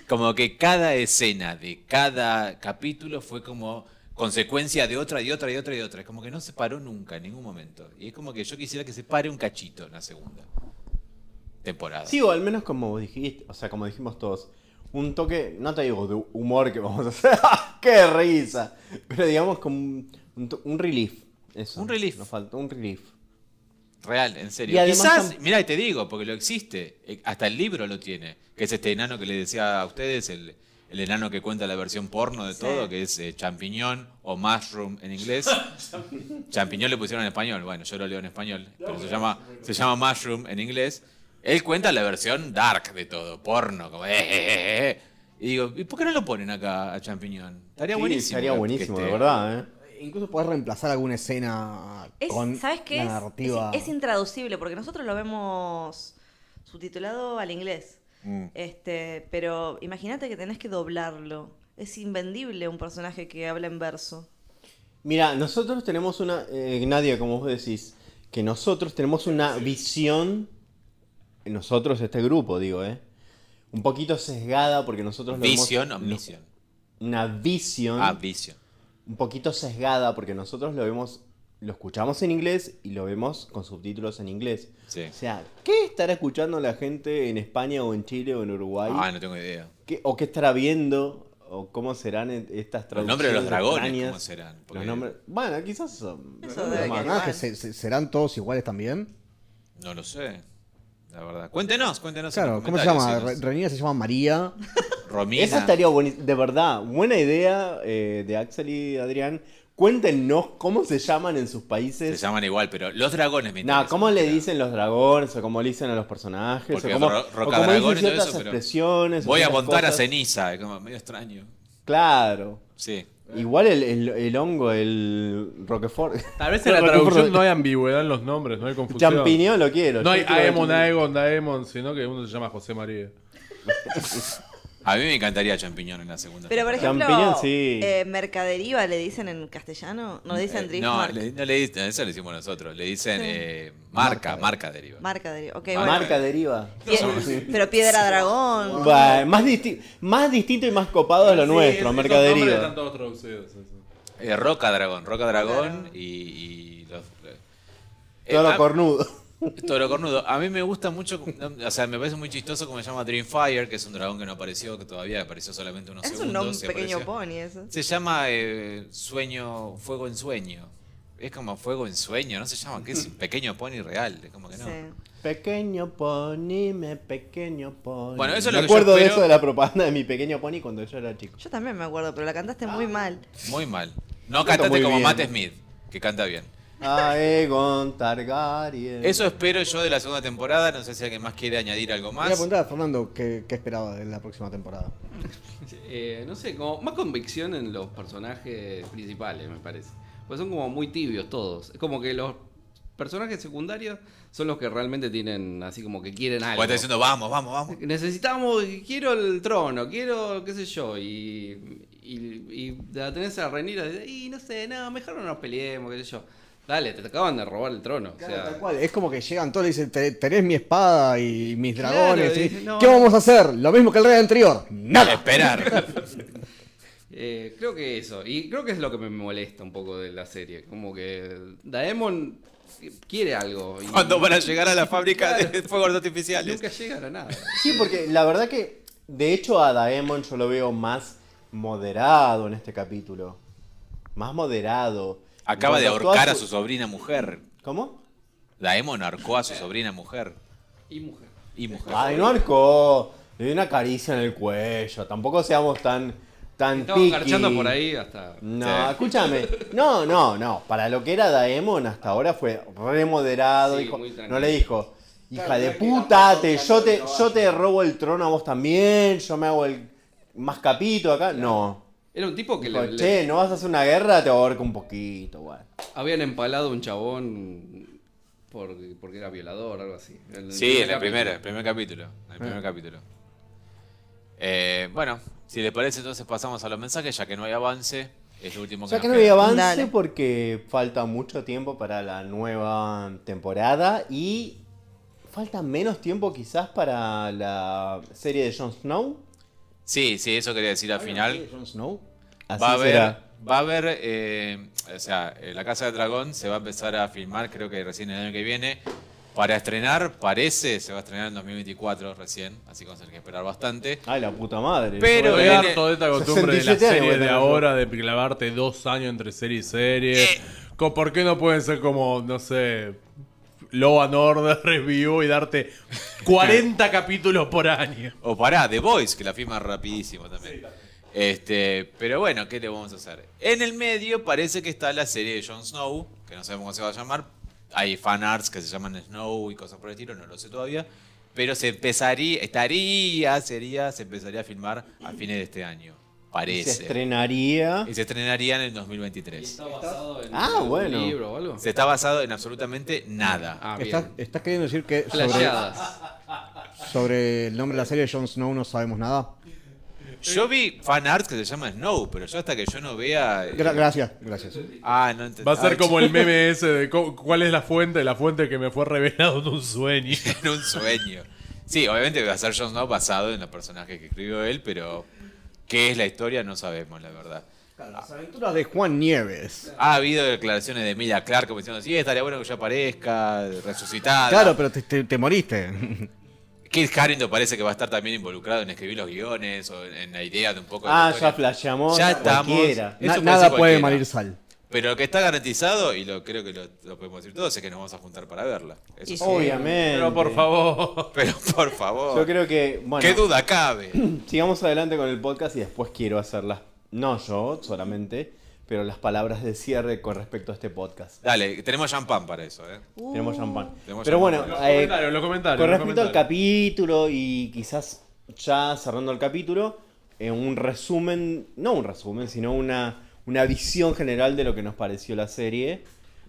Como que cada escena de cada capítulo fue como consecuencia de otra, de otra, de otra, de otra. Es como que no se paró nunca en ningún momento. Y es como que yo quisiera que se pare un cachito en la segunda temporada.
Sí, o al menos como vos dijiste, o sea, como dijimos todos, un toque, no te digo de humor que vamos a hacer, ¡ah, ¡qué risa! Pero digamos como un, un to- un relief. Eso,
Un relief.
Nos faltó un relief.
Real, en serio.
Y además
Quizás,
tam-
mirá, y te digo, porque lo existe. Eh, Hasta el libro lo tiene. Que es este enano que le decía a ustedes, el, el enano que cuenta la versión porno de todo, que es eh, champiñón o mushroom en inglés. champiñón le pusieron en español. Bueno, yo lo leo en español, pero se llama, se llama mushroom en inglés. Él cuenta la versión dark de todo, porno, como eh, eh, eh, eh. Y digo, ¿y por qué no lo ponen acá a champiñón? Estaría
Sí,
buenísimo. ¿eh?
Estaría
que
buenísimo,
esté.
de verdad, ¿eh?
Incluso podés reemplazar alguna escena
Es-
con
¿Sabes qué?
la
es?
narrativa.
Es, es intraducible porque nosotros lo vemos subtitulado al inglés.
Mm.
Este, pero imagínate que tenés que doblarlo. Es invendible un personaje que habla en verso.
Mira, nosotros tenemos una, eh, Nadia, como vos decís, que nosotros tenemos una visión, nosotros, este grupo, digo, ¿eh? Un poquito sesgada porque nosotros lo vemos-
Vision o
lo-
mission.
Una visión.
Ah, vision.
un poquito sesgada porque nosotros lo vemos, lo escuchamos en inglés y lo vemos con subtítulos en inglés.
Sí.
O sea, ¿qué estará escuchando la gente en España o en Chile o en Uruguay?
Ah, no tengo idea.
¿Qué- ¿O qué estará viendo? ¿O cómo serán e- estas
Los
traducciones?
nombres de los dragones,
extrañas?
¿cómo serán? Porque-
Los nombres... Bueno, quizás son...
Eso
son
debe
Los
que-
más-
personajes se- se- serán todos iguales también.
No lo sé, la verdad. Cuéntenos, cuéntenos. en
Claro,
los
¿cómo se llama?
comentarios,
Re-
sí,
Renira se llama María.
los- Romina.
Esa estaría buenísima, de verdad, buena idea eh, de Axel y Adrián. Cuéntenos cómo se llaman en sus
Se
países.
llaman igual, pero los dragones me
No,
interesan,
¿cómo le
claro.
dicen los dragones? ¿O cómo le dicen a los personajes?
Porque
¿O cómo,
ro-
o
roca
cómo
dragón
dicen
y todo
ciertas
eso, pero
expresiones? o
Voy a
ciertas
montar a
cosas?
ceniza, es como medio extraño.
Claro.
Sí.
Igual el, el- el hongo, el roquefort.
Tal vez en la traducción no hay ambigüedad en los nombres, no hay confusión.
Champiñón lo quiero.
No hay
yo quiero
Aemon,
champiñón.
Aegon, Daemon, sino que uno se llama José María.
A mí me encantaría champiñón en la segunda.
Pero por
temporada.
ejemplo,
Champiñón, sí.
eh, mercaderiva le dicen en castellano, no le dicen
Eh,
driftmark.
no, le- no le dicen, eso lo hicimos nosotros. Le dicen eh, marca, marca, deriva.
Marca deriva. Ok,
Ah,
bueno.
Marca deriva.
Pie- Pero piedra dragón.
Bah, más, disti- más distinto y más copado es lo nuestro, marca deriva.
todos traducidos.
Eh, roca dragón, roca dragón y, y los. eh,
Todo
eh,
lo
a-
cornudo.
Toro cornudo. A mí me gusta mucho, o sea, me parece muy chistoso como se llama Dreamfire, que es un dragón que no apareció, que todavía apareció solamente unos
Es un
segundos.
nombre
y
pequeño
apareció.
pony eso.
Se llama eh, sueño, fuego en sueño. Es como fuego en sueño, no se llama, que es un pequeño pony real, es como que no.
Sí.
Pequeño pony, me pequeño pony.
Bueno, eso es
me
lo que yo
acuerdo de
espero.
eso de la propaganda de mi pequeño pony cuando yo era chico.
Yo también me acuerdo, pero la cantaste
Ah.
muy mal.
Muy mal. No cantaste
muy
como
bien.
Matt Smith, que canta bien.
Aegon Targaryen.
Eso espero yo de la segunda temporada, no sé si alguien más quiere añadir algo
Voy a
más.
preguntar a Fernando qué, qué esperaba de la próxima temporada.
Eh, no sé, como más convicción en los personajes principales, me parece. Pues son como muy tibios todos. Es como que los personajes secundarios son los que realmente tienen, así como que quieren
Porque
algo.
está diciendo, vamos, vamos, vamos.
Necesitamos, quiero el trono, quiero, qué sé yo, y, y, y la tenés a Renira y no sé, no, mejor no nos peleemos, qué sé yo. Dale, te acaban de robar el trono. o sea,
Tal cual, es como que llegan todos y dicen, "Te- tenés mi espada y mis
Claro,
dragones.
y
¿sí?
dice, no,
¿Qué
no.
vamos a hacer? Lo mismo que el rey anterior. Nada.
Esperar.
Eh, creo que eso. Y creo que es lo que me molesta un poco de la serie. Como que Daemon quiere algo. Y
Cuando van a llegar a la fábrica de fuegos artificiales.
Nunca llegan a nada.
Sí, porque la verdad que, de hecho, a Daemon yo lo veo más moderado en este capítulo. Más moderado.
Acaba de
En cuanto a
ahorcar a
todas
su sobrina mujer.
¿Cómo?
Daemon ahorcó a su sobrina mujer.
Y mujer.
Y mujer.
Ay, no arcó. Le dio una caricia en el cuello. Tampoco seamos tan. tan
Estamos
picky.
garchando por ahí hasta.
No,
Sí.
escúchame. No, no, no. Para lo que era Daemon hasta ahora fue remoderado.
Sí,
dijo-
muy tranquilo.
no le dijo, hija de puta, te, yo, te, yo te robo el trono a vos también, yo me hago el más capito acá. No.
Era un tipo que
Dijo,
le, le-
che, ¿no vas a hacer una guerra? Te ahorco un poquito, güey.
habían empalado a un chabón por- porque era violador o algo así. El-
Sí, en el
capítulo.
primer, el primer capítulo. en el primer capítulo. Eh, bueno, si les parece, entonces pasamos a los mensajes, ya que no hay avance. Es lo último
O
que
sea que no
nos
hay
queda.
avance
Dale.
porque falta mucho tiempo para la nueva temporada y falta menos tiempo quizás para la serie de Jon Snow.
Sí, sí, eso quería decir al final.
Jon Snow.
Así
Va a haber,
será.
va a haber eh, o sea, eh, La Casa del Dragón se va a empezar a filmar, creo que recién el año que viene. Para estrenar, parece, se va a estrenar en 2024 recién, así que vamos a tener que esperar bastante.
Ay, la puta madre.
Pero-
Estoy
viene-
harto de esta costumbre de
67
las
años
series
voy a
de
tener
ahora, de clavarte dos años entre serie y
Eh.
serie. Co- ¿Por qué no pueden ser como, no sé, Loa Nord Review y darte 40 capítulos por año?
O pará, The Voice, que la firma rapidísimo también. Este, pero bueno, ¿qué le vamos a hacer? En el medio parece que está la serie de Jon Snow, que no sabemos cómo se va a llamar. Hay fanarts que se llaman Snow y cosas por el estilo, no lo sé todavía. Pero se empezaría, estaría, sería, se empezaría a filmar a fines de este año.
Y se
Parece.
estrenaría.
Y se estrenaría en el 2023.
¿Está basado en
Ah,
un
bueno.
libro o algo?
Se está basado en absolutamente nada.
Ah, bien.
Estás, estás queriendo decir que sobre,
Flasheadas.
sobre el nombre de la serie de Jon Snow no sabemos nada.
Yo vi fanarts que se llama Snow, pero yo hasta que yo no vea. eh,
Gra- gracias, gracias.
Ah, no entendí.
Este,
Va a ser
Ah,
como el meme ese de co- cuál es la fuente, la fuente que me fue revelado en un sueño.
en un sueño. Sí, obviamente va a ser Jon Snow basado en los personajes que escribió él, pero qué es la historia no sabemos, la verdad.
Las aventuras de Juan Nieves.
Ha habido declaraciones de Emilia Clark como diciendo, sí, estaría bueno que yo aparezca, resucitada.
Claro, pero te, te- te moriste.
Kit Harington parece que va a estar también involucrado en escribir los guiones o en la idea de un poco de la
Ah, ya
historia.
flasheamos.
Ya
Ya
estamos.
cualquiera.
Eso
Na-
puede
nada
ser
puede
cualquiera.
malir sal.
Pero lo que está garantizado, y lo creo que lo, lo podemos decir todos, es que nos vamos a juntar para verla. Eso
Y
sí.
Obviamente.
Pero por favor.
Pero por favor,
Yo creo que. Bueno,
qué duda cabe.
sigamos adelante con el podcast y después quiero hacerlas. No yo solamente, pero las palabras de cierre con respecto a este podcast.
Dale, tenemos champán para eso, ¿eh?
Tenemos
Uh.
champán.
Tenemos
Pero
champán.
bueno,
Los
eh,
comentarios, los comentarios.
con
los
respecto al
comentarios.
capítulo y quizás ya cerrando el capítulo, eh, un resumen, no un resumen, sino una, una visión general de lo que nos pareció la serie.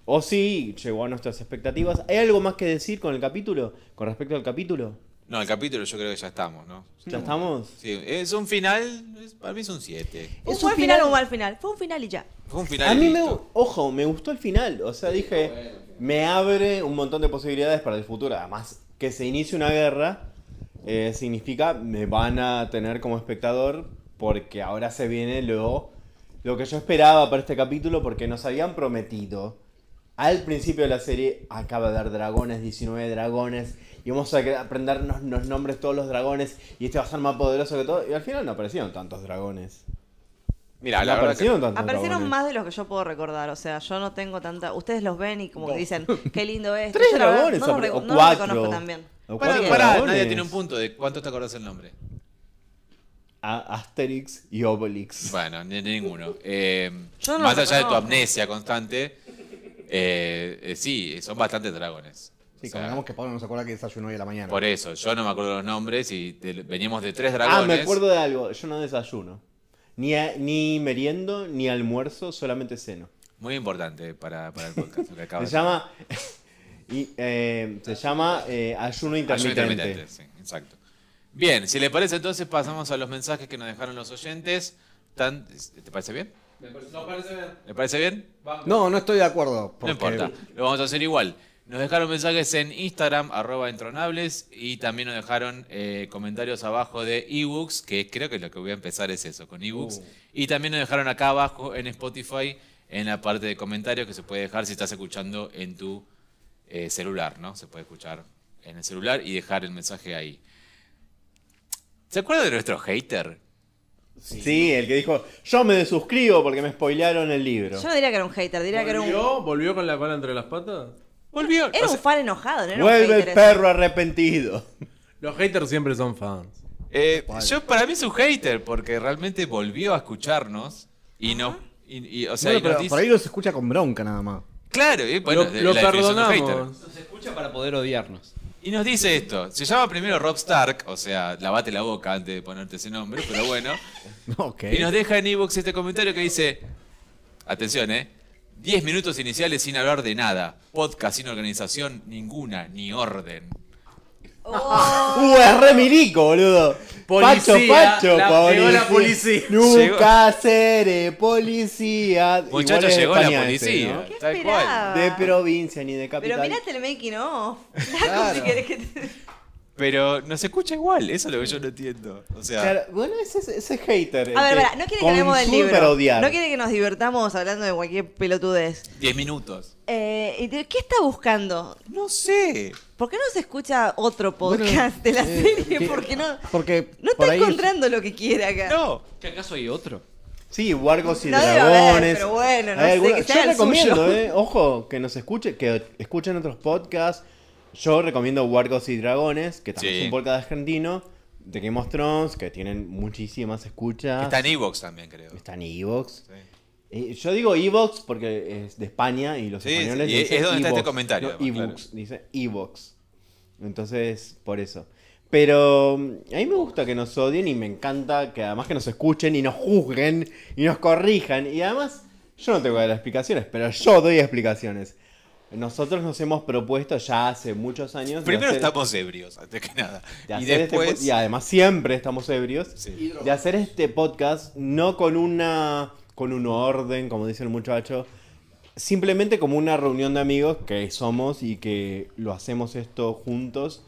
O si llegó a nuestras expectativas. ¿Hay algo más que decir con el capítulo? ¿Con respecto al capítulo?
No, el capítulo yo creo que ya estamos, ¿no?
¿Ya estamos?
Sí, es un final, es- para mí es un 7.
¿Fue
Es
un
un
buen final o
final-
un mal final? Fue un final y ya.
Fue un final.
A
y
mí me,
listo.
ojo, me gustó el final. O sea, dije, me abre un montón de posibilidades para el futuro. Además, que se inicie una guerra eh, significa me van a tener como espectador porque ahora se viene lo, lo que yo esperaba para este capítulo porque nos habían prometido. Al principio de la serie acaba de haber dragones, 19 dragones, y vamos a que- aprendernos los nombres de todos los dragones, y este va a ser más poderoso que todo, y al final no aparecieron tantos dragones.
Mira,
No
la verdad que
aparecieron tantos
Aparecieron
dragones.
más de los que yo puedo recordar, o sea, yo no tengo tanta... Ustedes los ven y como que dicen, qué lindo es.
Tres
Este, Yo la verdad
dragones,
no, los
apare-
reco-
o
no los
cuatro.
reconozco también.
O
Pará,
cuatro
pará,
dragones.
nadie tiene un punto de cuánto te acordás el nombre.
A Asterix y Obelix.
Bueno, ni, ni ninguno. Eh,
Yo no
más
lo
allá de tu
reconozco.
amnesia constante, eh, eh, sí, son bastantes dragones.
Sí,
O sea,
convengamos que Pablo no se acuerda que desayunó hoy a la mañana.
por eso, yo no me acuerdo los nombres y te- veníamos de tres dragones.
Ah, me acuerdo de algo. Yo no desayuno. Ni, a- ni meriendo, ni almuerzo, solamente ceno.
Muy importante para, para el podcast. lo que acabas
Se
de-
llama. y, eh, se llama eh, ayuno
Ayuno
intermitente.
Ah, intermitente, sí, exacto. Bien, si le parece, entonces pasamos a los mensajes que nos dejaron los oyentes. Tan- ¿Te parece bien?
Me parece- No parece bien.
¿Le parece bien?
No, no estoy de acuerdo.
No importa, lo vamos a hacer igual. Nos dejaron mensajes en Instagram, arroba entronables, y también nos dejaron eh, comentarios abajo de ebooks, que creo que lo que voy a empezar es eso, con ebooks. Y también nos dejaron acá abajo en Spotify, en la parte de comentarios que se puede dejar si estás escuchando en tu eh, celular, ¿no? Se puede escuchar en el celular y dejar el mensaje ahí. ¿Se acuerdan de nuestro hater?
Sí. el que dijo: Yo me desuscribo porque me spoilearon el libro.
Yo no diría que era un hater, diría que era un...
¿Volvió? ¿Volvió con la cola entre las patas?
Volvió.
Era
O
un
sea,
fan enojado, no era un
Vuelve
hater.
el
ese.
perro arrepentido.
Los haters siempre son fans.
Eh, yo para mí es un hater porque realmente volvió a escucharnos y no y, y, o sea,
Bueno,
y nos
pero
dice-
por ahí los escucha con bronca nada más.
claro, eh, bueno,
lo
de-
lo
la definición de un hater.
perdonamos.
Nos escucha para poder odiarnos.
Y nos dice esto, se llama primero Rob Stark, o sea, lavate la boca antes de ponerte ese nombre, pero bueno,
Ok.
y nos deja en Evox este comentario que dice, atención, eh, 10 minutos iniciales sin hablar de nada, podcast sin organización ninguna, ni orden.
Oh,
Uh, es re milico, boludo.
Policía,
pacho, pacho,
la-
pa'
llegó la
policía.
policía.
Nunca seré policía. Igual
Muchachos,
es
llegó la
español ese,
policía.
¿no?
¿Qué
Tal cual.
esperaba?
De provincia ni de capital.
Ah. Pero mirate el making off. Flaco,
Claro.
si querés que te...
Pero nos escucha igual, eso es lo que yo no entiendo. O sea,
Claro, bueno, ese, ese hater. el
A ver,
que
pará, no quiere que hablemos del
consume
libro.
para odiar.
No quiere que nos divertamos hablando de cualquier pelotudez.
10 minutos.
Eh, ¿y de- ¿Qué está buscando?
No sé.
¿Por qué no se escucha otro podcast de la serie? ¿Por qué no?
Porque
No
por
está
ahí-
encontrando lo que quiere acá.
No.
¿Que acaso hay otro?
Sí, Wargos y
No debe haber,
Dragones.
pero bueno, no
Hay
sé,
alguna-
que sea
Yo
el
recomiendo,
suyo.
eh, ojo, que nos escuche, que escuchen otros podcasts. Yo recomiendo Wargos y Dragones, que también
Sí.
es un podcast argentino, de Game of Thrones, que tienen muchísimas escuchas.
Está en Evox también, creo.
Está en Evox.
Sí.
Eh, Yo digo Evox porque es de España y los
Sí,
españoles.
sí, y
dicen
es donde está
iVoox,
este comentario,
no
además,
iVoox, dice Evox. Entonces, por eso. Pero mm, a mí me gusta que nos odien y me encanta que además que nos escuchen y nos juzguen y nos corrijan. Y además, yo no tengo que dar explicaciones, pero yo doy explicaciones. Nosotros nos hemos propuesto ya hace muchos años. de
Primero
hacer-
estamos ebrios, antes que nada.
de
Y
hacer este
después.
po- y además siempre estamos ebrios
Sí.
de hacer este podcast no con una con un orden, como dice el muchacho, simplemente como una reunión de amigos que somos y que lo hacemos esto juntos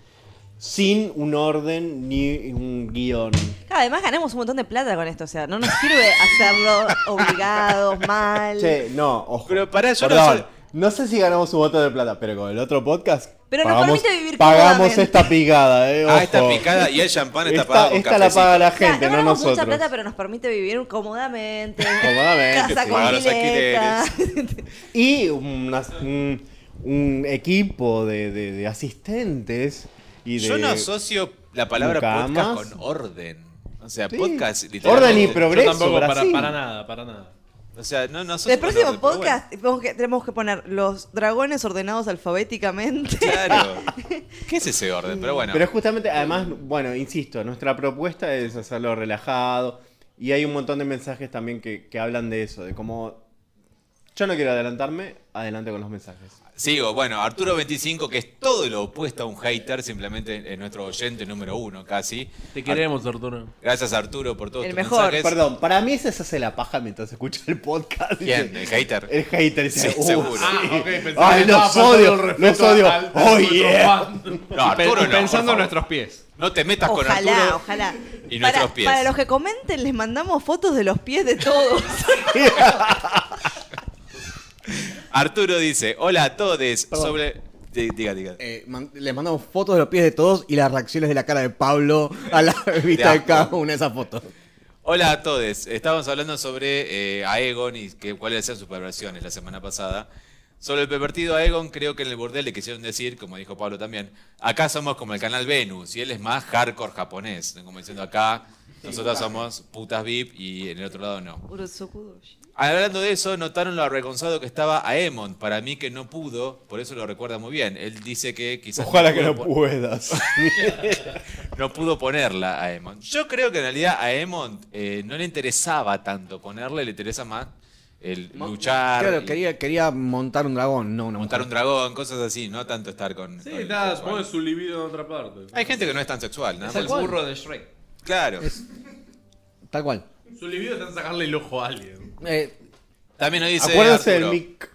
sin un orden ni un guión.
Claro, además ganamos un montón de plata con esto, o sea, no nos sirve hacerlo obligados, mal.
Che, no, ojo.
Pero pará, yo no
Perdón,
sé-
no sé si ganamos un voto de plata, pero con el otro podcast
Pero nos
pagamos,
permite vivir
pagamos
cómodamente.
esta picada, eh.
Ah, esta
ojo.
picada y el champán está
Esta,
pagado con
esta la
cafecito.
paga la
Claro,
gente,
no
no,
ganamos
nosotros.
mucha plata, pero nos permite vivir cómodamente.
Cómodamente,
Casa
sí.
con
Pagar los
pileta.
Y unas- un, un equipo de, de- de asistentes y de...
Yo no asocio la palabra
Mucamas.
podcast con orden. O sea,
Sí.
podcast
Orden y
literalmente.
progreso,
Yo tampoco, para,
Brasil.
para nada, para nada.
O sea, no, no asocio
El
con
próximo
orden, pero
podcast tenemos que- tenemos que poner los dragones ordenados alfabéticamente.
bueno. Claro. ¿Qué es ese orden? Pero bueno.
Pero justamente, además, bueno, insisto, nuestra propuesta es hacerlo relajado y hay un montón de mensajes también que, que hablan de eso, de cómo... Yo no quiero adelantarme, adelante con los mensajes.
Sigo, bueno, Arturo25, que es todo lo opuesto a un hater, simplemente es nuestro oyente número uno casi.
Te queremos,
Ah.
Arturo.
Gracias Arturo por todos
El
tus
mejor.
mensajes.
Perdón, para mí ese se hace la paja mientras escucha el podcast.
¿Quién?
Dice-
¿El hater?
El hater dice,
Sí,
"Uh,
seguro.
sí.
Ah,
ok, pensé que
Ay,
estaba
los
faltando el
odio, los
respeto
odio.
al- al-
Oh,
al-
yeah.
No, Arturo no, por
Pensando
favor.
en nuestros pies.
No te metas con
Ojalá,
Arturo.
ojalá.
Y
para,
nuestros pies.
para los que comenten, les mandamos fotos de los pies de todos.
Arturo dice, hola a todos. Sobre... Di- Diga, diga.
Eh, man- les mandamos fotos de los pies de todos y las reacciones de la cara de Pablo a la vista de
asco.
cada una de esas fotos.
Hola a todos. Estábamos hablando sobre eh, Aegon y que, cuáles sean sus perversiones la semana pasada. Sobre el pervertido Aegon, creo que en el burdel le quisieron decir, como dijo Pablo también, acá somos como el canal Venus y él es más hardcore japonés. Como diciendo acá, nosotros somos putas VIP y en el otro lado no.
Urosukudoshi.
Hablando de eso, notaron lo avergonzado que estaba Aemon. Para mí que no pudo, por eso lo recuerda muy bien. Él dice que quizás
Ojalá que no
pudo po-
puedas.
no pudo ponerla a Emon. Yo creo que en realidad a Emon eh, no le interesaba tanto ponerle, le interesa más el luchar,
Claro,
el
quería, quería montar un dragón, no una
montar un
mujer.
dragón, cosas así, no tanto estar con.
Sí,
con el
está,
sexual.
supongo que su libido en otra parte.
Hay gente que no es tan sexual, nada
Es Ah, el
más.
burro de Shrek.
Claro.
Tal cual.
Su libido está en sacarle el ojo a alguien.
Eh,
También nos dice.
Acuérdense del
Arturo.
mic.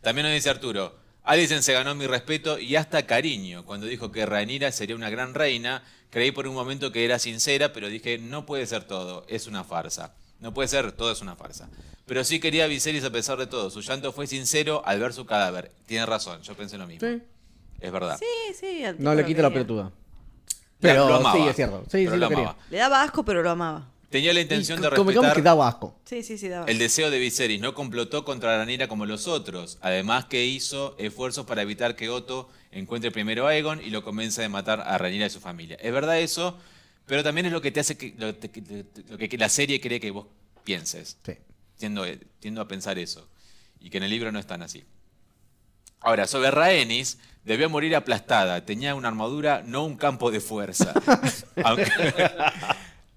También nos dice Arturo. Alison se ganó mi respeto y hasta cariño cuando dijo que Rhaenyra sería una gran reina. Creí por un momento que era sincera, pero dije, no puede ser todo, es una farsa. No puede ser, todo es una farsa. Pero sí quería a Viserys a pesar de todo. Su llanto fue sincero al ver su cadáver. Tiene razón, yo pensé lo mismo.
Sí.
Es verdad.
Sí, sí. al tipo
no le
lo
quita la
quería.
pelotuda.
La-
Pero
lo amaba,
sí, es cierto. Sí,
pero
sí,
lo
lo quería.
amaba.
Le daba asco, pero lo amaba.
Tenía la intención
Y
de
como- como
respetar...
que daba asco.
Sí, sí, sí, daba.
El deseo de Viserys no complotó contra Ranira como los otros, además que hizo esfuerzos para evitar que Otto encuentre primero a Aegon y lo convenza de matar a Ranira y su familia. Es verdad eso, pero también es lo que te hace que lo, te- que- lo que la serie cree que vos pienses.
Sí.
Tiendo, tiendo a pensar eso y que en el libro no están así. Ahora, sobre Rhaenys, debió morir aplastada. Tenía una armadura, no un campo de fuerza. aunque,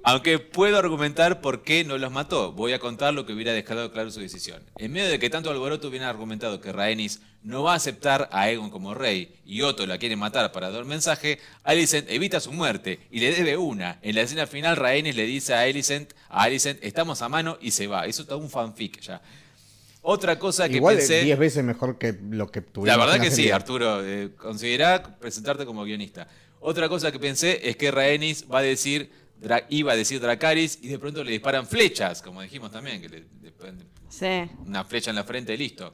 Aunque puedo argumentar por qué no los mató, voy a contar lo que hubiera dejado claro su decisión. En medio de que tanto alboroto hubiera argumentado que Rhaenys no va a aceptar a Aegon como rey y Otto la quiere matar para dar un mensaje, Alicent evita su muerte y le debe una. En la escena final, Rhaenys le dice a Alicent, a Alicent, estamos a mano y se va. Eso está un fanfic ya. Otra cosa que
Igual es
pensé...
10 veces mejor que lo que
La
tuvimos.
verdad
en
que sí,
serie.
Arturo. eh, considera presentarte como guionista. Otra cosa que pensé es que Rhaenys va a decir, Dra- iba a decir Dracaris y de pronto le disparan flechas, como dijimos también, que le, le-
Sí.
una flecha en la frente y listo.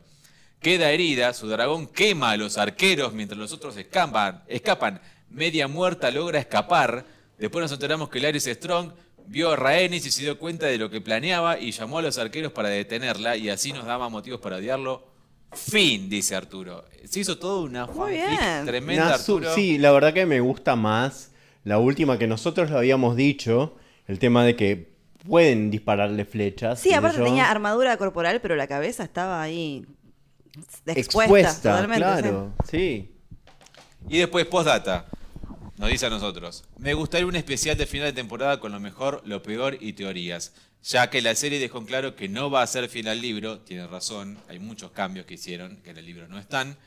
Queda herida, su dragón quema a los arqueros mientras los otros escapan. escapan. Media muerta logra escapar. Después nos enteramos que Laris Strong vio a Rhaenys y se dio cuenta de lo que planeaba y llamó a los arqueros para detenerla y así nos daba motivos para odiarlo. Fin, dice Arturo. Se hizo toda una
Muy
fanfic
bien.
tremenda
Nah, su-
Arturo.
sí, la verdad que me gusta más la última que nosotros lo habíamos dicho, el tema de que pueden dispararle flechas.
Sí,
y
aparte
yo-
tenía armadura corporal, pero la cabeza estaba ahí expuesta,
expuesta,
totalmente. sí.
claro, sí.
Y después postdata. Nos dice a nosotros. Me gustaría un especial de final de temporada con lo mejor, lo peor y teorías. Ya que la serie dejó en claro que no va a ser fiel al libro, tiene razón, hay muchos cambios que hicieron que en el libro no están.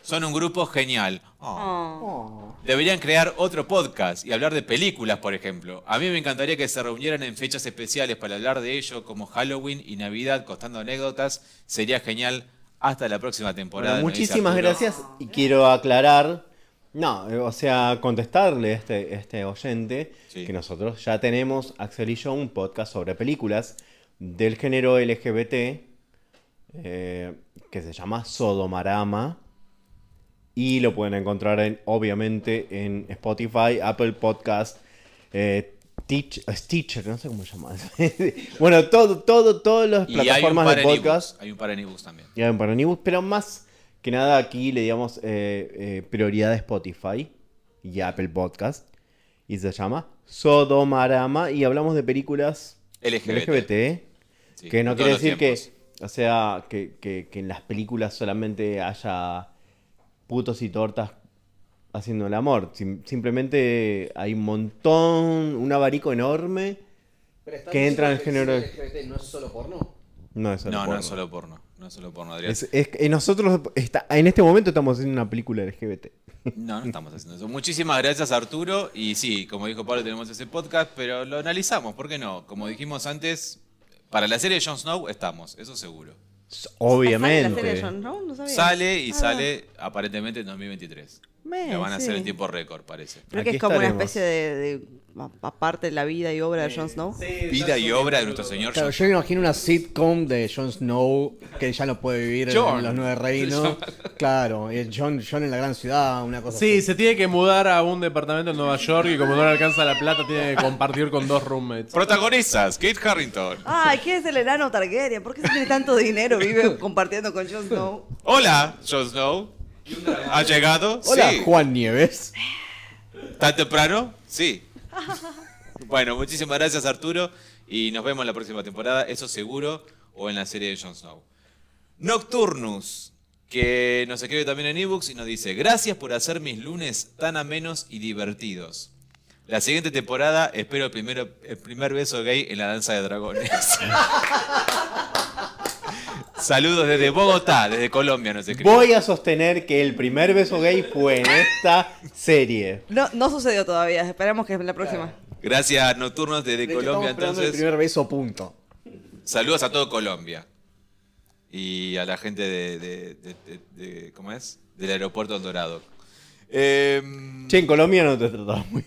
Son un grupo genial. Oh.
Oh.
Deberían crear otro podcast y hablar de películas, por ejemplo. A mí me encantaría que se reunieran en fechas especiales para hablar de ello, como Halloween y Navidad, contando anécdotas. Sería genial. Hasta la próxima
Bueno,
temporada. nos dice
muchísimas
Arturo.
gracias y quiero aclarar, no, eh, o sea, contestarle a este, este oyente
Sí.
que nosotros ya tenemos, Axel y yo, un podcast sobre películas del género LGBT eh, que se llama Sodomarama y lo pueden encontrar en, obviamente en Spotify, Apple Podcast, eh, Teach- Stitcher, no sé cómo llamas. bueno, todo, todo, todas las
Y hay un
plataformas
par
de
en ebooks,
podcast.
Hay un par en ebooks también.
Ya ven, para Nibus, pero más que nada aquí le damos eh, eh, prioridad a Spotify y a Apple Podcast. Y se llama Sodomarama. Y hablamos de películas
LGBT. Sí,
que no
de
quiere
todos
decir
los
que,
tiempos.
o sea, que, que- que en las películas solamente haya putos y tortas haciendo el amor. Sim- simplemente hay un montón, un abanico enorme. que entra en el género-
no es solo porno.
No es solo
No, no
porno.
es solo porno. No es solo porno, Adrián.
Es- es- eh, nosotros está- en este momento estamos haciendo una película LGBT.
No, no estamos haciendo eso. Muchísimas gracias, Arturo. Y sí, como dijo Pablo, tenemos ese podcast, pero lo analizamos. ¿Por qué no? Como dijimos antes, para la serie de Jon Snow estamos, eso seguro.
Ah, ¿sale la serie de
Obviamente.
Jon Snow? No sabía.
Sale y
Ah.
sale aparentemente en 2023.
Me,
Lo van a
sí.
hacer en tiempo récord, parece.
Creo que
Aquí
es como una
estaremos.
especie de, de- a- aparte de la vida y obra de Jon Snow.
Vida y obra de nuestro señor
Claro,
Jon
yo me imagino una sitcom de Jon Snow que ya no puede vivir
Jon.
en los nueve reinos. Claro, y el Jon, Jon en la gran ciudad, una cosa
Sí,
así.
se tiene que mudar a un departamento en Nueva York y como no le alcanza la plata, tiene que compartir con dos roommates.
Protagonistas, Kate Harrington.
Ay, ¿qué es el enano Targaryen? ¿Por qué se tiene tanto dinero? Vive compartiendo con Jon Snow.
Hola, Jon Snow. ¿Ha llegado?
Hola,
sí.
Juan Nieves.
¿Tan temprano? Sí. bueno, muchísimas gracias Arturo y nos vemos la próxima temporada, eso seguro, o en la serie de Jon Snow. Nocturnus, que nos escribe también en ebooks y nos dice, gracias por hacer mis lunes tan amenos y divertidos. La siguiente temporada espero el, primero, el primer beso gay en la danza de dragones. Saludos desde Bogotá, desde Colombia nos escribe.
Voy a sostener que el primer beso gay fue en esta serie.
No, no sucedió todavía. Esperamos que la próxima.
Gracias Nocturnos desde
De hecho,
Colombia
estamos esperando
entonces.
El primer beso, punto.
Saludos a todo Colombia. Y a la gente de. de- de- de- de- ¿Cómo es? Del aeropuerto El Dorado. Em,
Che, en Colombia no te trataba muy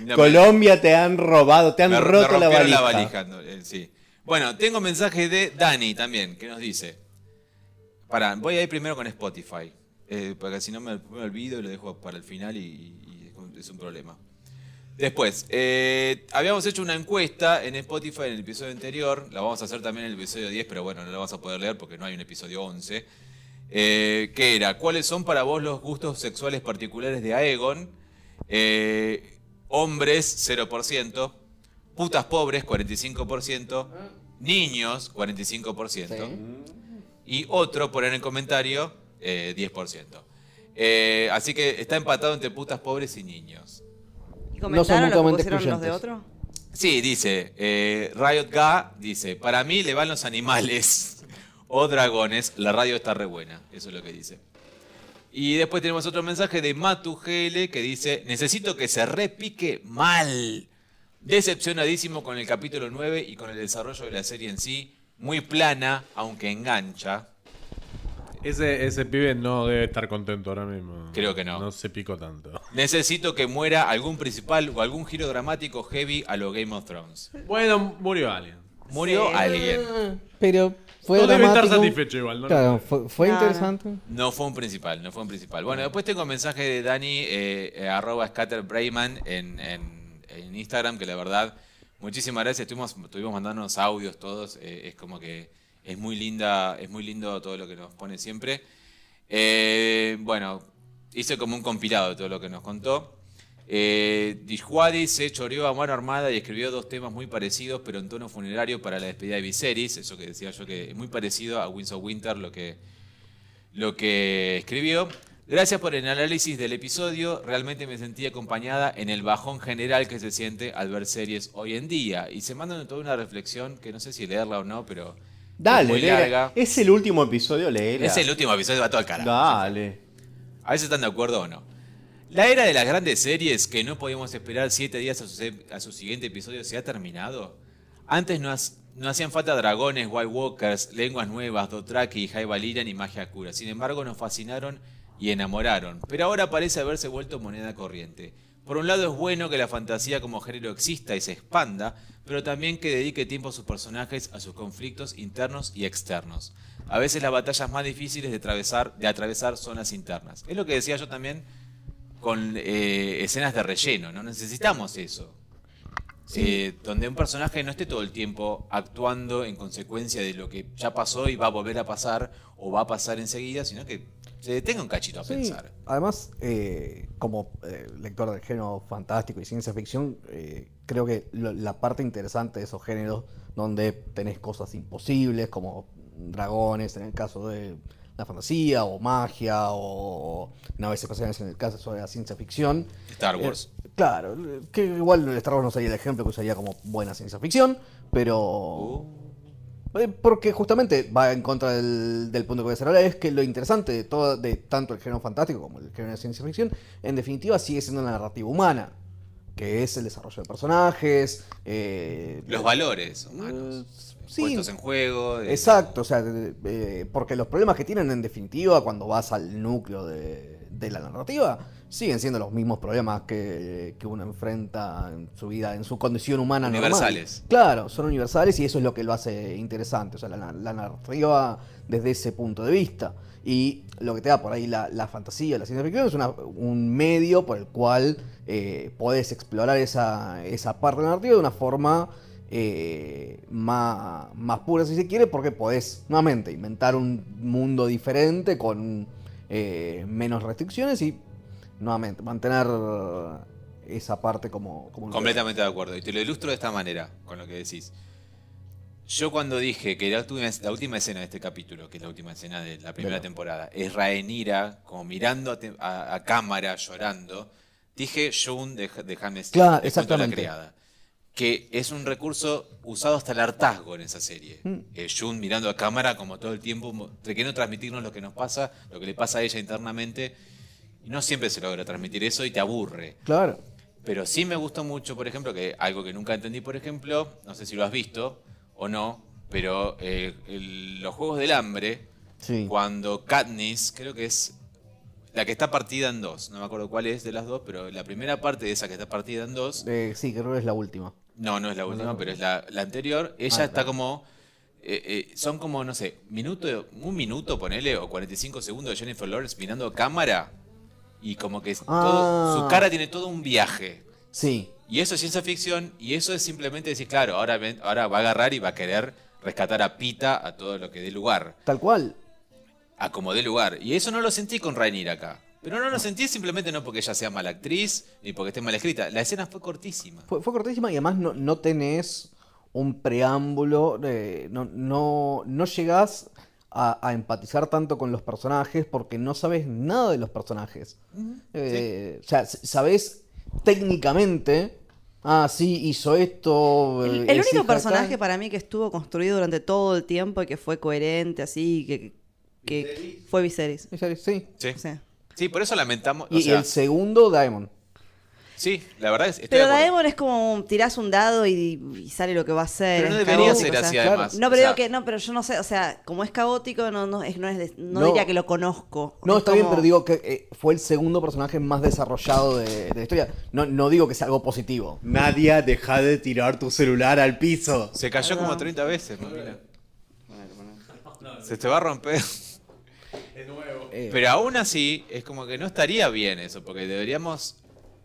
bien.
no,
Colombia te han robado, te
me-
han
me
roto la
rompieron
valija.
no, eh, sí. Bueno, tengo mensaje de Dani también, que nos dice. Pará, voy a ir primero con Spotify. eh, porque si no me, me olvido y lo dejo para el final y, y es un- es un problema. Después, eh, habíamos hecho una encuesta en Spotify en el episodio anterior, la vamos a hacer también en el episodio 10, pero bueno, no la vas a poder leer porque no hay un episodio 11, eh, que era, ¿cuáles son para vos los gustos sexuales particulares de Aegon? Eh, hombres, 0%, putas pobres, 45%, niños, 45%, y otro, poner en comentario, eh, 10%. Eh, así que está empatado entre putas pobres y niños.
¿Y
No son
comentaron lo que
mutuamente
pusieron los de
excluyentes.
otro?
Sí, dice, eh, Riot Ga dice, para mí le van los animales o dragones, la radio está re buena, eso es lo que dice. Y después tenemos otro mensaje de Matu GL que dice, necesito que se repique mal. Decepcionadísimo con el capítulo 9 y con el desarrollo de la serie en sí, muy plana, aunque engancha.
Ese, ese pibe no debe estar contento ahora mismo.
Creo que no.
No se picó tanto.
Necesito que muera algún principal o algún giro dramático heavy a lo Game of Thrones.
Bueno, murió alguien.
Murió alguien.
Pero fue
no debe estar
dramático.
satisfecho igual, ¿no?
Claro, fue, fue
No, no.
interesante.
No fue un principal, no fue un principal. Bueno, después tengo mensaje de Dani, eh, eh, arroba scatterbrayman en, en- en Instagram, que la verdad, muchísimas gracias. Estuvimos, estuvimos mandándonos audios todos. eh, es como que es muy linda, es muy lindo todo lo que nos pone siempre. Eh, bueno, hice como un compilado de todo lo que nos contó. Eh, Dijuadi se choreó a mano armada y escribió dos temas muy parecidos, pero en tono funerario para la despedida de Viserys. Eso que decía yo que es muy parecido a Winds of Winter, lo que, lo que escribió. Gracias por el análisis del episodio. Realmente me sentí acompañada en el bajón general que se siente al ver series hoy en día. Y se mandan toda una reflexión que no sé si leerla o no, pero. es
Dale,
muy
léela.
larga.
Es el último episodio, leela.
Es el último episodio, va todo al carajo.
Dale.
A veces están de acuerdo o no. La era de las grandes series, que no podíamos esperar siete días a su, se- a su siguiente episodio, se ha terminado. Antes no, has- no hacían falta dragones, White Walkers, lenguas nuevas, Dothraki, High Valyrian y magia cura. Sin embargo, nos fascinaron y enamoraron. Pero ahora parece haberse vuelto moneda corriente. Por un lado es bueno que la fantasía como género exista y se expanda, pero también que dedique tiempo a sus personajes, a sus conflictos internos y externos. A veces las batallas más difíciles de atravesar, de atravesar son las internas. Es lo que decía yo también con eh, escenas de relleno, no necesitamos eso. Eh, donde un personaje no esté todo el tiempo actuando en consecuencia de lo que ya pasó y va a volver a pasar o va a pasar enseguida, sino que se detenga un cachito a
Sí,
pensar.
Además, eh, como eh, lector del género fantástico y ciencia ficción, eh, creo que lo- la parte interesante de esos géneros, donde tenés cosas imposibles, como dragones en el caso de la fantasía, o magia, o naves espaciales en el caso de la ciencia ficción.
Star Wars.
Eh, claro, que igual el Star Wars no sería el ejemplo que usaría como buena ciencia ficción, pero...
Uh.
Eh, Porque justamente va en contra del, del punto que voy a hacer ahora, es que lo interesante de, todo, de tanto el género fantástico como el género de ciencia ficción, en definitiva sigue siendo la narrativa humana, que es el desarrollo de personajes, eh,
Los valores humanos.
Eh, sí.
Puestos en juego. eh, de-
Exacto, o sea, de- de- eh, porque los problemas que tienen en definitiva cuando vas al núcleo de, de la narrativa siguen siendo los mismos problemas que, que uno enfrenta en su vida, en su condición humana. normal.
Universales.
Claro, son universales y eso es lo que lo hace interesante, o sea, la, na- la narrativa desde ese punto de vista. Y lo que te da por ahí la, la fantasía, la ciencia ficción, es una- un medio por el cual eh, podés explorar esa, esa parte de la narrativa de una forma eh, má- más, pura, si se quiere, porque podés nuevamente inventar un mundo diferente con eh, menos restricciones y nuevamente mantener esa parte como... como
Completamente de acuerdo. Y te lo ilustro de esta manera con lo que decís. Yo cuando dije que la última, la última escena de este capítulo, que es la última escena de la primera
Claro.
temporada, es Rhaenyra como mirando a, te- a- a cámara, llorando, dije June de, de James
Claro,
de Cuento de la
exactamente.
criada, que es un recurso usado hasta el hartazgo en esa serie.
Mm.
Eh, June mirando a cámara como todo el tiempo, mo- queriendo transmitirnos lo que nos pasa, lo que le pasa a ella internamente. Y no siempre se logra transmitir eso y te aburre.
Claro.
Pero sí me gustó mucho, por ejemplo, que algo que nunca entendí, por ejemplo, no sé si lo has visto o no, pero eh, el- los Juegos del Hambre,
Sí.
cuando Katniss, creo que es la que está partida en dos, no me acuerdo cuál es de las dos, pero la primera parte de esa que está partida en dos,
Eh, sí, creo que es la última.
no, no es la última, pero es la, la anterior, ella
Ah,
está como... eh, eh, son como, no sé, minuto, un minuto, ponele, o 45 segundos de Jennifer Lawrence mirando cámara y como que es todo- su
Ah.
cara tiene todo un viaje.
Sí,
Y eso es ciencia ficción, y eso es simplemente decir, claro, ahora, ven- ahora va a agarrar y va a querer rescatar a Pita a todo lo que dé lugar,
tal cual.
a como dé lugar. Y eso no lo sentí con Rainier acá. Pero no lo sentí simplemente no porque ella sea mala actriz, ni porque esté mal escrita. La escena fue cortísima.
Fue, fue cortísima y además no, no tenés un preámbulo, eh, no, no, no llegás a, a empatizar tanto con los personajes porque no sabes nada de los personajes. Eh, O sea, s- sabés técnicamente ah, sí, hizo esto. eh,
El,
es
el único
hija
personaje
de tal.
para mí que estuvo construido durante todo el tiempo y que fue coherente, así, que, que fue Viserys.
Ella- Sí.
Sí.
O sea.
Sí, por eso lamentamos. o
Y, y
sea,
el segundo, Daemon.
Sí, la verdad es. estoy de
Pero
acuerdo.
Daemon es como tirás un dado y, y sale lo que va a ser.
Pero no
es
debería
caótico,
ser
o sea.
así,
claro.
además.
No,
O
pero
sea,
digo que no, pero yo no sé, o sea, como es caótico, no, no, es, no, es de- no
No.
diría que lo conozco.
No,
Es
está bien,
como-
pero digo que eh, fue el segundo personaje más desarrollado de, de la historia. No, no digo que sea algo positivo.
Nadia, deja de tirar tu celular al piso.
Se cayó como 30 veces, mamila. Se te va a romper.
Eh,
Pero aún así, es como que no estaría bien eso, porque deberíamos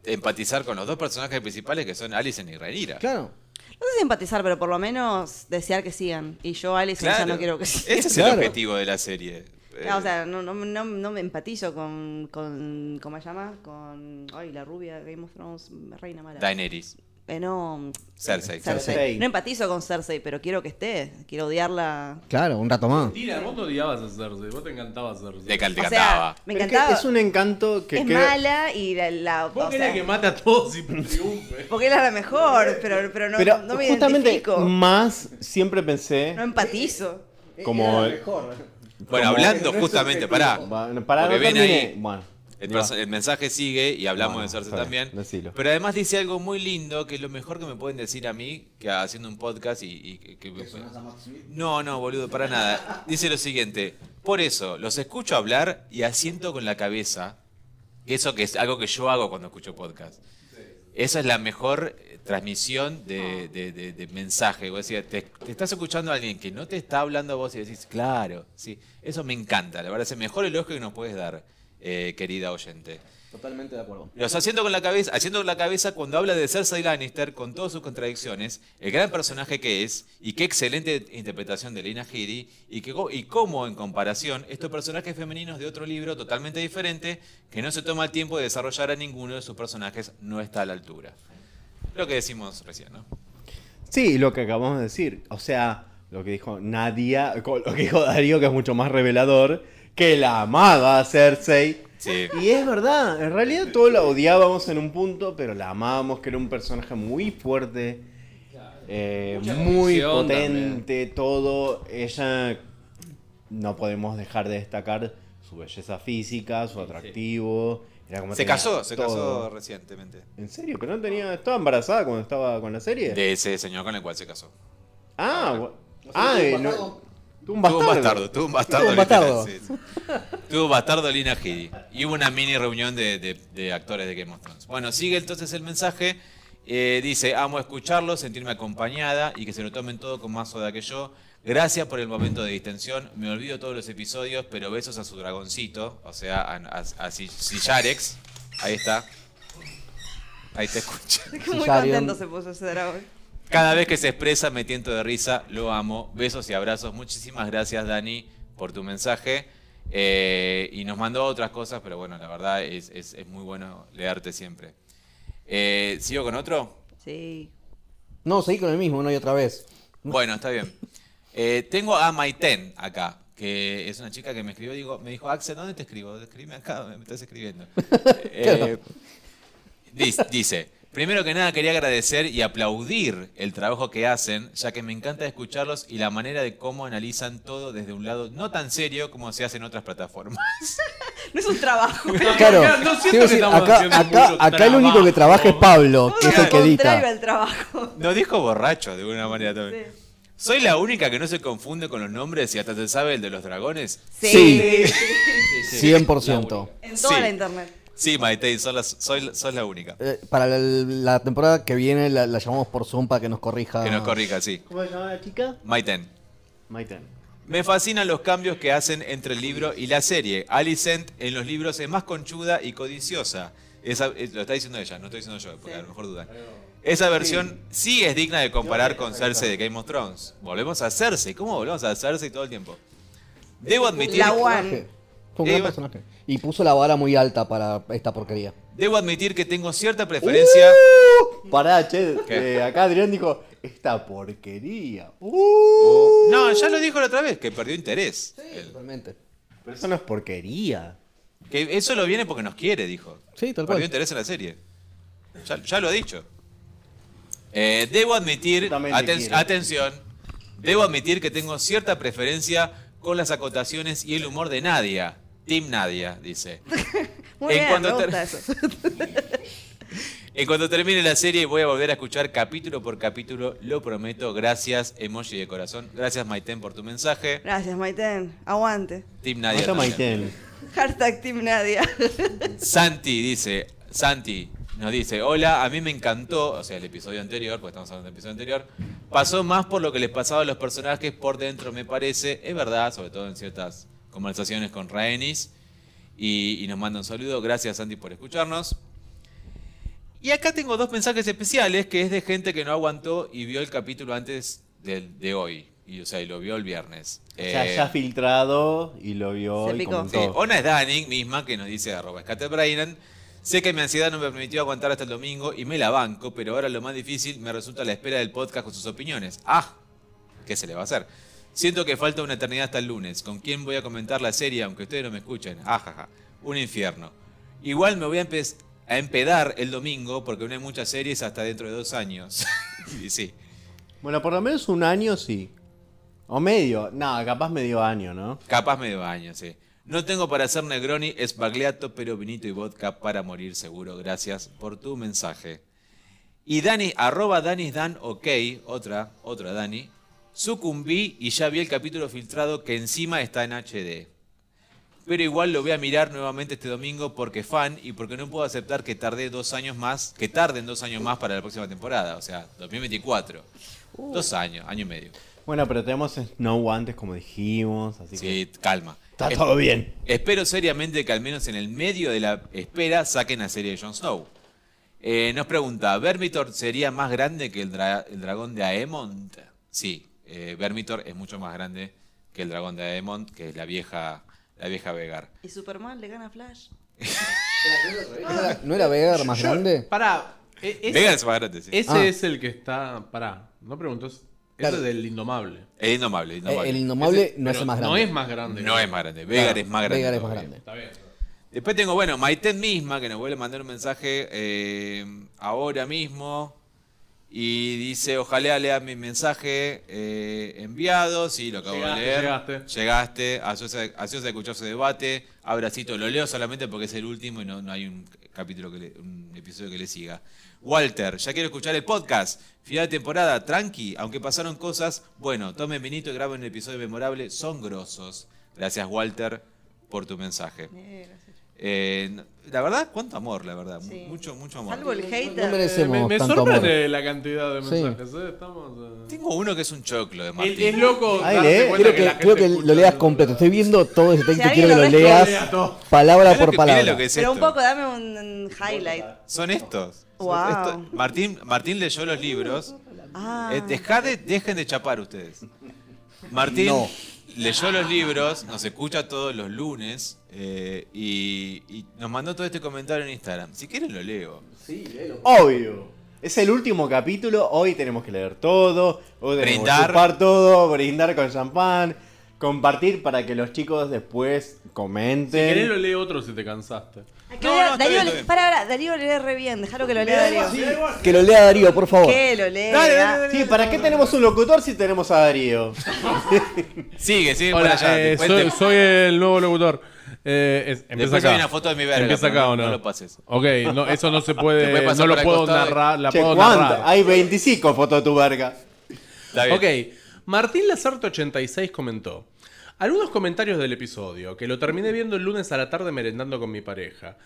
empatizar con los dos personajes principales que son Alison y Rhaenyra.
claro.
No sé si empatizar, pero por lo menos desear que sigan. Y yo, Alison, ya no quiero que sigan.
Ese es el
Claro.
objetivo de la serie. eh,
Ah, o sea, no, no, no, no me empatizo con, con. ¿Cómo se llama? Con. Ay, la rubia, Game of Thrones, Reina Mala.
Daenerys,
Eh, no.
Cersei.
Cersei.
Cersei.
No empatizo con Cersei, pero quiero que esté. Quiero odiarla.
Claro, un rato más.
Tira, vos no odiabas a Cersei, vos te encantabas a Cersei.
De cal te
o
cantaba.
sea, me
Pero es que
encantaba.
Es un encanto que
es
creo-
mala y la. la-
Vos
o
querés
sea,
que mate a todos y triunfe.
Porque era la mejor, pero, pero no,
Pero
no me
justamente
identifico.
más siempre pensé
No empatizo.
eh,
como...
Bueno, hablando justamente, pará.
Bueno, pará,
Porque
no
ven
terminé.
ahí-
Bueno,
El,
ahí va.
perso- el mensaje sigue y hablamos
Bueno,
de Cersei
está bien,
también.
decilo.
Pero además dice algo muy lindo que es lo mejor que me pueden decir a mí que haciendo un podcast y, y que, que- No, no, boludo, para nada. Dice lo siguiente. Por eso, los escucho hablar y asiento con la cabeza. que Eso que es algo que yo hago cuando escucho podcast. Esa es la mejor eh, transmisión de, de- de- de mensaje. Vos decís, te, te estás escuchando a alguien que no te está hablando a vos y decís, claro, sí. Eso me encanta, la verdad, es el mejor elogio que nos puedes dar, eh, querida oyente.
Totalmente de acuerdo.
Los haciendo con la cabeza, haciendo con la cabeza cuando habla de Cersei Lannister con todas sus contradicciones, el gran personaje que es y qué excelente interpretación de Lena Headey y que co- y cómo en comparación estos personajes femeninos de otro libro totalmente diferente que no se toma el tiempo de desarrollar a ninguno de sus personajes no está a la altura. Lo que decimos recién, ¿no?
Sí, lo que acabamos de decir. O sea, lo que dijo Nadia, co- lo que dijo Darío, que es mucho más revelador, que la amaba Cersei.
Sí.
Y es verdad, en realidad todos la odiábamos en un punto, pero la amábamos, que era un personaje muy fuerte, eh, muy
convicción
potente, todo. Ella, no podemos dejar de destacar su belleza física, su atractivo. Era como
Se
tenía
casó, se
todo.
casó recientemente.
¿En serio? ¿Pero no tenía... ¿Estaba embarazada cuando estaba con la serie?
De ese señor con el cual se casó.
Ah, bu- ah, eh, no. Tuvo un
Tuvo un
bastardo.
bastardo, tuvo un bastardo.
Tuvo un bastardo.
literal, sí, sí. Tuvo un bastardo Lina Headey. Y hubo una mini reunión de, de- de actores de Game of Thrones. Bueno, sigue entonces el mensaje. eh, dice, amo escucharlos, sentirme acompañada y que se lo tomen todo con más soda que yo. Gracias por el momento de distensión. Me olvido todos los episodios, pero besos a su dragoncito, o sea, a, a, a Si- Sillarex. Ahí está. Ahí te escucho.
Muy
Sarion.
contento se puso ese dragón.
Cada vez que se expresa me tiento de risa, lo amo. Besos y abrazos. Muchísimas gracias, Dani, por tu mensaje. Eh, y nos mandó otras cosas, pero bueno, la verdad es, es- es muy bueno leerte siempre. Eh, ¿Sigo con otro?
Sí.
No, seguí con el mismo una y otra vez.
Bueno, está bien. Eh, tengo a Maiten acá, que es una chica que me escribió, digo, me dijo, Axel, ¿dónde te escribo? Escribime acá, me estás escribiendo. Eh, dis- dice, primero que nada quería agradecer y aplaudir el trabajo que hacen, ya que me encanta escucharlos y la manera de cómo analizan todo desde un lado no tan serio como se hace en otras plataformas.
No es un trabajo.
Claro,
Acá no siento
te iba a
que
decir,
estamos
acá,
haciendo
acá,
mucho
acá el único que trabaja es Pablo, que es
Todo
el
lo
que
contrario
edita.
al trabajo.
No dijo borracho de una manera también. Soy la única que no se confunde con los nombres y hasta se sabe el de los dragones.
Sí.
La
100%.
única.
En toda
Sí.
la internet.
Sí, Maite, sos la, soy- sos la única.
Eh, para la, la temporada que viene la, la llamamos por Zoom para que nos corrija.
Que nos corrija, sí.
¿Cómo se llamaba la chica?
Maiten.
Maiten.
Me fascinan los cambios que hacen entre el libro y la serie. Alicent en los libros es más conchuda y codiciosa. Esa, es- lo está diciendo ella, no estoy diciendo yo, porque a lo mejor dudan. Esa versión sí es digna de comparar con Cersei de Game of Thrones. Volvemos a Cersei. ¿Cómo volvemos a Cersei todo el tiempo? Debo admitir,
La One.
Fue un gran
Iba-
personaje. Y puso la vara muy alta para esta porquería.
debo admitir que tengo cierta preferencia.
Pará, che.
¿Qué?
eh, acá Adrián dijo, esta porquería. Uh,
No, ya lo dijo la otra vez, que perdió interés. Él.
Totalmente.
Pero eso no es porquería.
Que eso lo viene porque nos quiere, dijo.
Sí,
Perdió
tal cual.
interés en la serie. Ya, ya lo ha dicho. Eh, debo admitir,
También te
aten-
quiero.
atención, debo admitir que tengo cierta preferencia con las acotaciones y el humor de Nadia. Team Nadia, dice.
Muy
En
bien,
cuanto
me
ter-
gusta eso.
En cuanto termine la serie voy a volver a escuchar capítulo por capítulo, lo prometo. Gracias, emoji de corazón. Gracias, Maiten, por tu mensaje.
Gracias, Maiten. Aguante.
Team Nadia.
Vaya
también.
Maiten.
Hashtag Team Nadia.
Santi dice, Santi nos dice, hola, a mí me encantó, o sea, el episodio anterior, porque estamos hablando del episodio anterior, pasó más por lo que les pasaba a los personajes por dentro, me parece, es verdad, sobre todo en ciertas conversaciones con Raenis, y, y nos manda un saludo, gracias Santi por escucharnos. Y acá tengo dos mensajes especiales, que es de gente que no aguantó y vio el capítulo antes del- de, hoy, y o sea, y lo vio el viernes.
Ya,
Eh,
ya filtrado y lo vio
Se
y
picó.
comentó.
Sí, Ona es Danning misma que nos dice arroba escatebrainan. Sé que mi ansiedad no me permitió aguantar hasta el domingo y me la banco, pero ahora lo más difícil me resulta la espera del podcast con sus opiniones. Ah, ¿qué se le va a hacer? Siento que falta una eternidad hasta el lunes. ¿Con quién voy a comentar la serie aunque ustedes no me escuchen? Ajaja, un infierno. Igual me voy a, empe- a empedar el domingo porque no hay muchas series hasta dentro de dos años. y sí.
Bueno, por lo menos un año sí. O medio. No, capaz medio año, ¿no?
Capaz medio año, sí. No tengo para hacer Negroni, espagliato, pero vinito y vodka para morir seguro. Gracias por tu mensaje. Y Dani, arroba Dani Dan OK, otra, otra Dani. Sucumbí y ya vi el capítulo filtrado que encima está en HD. Pero igual lo voy a mirar nuevamente este domingo porque fan y porque no puedo aceptar que tardé dos años más, que tarden dos años más para la próxima temporada, o sea, 2024. Dos años, año y medio.
Bueno, pero tenemos Snow antes, como dijimos, así que
Sí, calma.
está
Es-
todo bien.
Espero seriamente que al menos en el medio de la espera saquen la serie de Jon Snow. Eh, nos pregunta, ¿Vermitor sería más grande que el, dra- el dragón de Aemond? Sí, eh, Vermitor es mucho más grande que el dragón de Aemond, que es la vieja, la vieja Vegar.
Y Superman le gana a Flash.
Ah, ¿No era Vegar más grande?
Pará. e- ese-
Vegar es más grande, sí.
Ese
Ah.
es el que está. Pará, no preguntó. Ese
Claro.
es del Indomable.
Es indomable, indomable.
Eh, el Indomable no es
Pero
el más grande.
No es más grande.
No es más grande, Vegar es más grande.
Vegar es más
todavía.
grande.
Está bien.
Después tengo, bueno, Maiten misma, que nos vuelve a mandar un mensaje eh, ahora mismo. Y dice, ojalá lea mi mensaje eh, enviado. Sí, lo acabo
Llegaste,
de leer.
llegaste.
Llegaste. Ansiosa ansiosa de escuchar su debate. Abracito, lo leo solamente porque es el último y no, no hay un capítulo, que le- un episodio que le siga. Walter, ya quiero escuchar el podcast. Final de temporada, tranqui. Aunque pasaron cosas, bueno, tomen vinito y graben un episodio memorable. Son grosos. Gracias, Walter, por tu mensaje.
Eh, gracias.
Eh, no- la verdad, cuánto amor, la verdad. Mu-
Sí.
Mucho, mucho amor.
Salvo el
No
hater.
Eh,
merecemos
me me
tanto amor.
sorprende la cantidad de
Sí.
mensajes. eh, Estamos. eh.
Tengo uno que es un choclo de
Es,
Martín.
es loco.
Ahí
darse
lee.
cuenta
Quiero que,
la gente
quiero que
escucha
lo leas
el-
completo. Estoy viendo todo ese texto.
Si
quiero que lo
alguien lo
leas
lea todo.
palabra
¿Sabés lo que-
por
mirá lo
palabra.
que es
Pero un
esto?
poco dame un, un highlight.
Son estos. Son
Wow.
estos. Martín, Martín leyó los libros.
Ah,
Eh, dejá de- dejen de chapar ustedes. Martín
No.
leyó los libros, nos escucha todos los lunes eh, y, y nos mandó todo este comentario en Instagram. Si quieren lo leo.
Obvio. Es el último capítulo. Hoy tenemos que leer todo. Hoy tenemos que
Brindar.
chupar todo. Brindar con champán. Compartir para que los chicos después
Si querés
comenten.
lo lee otro si te cansaste.
que
No,
lea-
no, está
Darío,
bien,
le-
está bien.
Para, para, Darío lee re bien. Déjalo que lo lea Darío.
Que lo lea Darío, por favor.
Que lo lea.
Dale, dale, dale. Sí, ¿para qué tenemos un locutor si tenemos a Darío?
Sigue, sigue por
Hola,
allá.
eh,
Después
soy,
te-
soy el nuevo locutor. Eh, es- empieza
Después
acá.
hay una foto de mi verga,
Empieza
pero
acá
no-
o no.
no lo pases.
Ok, no, eso no se
Te puede
puede.
pasar por
No lo
el
puedo
costado de-
narrar. La
Che,
puedo
¿cuánta?
narrar.
Hay 25 fotos de tu verga.
Está bien.
Ok, Martín Lazarte86 comentó. Algunos comentarios del episodio, que lo terminé viendo el lunes a la tarde merendando con mi pareja.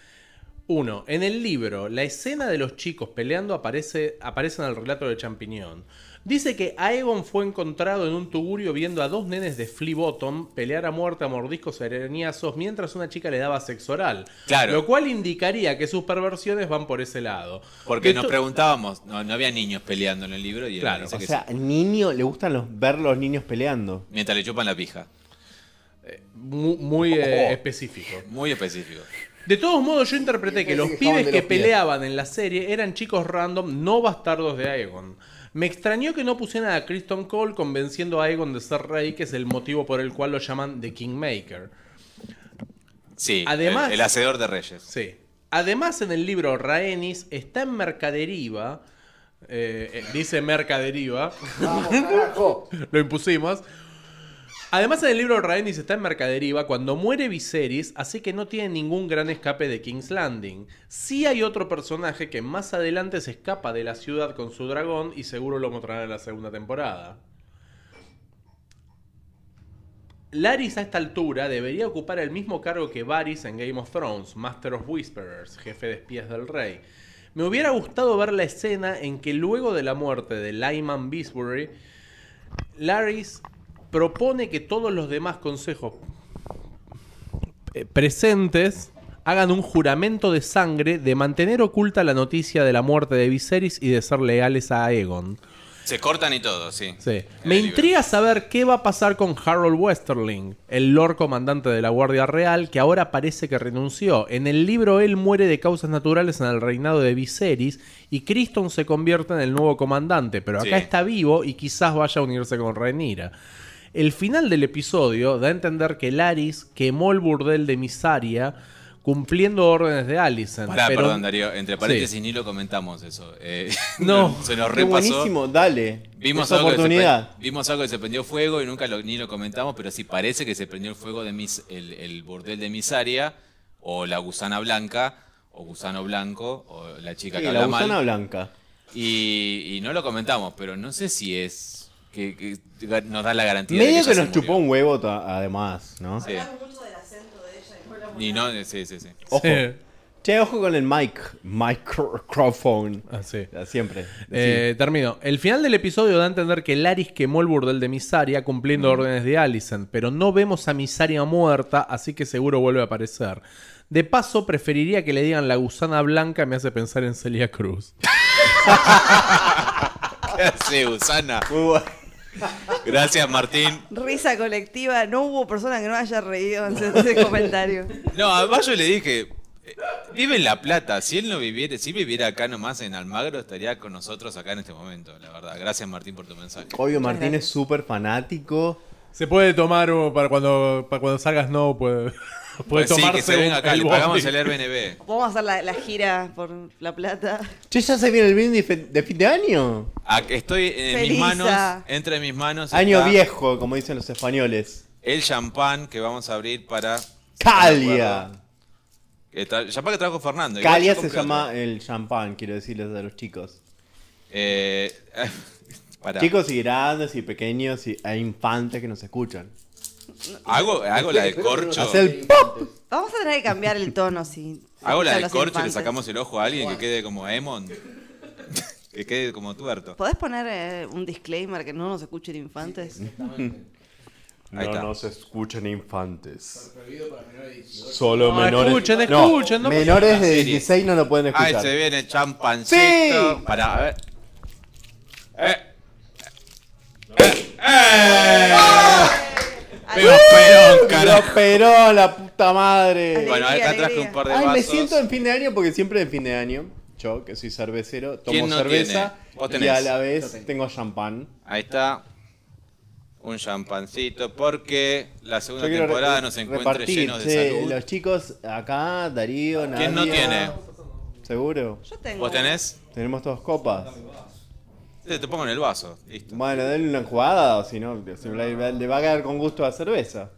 Uno, en el libro, la escena de los chicos peleando aparece, aparece en el relato de Champiñón. Dice que Aegon fue encontrado en un tugurio viendo a dos nenes de Flea Bottom pelear a muerte a mordiscos y arañazos mientras una chica le daba sexo oral.
Claro.
Lo cual indicaría que sus perversiones van por ese lado.
Porque
Esto-
nos preguntábamos, no, no había niños peleando en el libro y él
Claro,
dice
O
que
sea, al niño le gustan los, ver los niños peleando.
sí. Mientras le chupan la pija.
Muy, muy, eh, específico.
Muy específico.
De todos modos, yo interpreté que los
que estaban
pibes
de
que
los pies.
peleaban en la serie eran chicos random, no bastardos de Aegon. Me extrañó que no pusieran a Kristen Cole convenciendo a Aegon de ser rey, que es el motivo por el cual lo llaman The Kingmaker.
Sí,
Además-
el, el hacedor de reyes.
Sí. Además, en el libro Raenis está en Mercaderiva, eh, eh, dice Merca Deriva,
Vamos, carajo.
lo impusimos. Además, en el libro Rhaenys está en Mercaderiva cuando muere Viserys, así que no tiene ningún gran escape de King's Landing. Sí hay otro personaje que más adelante se escapa de la ciudad con su dragón y seguro lo mostrarán en la segunda temporada. Laris a esta altura debería ocupar el mismo cargo que Varys en Game of Thrones, Master of Whisperers, jefe de espías del rey. Me hubiera gustado ver la escena en que luego de la muerte de Lyman Beesbury, Laris propone que todos los demás consejos eh, presentes hagan un juramento de sangre de mantener oculta la noticia de la muerte de Viserys y de ser leales a Aegon.
Se cortan y todo, sí.
Sí.
En
Me
el libro.
intriga saber qué va a pasar con Harold Westerling, el Lord Comandante de la Guardia Real, que ahora parece que renunció. En el libro él muere de causas naturales en el reinado de Viserys y Criston se convierte en el nuevo comandante, pero acá
Sí.
está vivo y quizás vaya a unirse con Rhaenyra. El final del episodio da a entender que Laris quemó el burdel de Misaria cumpliendo órdenes de Alicent.
Pará,
pero-
perdón, Darío. Entre paréntesis, ni lo comentamos eso. Eh,
No,
se nos
Qué
repasó.
buenísimo, dale.
Vimos
Esa
algo, que se
oportunidad.
pre- vimos algo que se prendió fuego y nunca lo- ni lo comentamos, pero sí parece que se prendió el fuego de mis, el, el burdel de Misaria, o la gusana blanca, o gusano blanco, o la chica
Sí,
que
la
habla
gusana
mal.
blanca.
Y, y no lo comentamos, pero no sé si es que, que nos da la garantía de
Medio
ella
que
se
nos chupó
murió.
un huevo ta- además, ¿no?
Sí.
mucho del acento de ella y no hablamos
Y
nada.
no, sí, sí, sí.
Ojo.
Sí.
Che, ojo con el mic. Microphone.
Ah, sí.
Siempre.
Eh, Termino. El final del episodio da a entender que Laris quemó el burdel de Misaria cumpliendo órdenes de Alicent, pero no vemos a Misaria muerta, así que seguro vuelve a aparecer. De paso, preferiría que le digan la gusana blanca, me hace pensar en Celia Cruz.
¿Qué hace, gusana?
Sí. Muy bueno.
Gracias, Martín.
Risa colectiva, no hubo persona que no haya reído en ese comentario.
No, además yo le dije, eh, vive en La Plata, si él no viviera, si viviera acá nomás en Almagro, estaría con nosotros acá en este momento, la verdad. Gracias Martín por tu mensaje.
Obvio, Martín es súper fanático.
Se puede tomar uh, para cuando, para cuando salgas, no puede, puede
Pues sí,
tomarse
que se venga
un-
acá,
el
le
bondi.
pagamos el Airbnb.
Vamos a hacer la, la gira por La Plata.
Che, ya se viene el brindis de fe- de fin de año.
Ah, que Estoy en mis
Feliza.
manos, entre mis manos
Año
está
viejo, como dicen los españoles.
el champán que vamos a abrir para...
Calia.
El champán que trajo Fernando. Igual
Calia
yo
se
compré
llama eh.
otro.
el champán, quiero decirles a los chicos.
Eh, pará.
Chicos y grandes y pequeños y, e infantes que nos escuchan.
hago, hago la del corcho.
Hace el pop.
Vamos a tener que cambiar el tono, sí.
Hago la
de
del corcho y le sacamos el ojo a alguien que quede como Emon. que quede como tuerto.
¿Podés poner eh, un disclaimer que no nos escuchen infantes?
Ahí está.
se escuchen infantes. Solo
No, escuchen, escuchen, no pasa
menores de
serie.
16 no lo pueden
Ahí
escuchar.
se viene el champancito.
¡Sí!
Para, a ver. Eh, Eh.
Ay,
pero, pero,
Lo
carajo.
operó la puta madre.
Bueno,
Alegría,
acá traje
alegría.
un par de
Ay, me
vasos.
siento en fin de año porque siempre en fin de año, yo que soy cervecero, tomo
¿Quién no
cerveza
tiene? Vos
y
tenés.
a la vez tengo champán.
Ahí está. Un champancito porque la segunda
Yo quiero
temporada
re-
nos encuentre
repartir,
llenos de
che,
salud.
Los chicos acá, Darío, Nadia.
¿Quién no tiene?
Seguro.
Yo tengo.
¿Vos tenés?
Tenemos dos copas.
Te, te pongo en el vaso. Listo.
Bueno, denle una jugada o si no, si le le va a quedar con gusto a cerveza.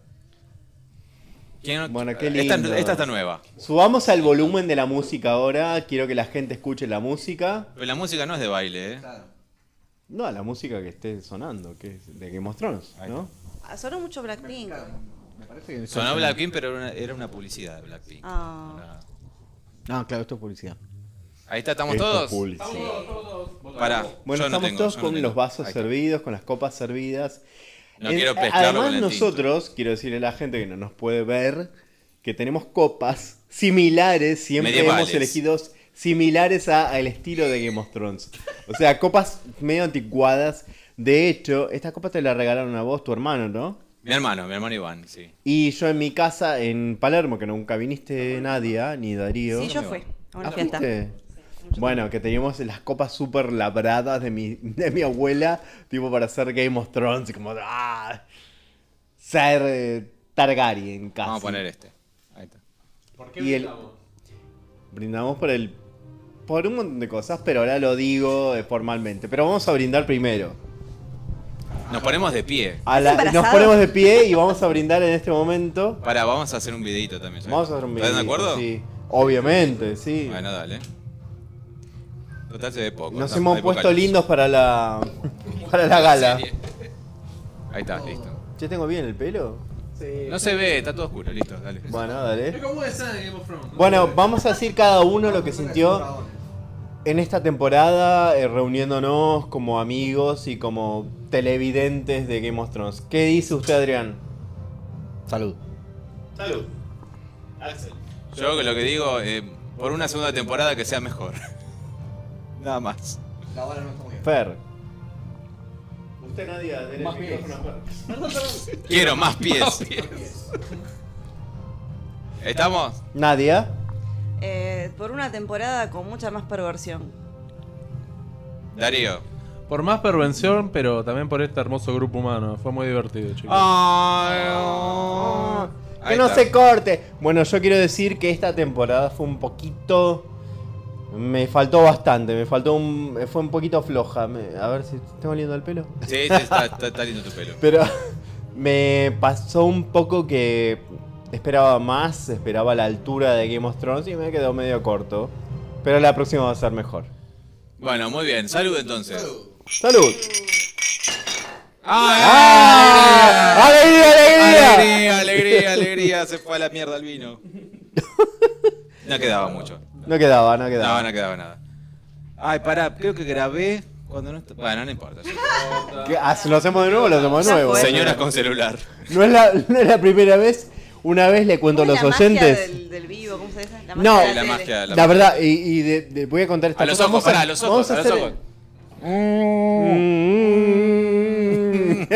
¿Quién no-
Bueno, qué
Esta-
lindo.
Esta, está nueva.
Subamos al volumen de la música ahora. Quiero que la gente escuche la música.
Pero la música no es de baile, ¿eh?
No, la música que esté sonando, que es de Game of Thrones, ¿no?
Ah, Sonó mucho Blackpink.
Me parece que-
Sonó Blackpink, pero era una, era una publicidad de Blackpink.
Ah.
Una-
No, claro, esto es publicidad.
Ahí está, ¿estamos
Esto es
todos?
publicidad.
Pará.
Bueno,
yo no
estamos
tengo,
todos
yo no
con
tengo.
los vasos
Ahí está.
servidos, con las copas servidas.
No
En-
quiero pescarlo
además
con el tinto.
nosotros, quiero decirle a la gente que no nos puede ver, que tenemos copas similares, siempre
Medievales.
hemos elegido similares a- al estilo de Game of Thrones. O sea, copas medio anticuadas. De hecho, esta copa te la regalaron a vos, tu hermano, ¿no?
Mi hermano, mi hermano Iván, sí.
Y yo en mi casa en Palermo, que nunca viniste Nadia ni Darío.
Sí, yo fui a una
Ah,
fiesta.
¿fuiste? Bueno, que teníamos las copas súper labradas de mi, de mi abuela, tipo para hacer Game of Thrones, y como, ah, ser eh, Targaryen casi.
Vamos a poner este. Ahí está.
Y el- Brindamos por el por un montón de cosas, pero ahora lo digo eh, formalmente. Pero vamos a brindar primero.
Nos ponemos de pie.
A la-
¿Estás
nos
embarazado?
ponemos de pie y vamos a brindar en este momento.
Para, vamos a hacer un videito también. ya.
Vamos a hacer un video.
¿Están de acuerdo?
Sí, obviamente, sí.
Bueno, dale. Total se ve poco.
Nos
no-
hemos
hay poca
puesto
luz.
lindos para la para la gala.
Serie. Ahí está, listo.
¿Yo tengo bien el pelo?
No se ve, está todo oscuro, listo, dale.
Bueno, dale.
¿Cómo es esa de Game of Thrones?
Bueno, vamos a decir cada uno lo que sintió en esta temporada, eh, reuniéndonos como amigos y como televidentes de Game of Thrones. ¿Qué dice usted, Adrián?
Salud.
Salud.
Yo lo que digo, eh, por una segunda temporada que sea mejor. Nada más.
La bala no está muy bien.
Fer. Usted nadie
Más micrófono,
Quiero más pies. ¿Estamos?
Nadia.
Eh, por una temporada con mucha más perversión.
Darío.
Por más pervención, pero también por este hermoso grupo humano. Fue muy divertido, chicos.
Ah, que
Oh, Ahí
no
está.
se corte. Bueno, yo quiero decir que esta temporada fue un poquito. Me faltó bastante, me faltó un. Fue un poquito floja. Me- a ver si tengo lindo el pelo.
Sí, sí, está, está- está lindo tu pelo.
Pero me pasó un poco que esperaba más, esperaba la altura de Game of Thrones y me quedó medio corto. Pero la próxima va a ser mejor.
Bueno, muy bien. Salud entonces.
¡Salud!
¡Ah!
¡Alegría, alegría!
Alegría, alegría, alegría. Se fue a la mierda el vino. No quedaba mucho.
No quedaba, no
No,
quedaba.
no quedaba nada. Ay, pará, creo que grabé cuando no estaba. Bueno, no importa.
¿Qué? Ah, ¿Lo hacemos de nuevo? Lo hacemos de
Ya
nuevo.
fue.
Señoras con celular.
No es, la, no es la primera vez. Una vez le cuento a
¿Cómo es
los
la magia
oyentes.
Del, del vivo, ¿cómo se dice? La
No.
magia de
La
tele.
magia,
La,
la magia.
verdad, y, y de- de- voy a contar esta
A los
cosa.
ojos,
Vamos
pará, a los ojos,
vamos
a los
hacer-
ojos.
Mm.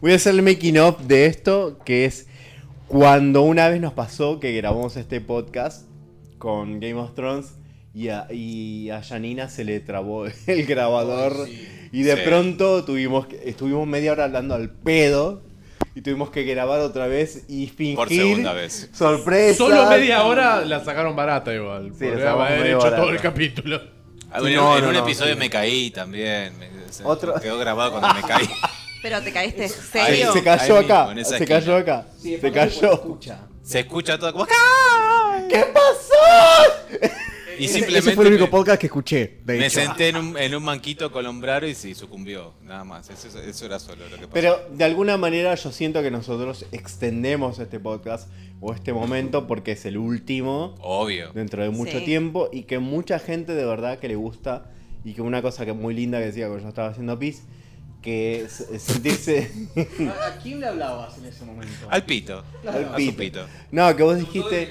voy a hacer el making of de esto, que es cuando una vez nos pasó que grabamos este podcast con Game of Thrones y a, y a Janina se le trabó el grabador y de
Sí.
pronto tuvimos que- estuvimos media hora hablando al pedo y tuvimos que grabar otra vez y fingir
Por segunda vez.
sorpresa
Solo media hora la sacaron barata igual.
Sí, la
Podríamos
sacamos
haber
media
hecho
barata.
todo el capítulo.
Ah, bueno,
No,
en
no,
un
no,
episodio
sí.
me caí también. me- se-
Otro-
Quedó grabado cuando me caí.
Pero te caíste
Ahí,
serio.
se cayó
Ahí mismo,
acá
en esa
se cayó
esquina.
acá se cayó
Se escucha todo como.
¿qué pasó?
Y
Ese-
simplemente.
Ese fue el único
me-
podcast que escuché, de
Me
hecho.
senté en un, en un manquito colombraro y sí, sucumbió. Nada más. Eso, eso era solo lo que pasó.
Pero de alguna manera yo siento que nosotros extendemos este podcast o este momento porque es el último
Obvio.
dentro de mucho
Sí.
tiempo y que mucha gente de verdad que le gusta y que una cosa que es muy linda que decía cuando yo estaba haciendo pis que es es sentirse
¿A a quién le hablabas en ese momento?
Al pito.
Al
A su
pito.
pito.
no que vos dijiste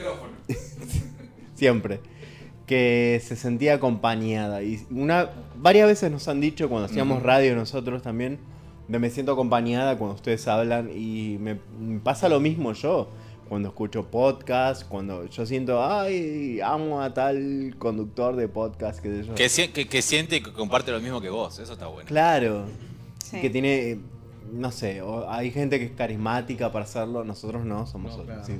siempre que se sentía acompañada y una varias veces nos han dicho cuando hacíamos radio nosotros también de me siento acompañada cuando ustedes hablan y me, me pasa lo mismo yo cuando escucho podcast cuando yo siento ay amo a tal conductor de podcast que yo
Que, si- que- que siente y que comparte lo mismo que vos. Eso está bueno.
claro
Sí.
que tiene eh, no sé o- hay gente que es carismática para hacerlo nosotros no somos
No,
otros, sí.
claro.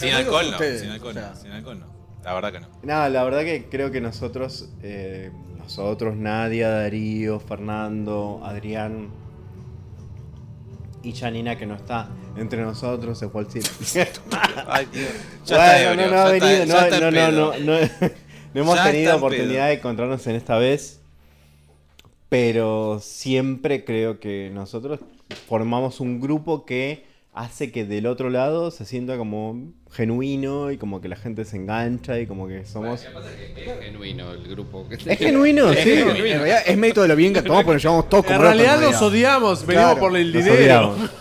Sin alcohol no.
Ustedes,
Sin alcohol
o sea.
no. Sin alcohol no. La verdad que no.
Nada, la verdad que creo que nosotros, eh, nosotros, Nadia, Darío, Fernando, Adrián y Janina que no está entre nosotros, se fue al cine.
Ay, Dios.
Bueno, no, no ha venido, no, no, no, no, no- no hemos
Ya está
tenido
en
oportunidad
pedo.
de encontrarnos en esta vez, pero siempre creo que nosotros formamos un grupo que hace que del otro lado se sienta como genuino y como que la gente se engancha y como que somos...
Es genuino el grupo. que-
Es genuino, sí.
En realidad es mérito de lo bien que tomamos porque nos llevamos todos como
En
rotos,
realidad
en
los odiamos, venimos
Claro,
por el
Los
dinero.
odiamos.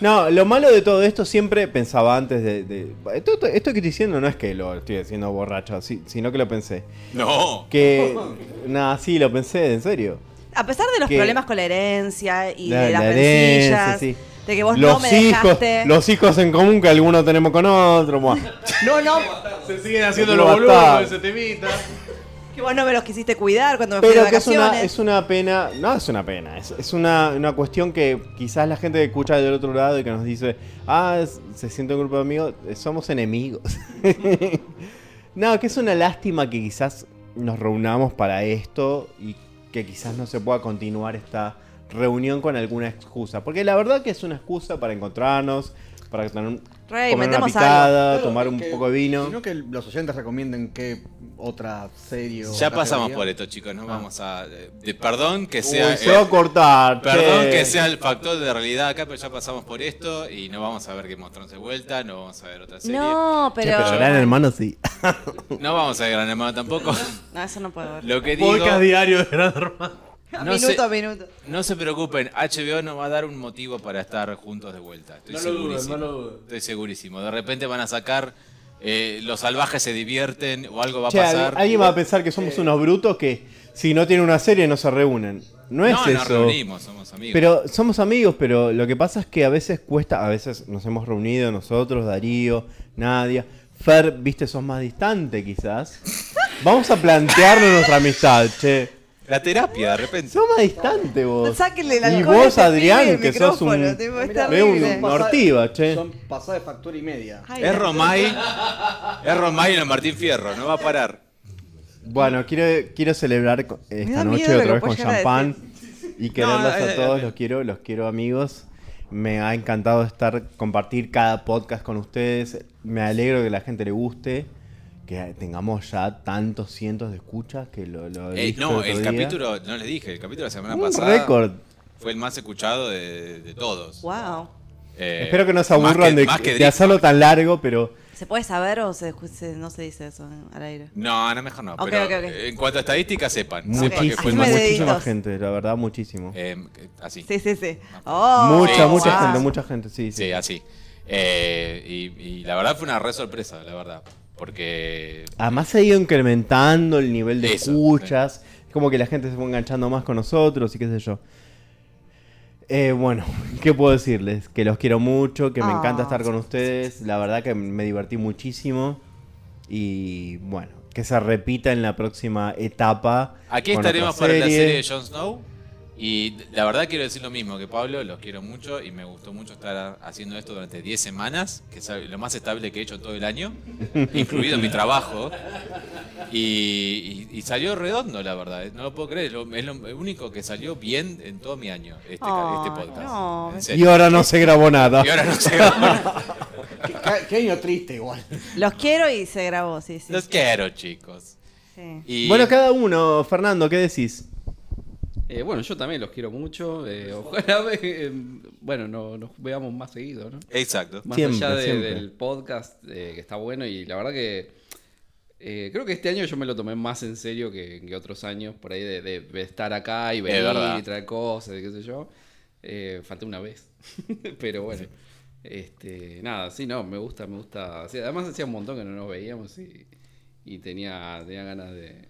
No, lo malo de todo esto siempre pensaba antes de. de- esto, esto- esto que estoy diciendo no es que lo estoy diciendo borracho, si- sino que lo pensé.
No.
Que. Nada, sí, lo pensé, en serio.
A pesar de los
Que-
problemas con la herencia y de
La-
las
la herencia,
rencillas,
sí.
de que vos no
los
me
hijos,
dejaste.
los hijos en común que algunos tenemos con otro. buah.
No, no,
Se siguen haciendo
Lo
los boludos
bastardo.
ese temita.
que vos no me los quisiste cuidar cuando me fui de
Pero que es
vacaciones.
una, es una pena, no es una pena, es, es una, una cuestión que quizás la gente que escucha del otro lado y que nos dice, ah, es- se siente un grupo de amigos, eh, somos enemigos. No, que es una lástima que quizás nos reunamos para esto y que quizás no se pueda continuar esta reunión con alguna excusa. Porque la verdad que es una excusa para encontrarnos, para tener un-
Rey,
comer una
metemos
picada,
Claro,
tomar
es
un
que-
poco de vino.
Sino que los oyentes recomienden que otra serie. o
Ya pasamos
categoría.
por esto, chicos. No vamos a. de- de- perdón que sea.
Uy, se
eh,
va a cortar.
Perdón
che.
que sea el factor de realidad acá, pero ya pasamos por esto y no vamos a ver Game of Thrones de vuelta, no vamos a ver otra serie.
No,
Che,
pero.
Gran Hermano sí.
No vamos a ver Gran Hermano tampoco.
No, eso no puedo ver.
Lo que digo,
Podcast diario de Gran Hermano.
no
minuto
sé-
a minuto.
no se preocupen, HBO nos va a dar un motivo para estar juntos de vuelta. Estoy segurísimo. Estoy segurísimo. De repente van a sacar eh, Los salvajes se divierten o algo va a
Che,
pasar.
alguien va a pensar que somos unos brutos que si no tienen una serie no se reúnen. No es
no,
eso.
nos reunimos, somos amigos.
Pero somos amigos, pero lo que pasa es que a veces cuesta, a veces nos hemos reunido nosotros, Darío, Nadia. Fer, viste, sos más distante quizás. Vamos a plantearnos nuestra amistad, che.
La terapia, de repente.
Sos más distante vos.
Sáquenle el
y
alcohol a
vos,
este pibe
Adrián,
del
que sos un...
micrófono, tipo, es
Mirá,
Veo un
terrible.
pasa-
ortiva, che.
Son pasadas de factura y media.
Ay,
Es
la-
Romay. Es Romay y el Martín Fierro, no va a parar.
Bueno, quiero, quiero celebrar co- esta
Ah. da
noche
miedo lo
otra
que
vez
puede
con
llegar a
champán y quererlos
No, no,
a
eh,
todos,
eh.
los quiero, los quiero amigos. Me ha encantado estar, compartir cada podcast con ustedes. Me alegro que la gente le guste, que tengamos ya tantos cientos de escuchas que lo, lo he
Eh,
visto
no,
otro
el
día.
capítulo, no les dije, el capítulo de la semana
un
pasada eh,
récord.
fue el más escuchado de, de todos.
Wow.
Eh,
Espero que no se
más
aburran
que-
de,
más que
de
Drift.
hacerlo tan largo, pero
¿Se puede saber o se, se- no se dice eso al aire?
No, no, mejor no.
Ok,
pero
ok, ok.
en cuanto a estadísticas, sepan. Sepan que fue el
muchísima,
más.
Haceme
muchísima
deditos.
gente, la verdad, muchísimo.
eh, que- así. Sí,
Sí, sí, sí. Oh,
mucha,
sí,
mucha
sí.
wow.
gente, mucha gente, sí, sí.
así. Eh, y, y la verdad fue una re sorpresa, la verdad. Porque.
Además se ha ido incrementando el nivel de
Eso,
escuchas. Es como que la gente se fue enganchando más con nosotros y qué sé yo. Eh, bueno, ¿qué puedo decirles? Que los quiero mucho, que me
Ah.
encanta estar con ustedes. La verdad que me divertí muchísimo. Y bueno, que se repita en la próxima etapa.
Aquí
con
estaremos
otra
para la serie de Jon Snow. Y la verdad quiero decir lo mismo que Pablo, los quiero mucho y me gustó mucho estar haciendo esto durante 10 semanas, que es lo más estable que he hecho en todo el año, incluido mi trabajo. Y, y- y salió redondo, la verdad, ¿eh? no lo puedo creer, lo- es lo único que salió bien en todo mi año, este, ca- este
Ay,
podcast.
Oh, no,
En
ves-
Y
serio.
ahora no se grabó nada.
Y ahora no sé. bueno,
Ah. Qué, qué año triste igual.
Los quiero y se grabó, sí, sí.
los quiero, chicos.
Sí.
Y
Bueno, cada uno, Fernando, ¿qué decís?
Eh, bueno, yo también los quiero mucho. eh, ojalá, eh, bueno, no, nos veamos más seguido, ¿no?
Exacto.
Más
Siempre,
allá de-
siempre.
del podcast, eh, que está bueno y la verdad que eh, creo que este año yo me lo tomé más en serio que, que otros años, por ahí de, de- de estar acá y venir
verdad.
y traer cosas, y qué sé yo. Eh, falté una vez, pero bueno. Este, nada, sí, no, me gusta, me gusta. O sea, además hacía un montón que no nos veíamos y, y tenía, tenía ganas de...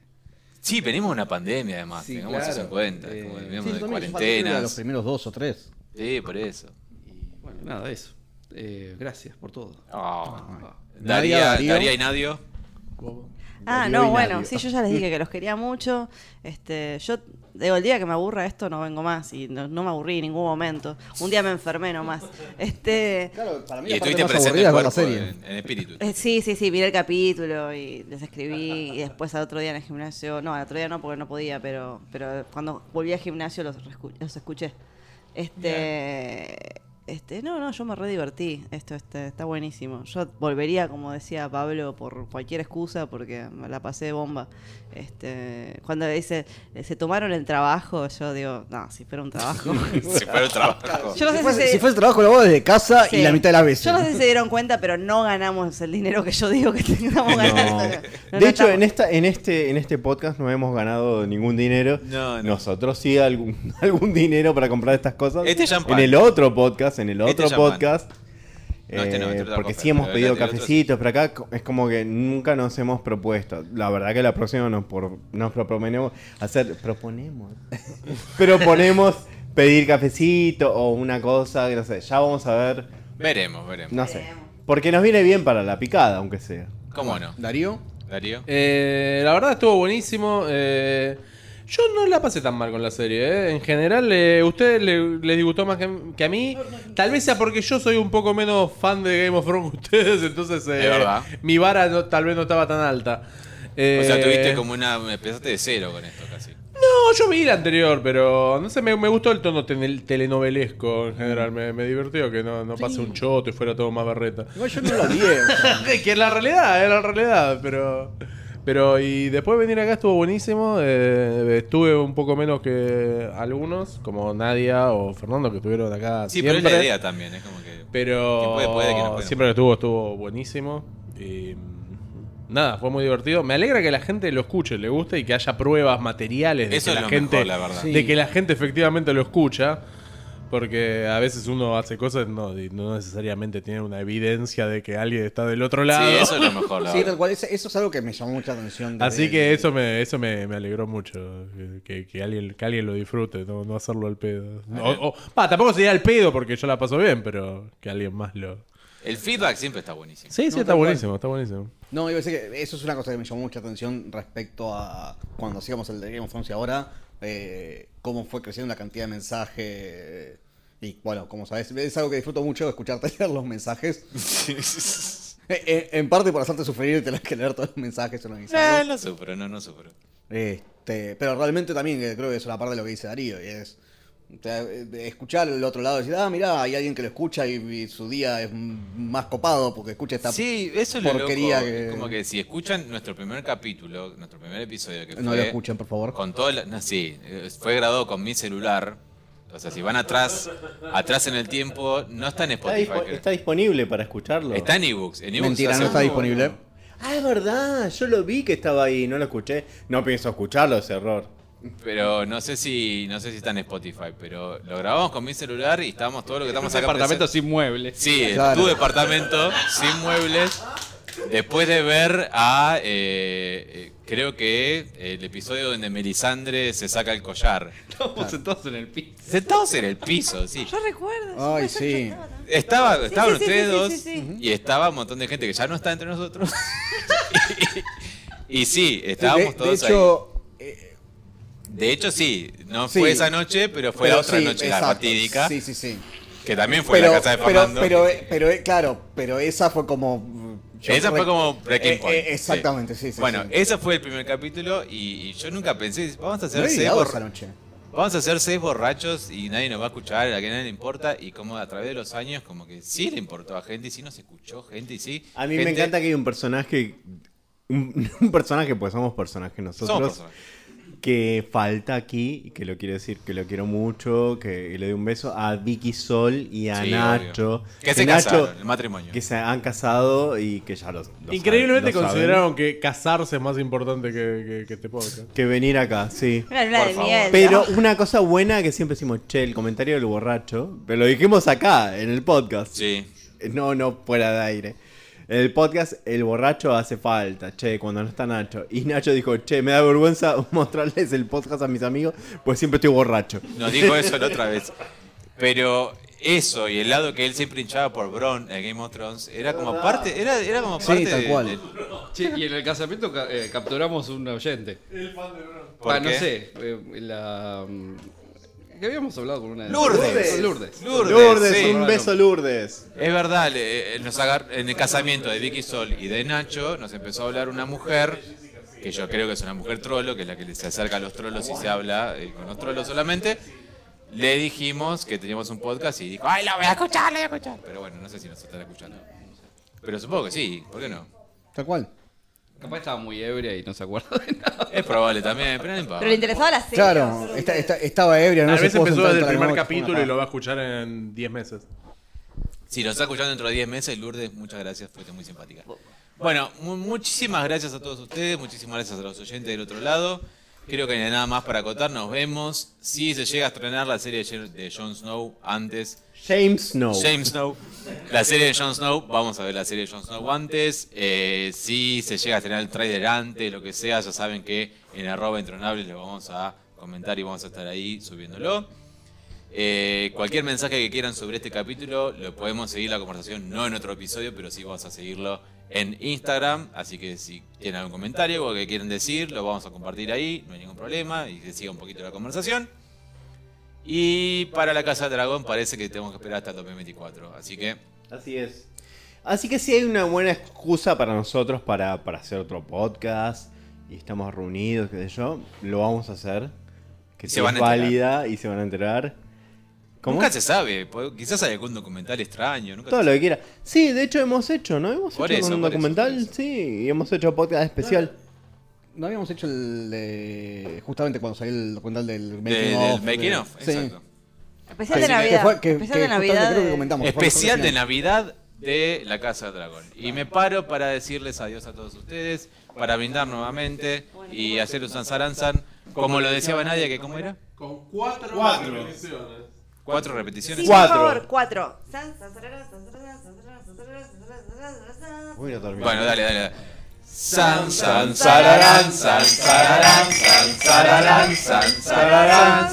Sí, venimos de una pandemia además,
Sí,
tengamos eso
claro.
en cuenta.
Eh,
como venimos
Sí,
de
yo también, yo falté creo que a
cuarentenas.
los primeros dos o tres.
Sí, por eso.
Y bueno, nada, eso. Eh, gracias por todo.
Daría,
Daría, Darío.
Daría y Nadio.
Ah,
Darío
no,
y
bueno,
Nadia.
sí, yo ya les dije que los quería mucho. Este, yo digo, el día que me aburra esto no vengo más y no, no me aburrí en ningún momento. Un día me enfermé nomás. Este,
Claro, para mí
Y
la parte
estuviste
más
presente en
aburrida es ver la
cuerpo,
serie.
en, en espíritu.
eh, sí, sí, sí, miré el capítulo y les escribí y después al otro día en el gimnasio, no, al otro día no porque no podía, pero pero cuando volví al gimnasio los, rescu- los escuché. Este, este, no, no, yo me re divertí. Esto este, está buenísimo. Yo volvería, como decía Pablo, por cualquier excusa porque me la pasé de bomba. Este, cuando dice, se tomaron el trabajo, yo digo, no, si fuera un trabajo.
Se fue el trabajo.
yo no
Si
sé
fuese-
si se-
si fuese trabajo lo hago desde casa y
Sí.
la mitad de las veces.
Yo no sé si se dieron cuenta, pero no ganamos el dinero que yo digo que tengamos
No.
ganado. No, no
de hecho,
estamos-
en, esta, en, este, en este podcast no hemos ganado ningún dinero.
No, no.
Nosotros sí algún, algún dinero para comprar estas cosas.
Este champán.
En el otro podcast, en el
Este
otro
champán.
podcast.
No, este no,
eh,
este otra
porque
cosa,
sí hemos
pero
pedido
el otro sí.
cafecitos, pero acá co- es como que nunca nos hemos propuesto. La verdad que la próxima nos, por- nos proponemos hacer... Proponemos. proponemos pedir cafecito o una cosa, que no sé. Ya vamos a ver,
Veremos, veremos.
no sé. Porque nos viene bien para la picada, aunque sea.
¿Cómo no?
Darío,
Darío.
Eh, la verdad estuvo buenísimo. eh, Yo no la pasé tan mal con la serie, ¿eh? En general, eh, a ustedes le- les disgustó más que, que a mí. Tal vez sea porque yo soy un poco menos fan de Game of Thrones que ustedes, entonces eh,
Es verdad.
mi vara no- tal vez no estaba tan alta.
O sea,
Eh,
tuviste como una. Empezaste de cero con esto casi.
No, yo vi la anterior, pero no sé, me, me gustó el tono tenel- telenovelesco en general.
Mm.
Me, me divirtió que no, no pase un choto y fuera todo más berreta.
Igual yo no la eh. odié. o sea,
que es la realidad, es la realidad, pero. Pero, y después de venir acá estuvo buenísimo. eh, estuve un poco menos que algunos, como Nadia o Fernando, que estuvieron acá
Sí,
siempre.
pero es la idea también, es como que.
Pero
Que puede, puede, que no puede.
siempre que estuvo, estuvo buenísimo. Y, mm, nada, fue muy divertido. Me alegra que la gente lo escuche, le guste y que haya pruebas materiales de,
Eso
que
es
la,
lo
gente,
mejor, la verdad.
de que la gente efectivamente lo escucha. Porque a veces uno hace cosas no, y no necesariamente tiene una evidencia de que alguien está del otro lado.
Sí, eso es lo mejor, la
Sí,
verdad.
tal cual. Ese- Eso es algo que me llamó mucha atención. de-
Así que eso me, eso me, me alegró mucho. que- Que, que alguien, que alguien lo disfrute, no, no hacerlo al pedo. No, o- va, tampoco sería al pedo porque yo la paso bien, pero que alguien más lo.
El feedback siempre está buenísimo.
Sí, sí,
No,
está
tal cual.
buenísimo, está buenísimo.
No, yo pensé que eso es una cosa que me llamó mucha atención respecto a cuando hacíamos el de Game of Thrones y ahora, eh, cómo fue creciendo la cantidad de mensajes. Y bueno, como sabes, es algo que disfruto mucho escucharte leer los mensajes. Eh, eh, en parte por hacerte sufrir y tener que leer todos los mensajes organizados.
No, no sufro, no, no sufro.
Este, pero realmente también eh, creo que es una parte de lo que dice Darío, y es o sea, eh, escuchar el otro lado y decir, ah, mirá, hay alguien que lo escucha y, y su día es m- más copado porque escucha esta
Sí, eso es lo loco.
porquería que-
Es Como que si escuchan nuestro primer capítulo, nuestro primer episodio que fue...
No lo escuchen, por favor.
Con todo el- no, sí, eh, fue grabado con mi celular. O sea, si van atrás, atrás en el tiempo, no está en
Está,
Spotify.
dispo-
creo.
está disponible para escucharlo.
Está en ebooks. En ebooks
Mentira,
hace
no está
un-
disponible.
Ah, es verdad. Yo lo vi que estaba ahí. No lo escuché. No pienso escucharlo, ese error.
Pero no sé si no sé si está en Spotify, pero lo grabamos con mi celular y estábamos todo lo que estamos acá.
Departamento
presen-
sin muebles.
Sí,
Claro.
tu departamento sin muebles. Después de ver a. eh, eh, creo que el episodio donde Melisandre se saca el collar.
Estamos sentados en el piso.
Sentados en el piso, sí.
Yo recuerdo.
Ay,
puede ser, yo
sí.
estaba también.
Estaba, estaban
sí, sí,
ustedes
sí,
dos
sí, sí.
y estaba un montón de gente que ya no está entre nosotros. y, y sí,
De,
estábamos
de
todos ahí.
hecho, eh,
De hecho, sí, no
Sí.
fue esa noche, pero fue
pero
la otra
sí,
noche, la
exacto.
fatídica,
Sí, sí, sí.
que también fue en la casa de
pero,
Fernando.
pero, eh, pero, eh, claro, pero esa fue como. mm, yo
esa fue
rec-
como Breaking
Eh,
Point.
eh, exactamente, sí, sí,
Bueno,
sí.
ese fue el primer capítulo y, y yo nunca pensé, vamos a
No
hacer
he
seis
llegado
borra-
esa noche.
vamos a hacer seis borrachos y nadie nos va a escuchar, a que nadie le importa, y como a través de los años como que sí le importó a gente y sí nos escuchó gente y sí.
A mí me
gente-
encanta que hay un personaje. Un, un personaje, pues somos personajes nosotros.
somos personas.
que falta aquí, y que lo quiero decir, que lo quiero mucho, que le doy un beso a Vicky Sol y a
Sí,
Nacho.
obvio. Que se
Nacho-
casaron, el matrimonio.
Que se han casado y que ya los. lo
Increíblemente
saben, lo
consideraron que casarse es más importante que, que, que este podcast.
saben, que venir acá, sí.
Una luna
Por
de
favor.
miel.
Pero
¿no?
una cosa buena que siempre decimos, che, el comentario del borracho, pero lo dijimos acá, en el podcast.
Sí.
No, no, fuera de aire. En el podcast, el borracho hace falta, che, cuando no está Nacho. Y Nacho dijo, che, me da vergüenza mostrarles el podcast a mis amigos, pues siempre estoy borracho.
Nos dijo eso la otra vez. Pero eso y el lado que él siempre hinchaba por Bron en Game of Thrones era como parte, era, era como
Sí,
parte
tal
de-
cual.
de-
Che, y en el casamiento ca- eh, capturamos un oyente.
¿por
Ah, no
qué?
sé. eh, la. mm, Que habíamos hablado con una de
Lourdes.
Con Lourdes.
Lourdes,
Lourdes,
sí.
un beso Lourdes.
Es verdad, le- eh, nos agar- en el casamiento de Vicky Sol y de Nacho nos empezó a hablar una mujer, que yo creo que es una mujer trolo, que es la que se acerca a los trolos y se habla eh, con los trolos solamente. Le dijimos que teníamos un podcast y dijo, ¡ay, lo voy a escuchar, lo voy a escuchar! Pero bueno, no sé si nos están escuchando. Pero supongo que sí, ¿por qué no?
Tal cual.
Capaz estaba muy ebria y no se acuerda de nada.
Es probable también, pero no importa.
Pero le interesaba la serie.
Claro, esta- esta- estaba ebria, no
Tal
se
vez
pudo
empezó
sentar
desde el
toda la
primer
noche, fue
capítulo
una
y lo va a escuchar en 10 meses.
Si nos está escuchando dentro de 10 meses, Lourdes, muchas gracias, fuiste muy simpática. Bueno, mu- muchísimas gracias a todos ustedes, muchísimas gracias a los oyentes del otro lado. Creo que no hay nada más para acotar, nos vemos. Si se llega a estrenar la serie de Jer- de Jon Snow antes,
James Snow.
James Snow, la serie de Jon Snow, vamos a ver la serie de Jon Snow antes. Eh, si se llega a estrenar el trailer antes, lo que sea, ya saben que en arroba intronables lo vamos a comentar y vamos a estar ahí subiéndolo. Eh, cualquier mensaje que quieran sobre este capítulo, lo podemos seguir la conversación, no en otro episodio, pero sí vamos a seguirlo en Instagram. Así que si tienen algún comentario o que quieren decir, lo vamos a compartir ahí, no hay ningún problema, y que siga un poquito la conversación. Y para la Casa del Dragón parece que tenemos que esperar hasta el 2024. Así que
Así es. Así que sí hay una buena excusa para nosotros para, para hacer otro podcast y estamos reunidos, qué sé yo, lo vamos a hacer. Que
Se
sí
van
es
a enterar.
válida y se van a enterar. ¿Cómo?
nunca se sabe. po- Quizás hay algún documental extraño. Nunca
Todo
se
lo que quiera. Sí, de hecho hemos hecho, ¿no? Hemos
Por
hecho
eso,
con un
por eso,
documental,
por eso.
sí, y hemos hecho podcast especial.
No habíamos hecho el de. Justamente cuando salió el documental del
sabe. De- del making
de-
of,
Sí.
exacto.
Especial
Que-
de
que
Navidad.
fue- que-
especial
que
de
justamente
Navidad.
creo que
de-
comentamos. fue
Especial de
algo
Navidad de la Casa del Dragón. Y me paro para decirles adiós a todos ustedes, para brindar nuevamente y hacer un sansaranzan, como lo decía Nadia, que cómo era?
Con cuatro,
Cuatro
Sí,
repeticiones.
por
Cuatro.
favor, cuatro. San, san, sararán, san, sararán, san, sararán, san, sararán, san, sararán, san, sararán.
Voy a terminar.
Bueno, dale, dale. dale. San san sararán san sararán san sararán san sararán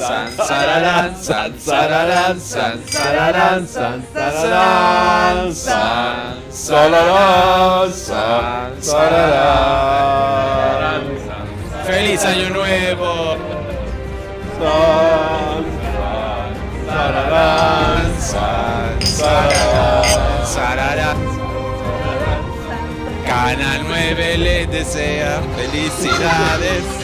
san sararán san sararán san sararán san sararán san sararán san sararán Feliz año nuevo. San sararán san sararán sararán Canal 9 les desea felicidades.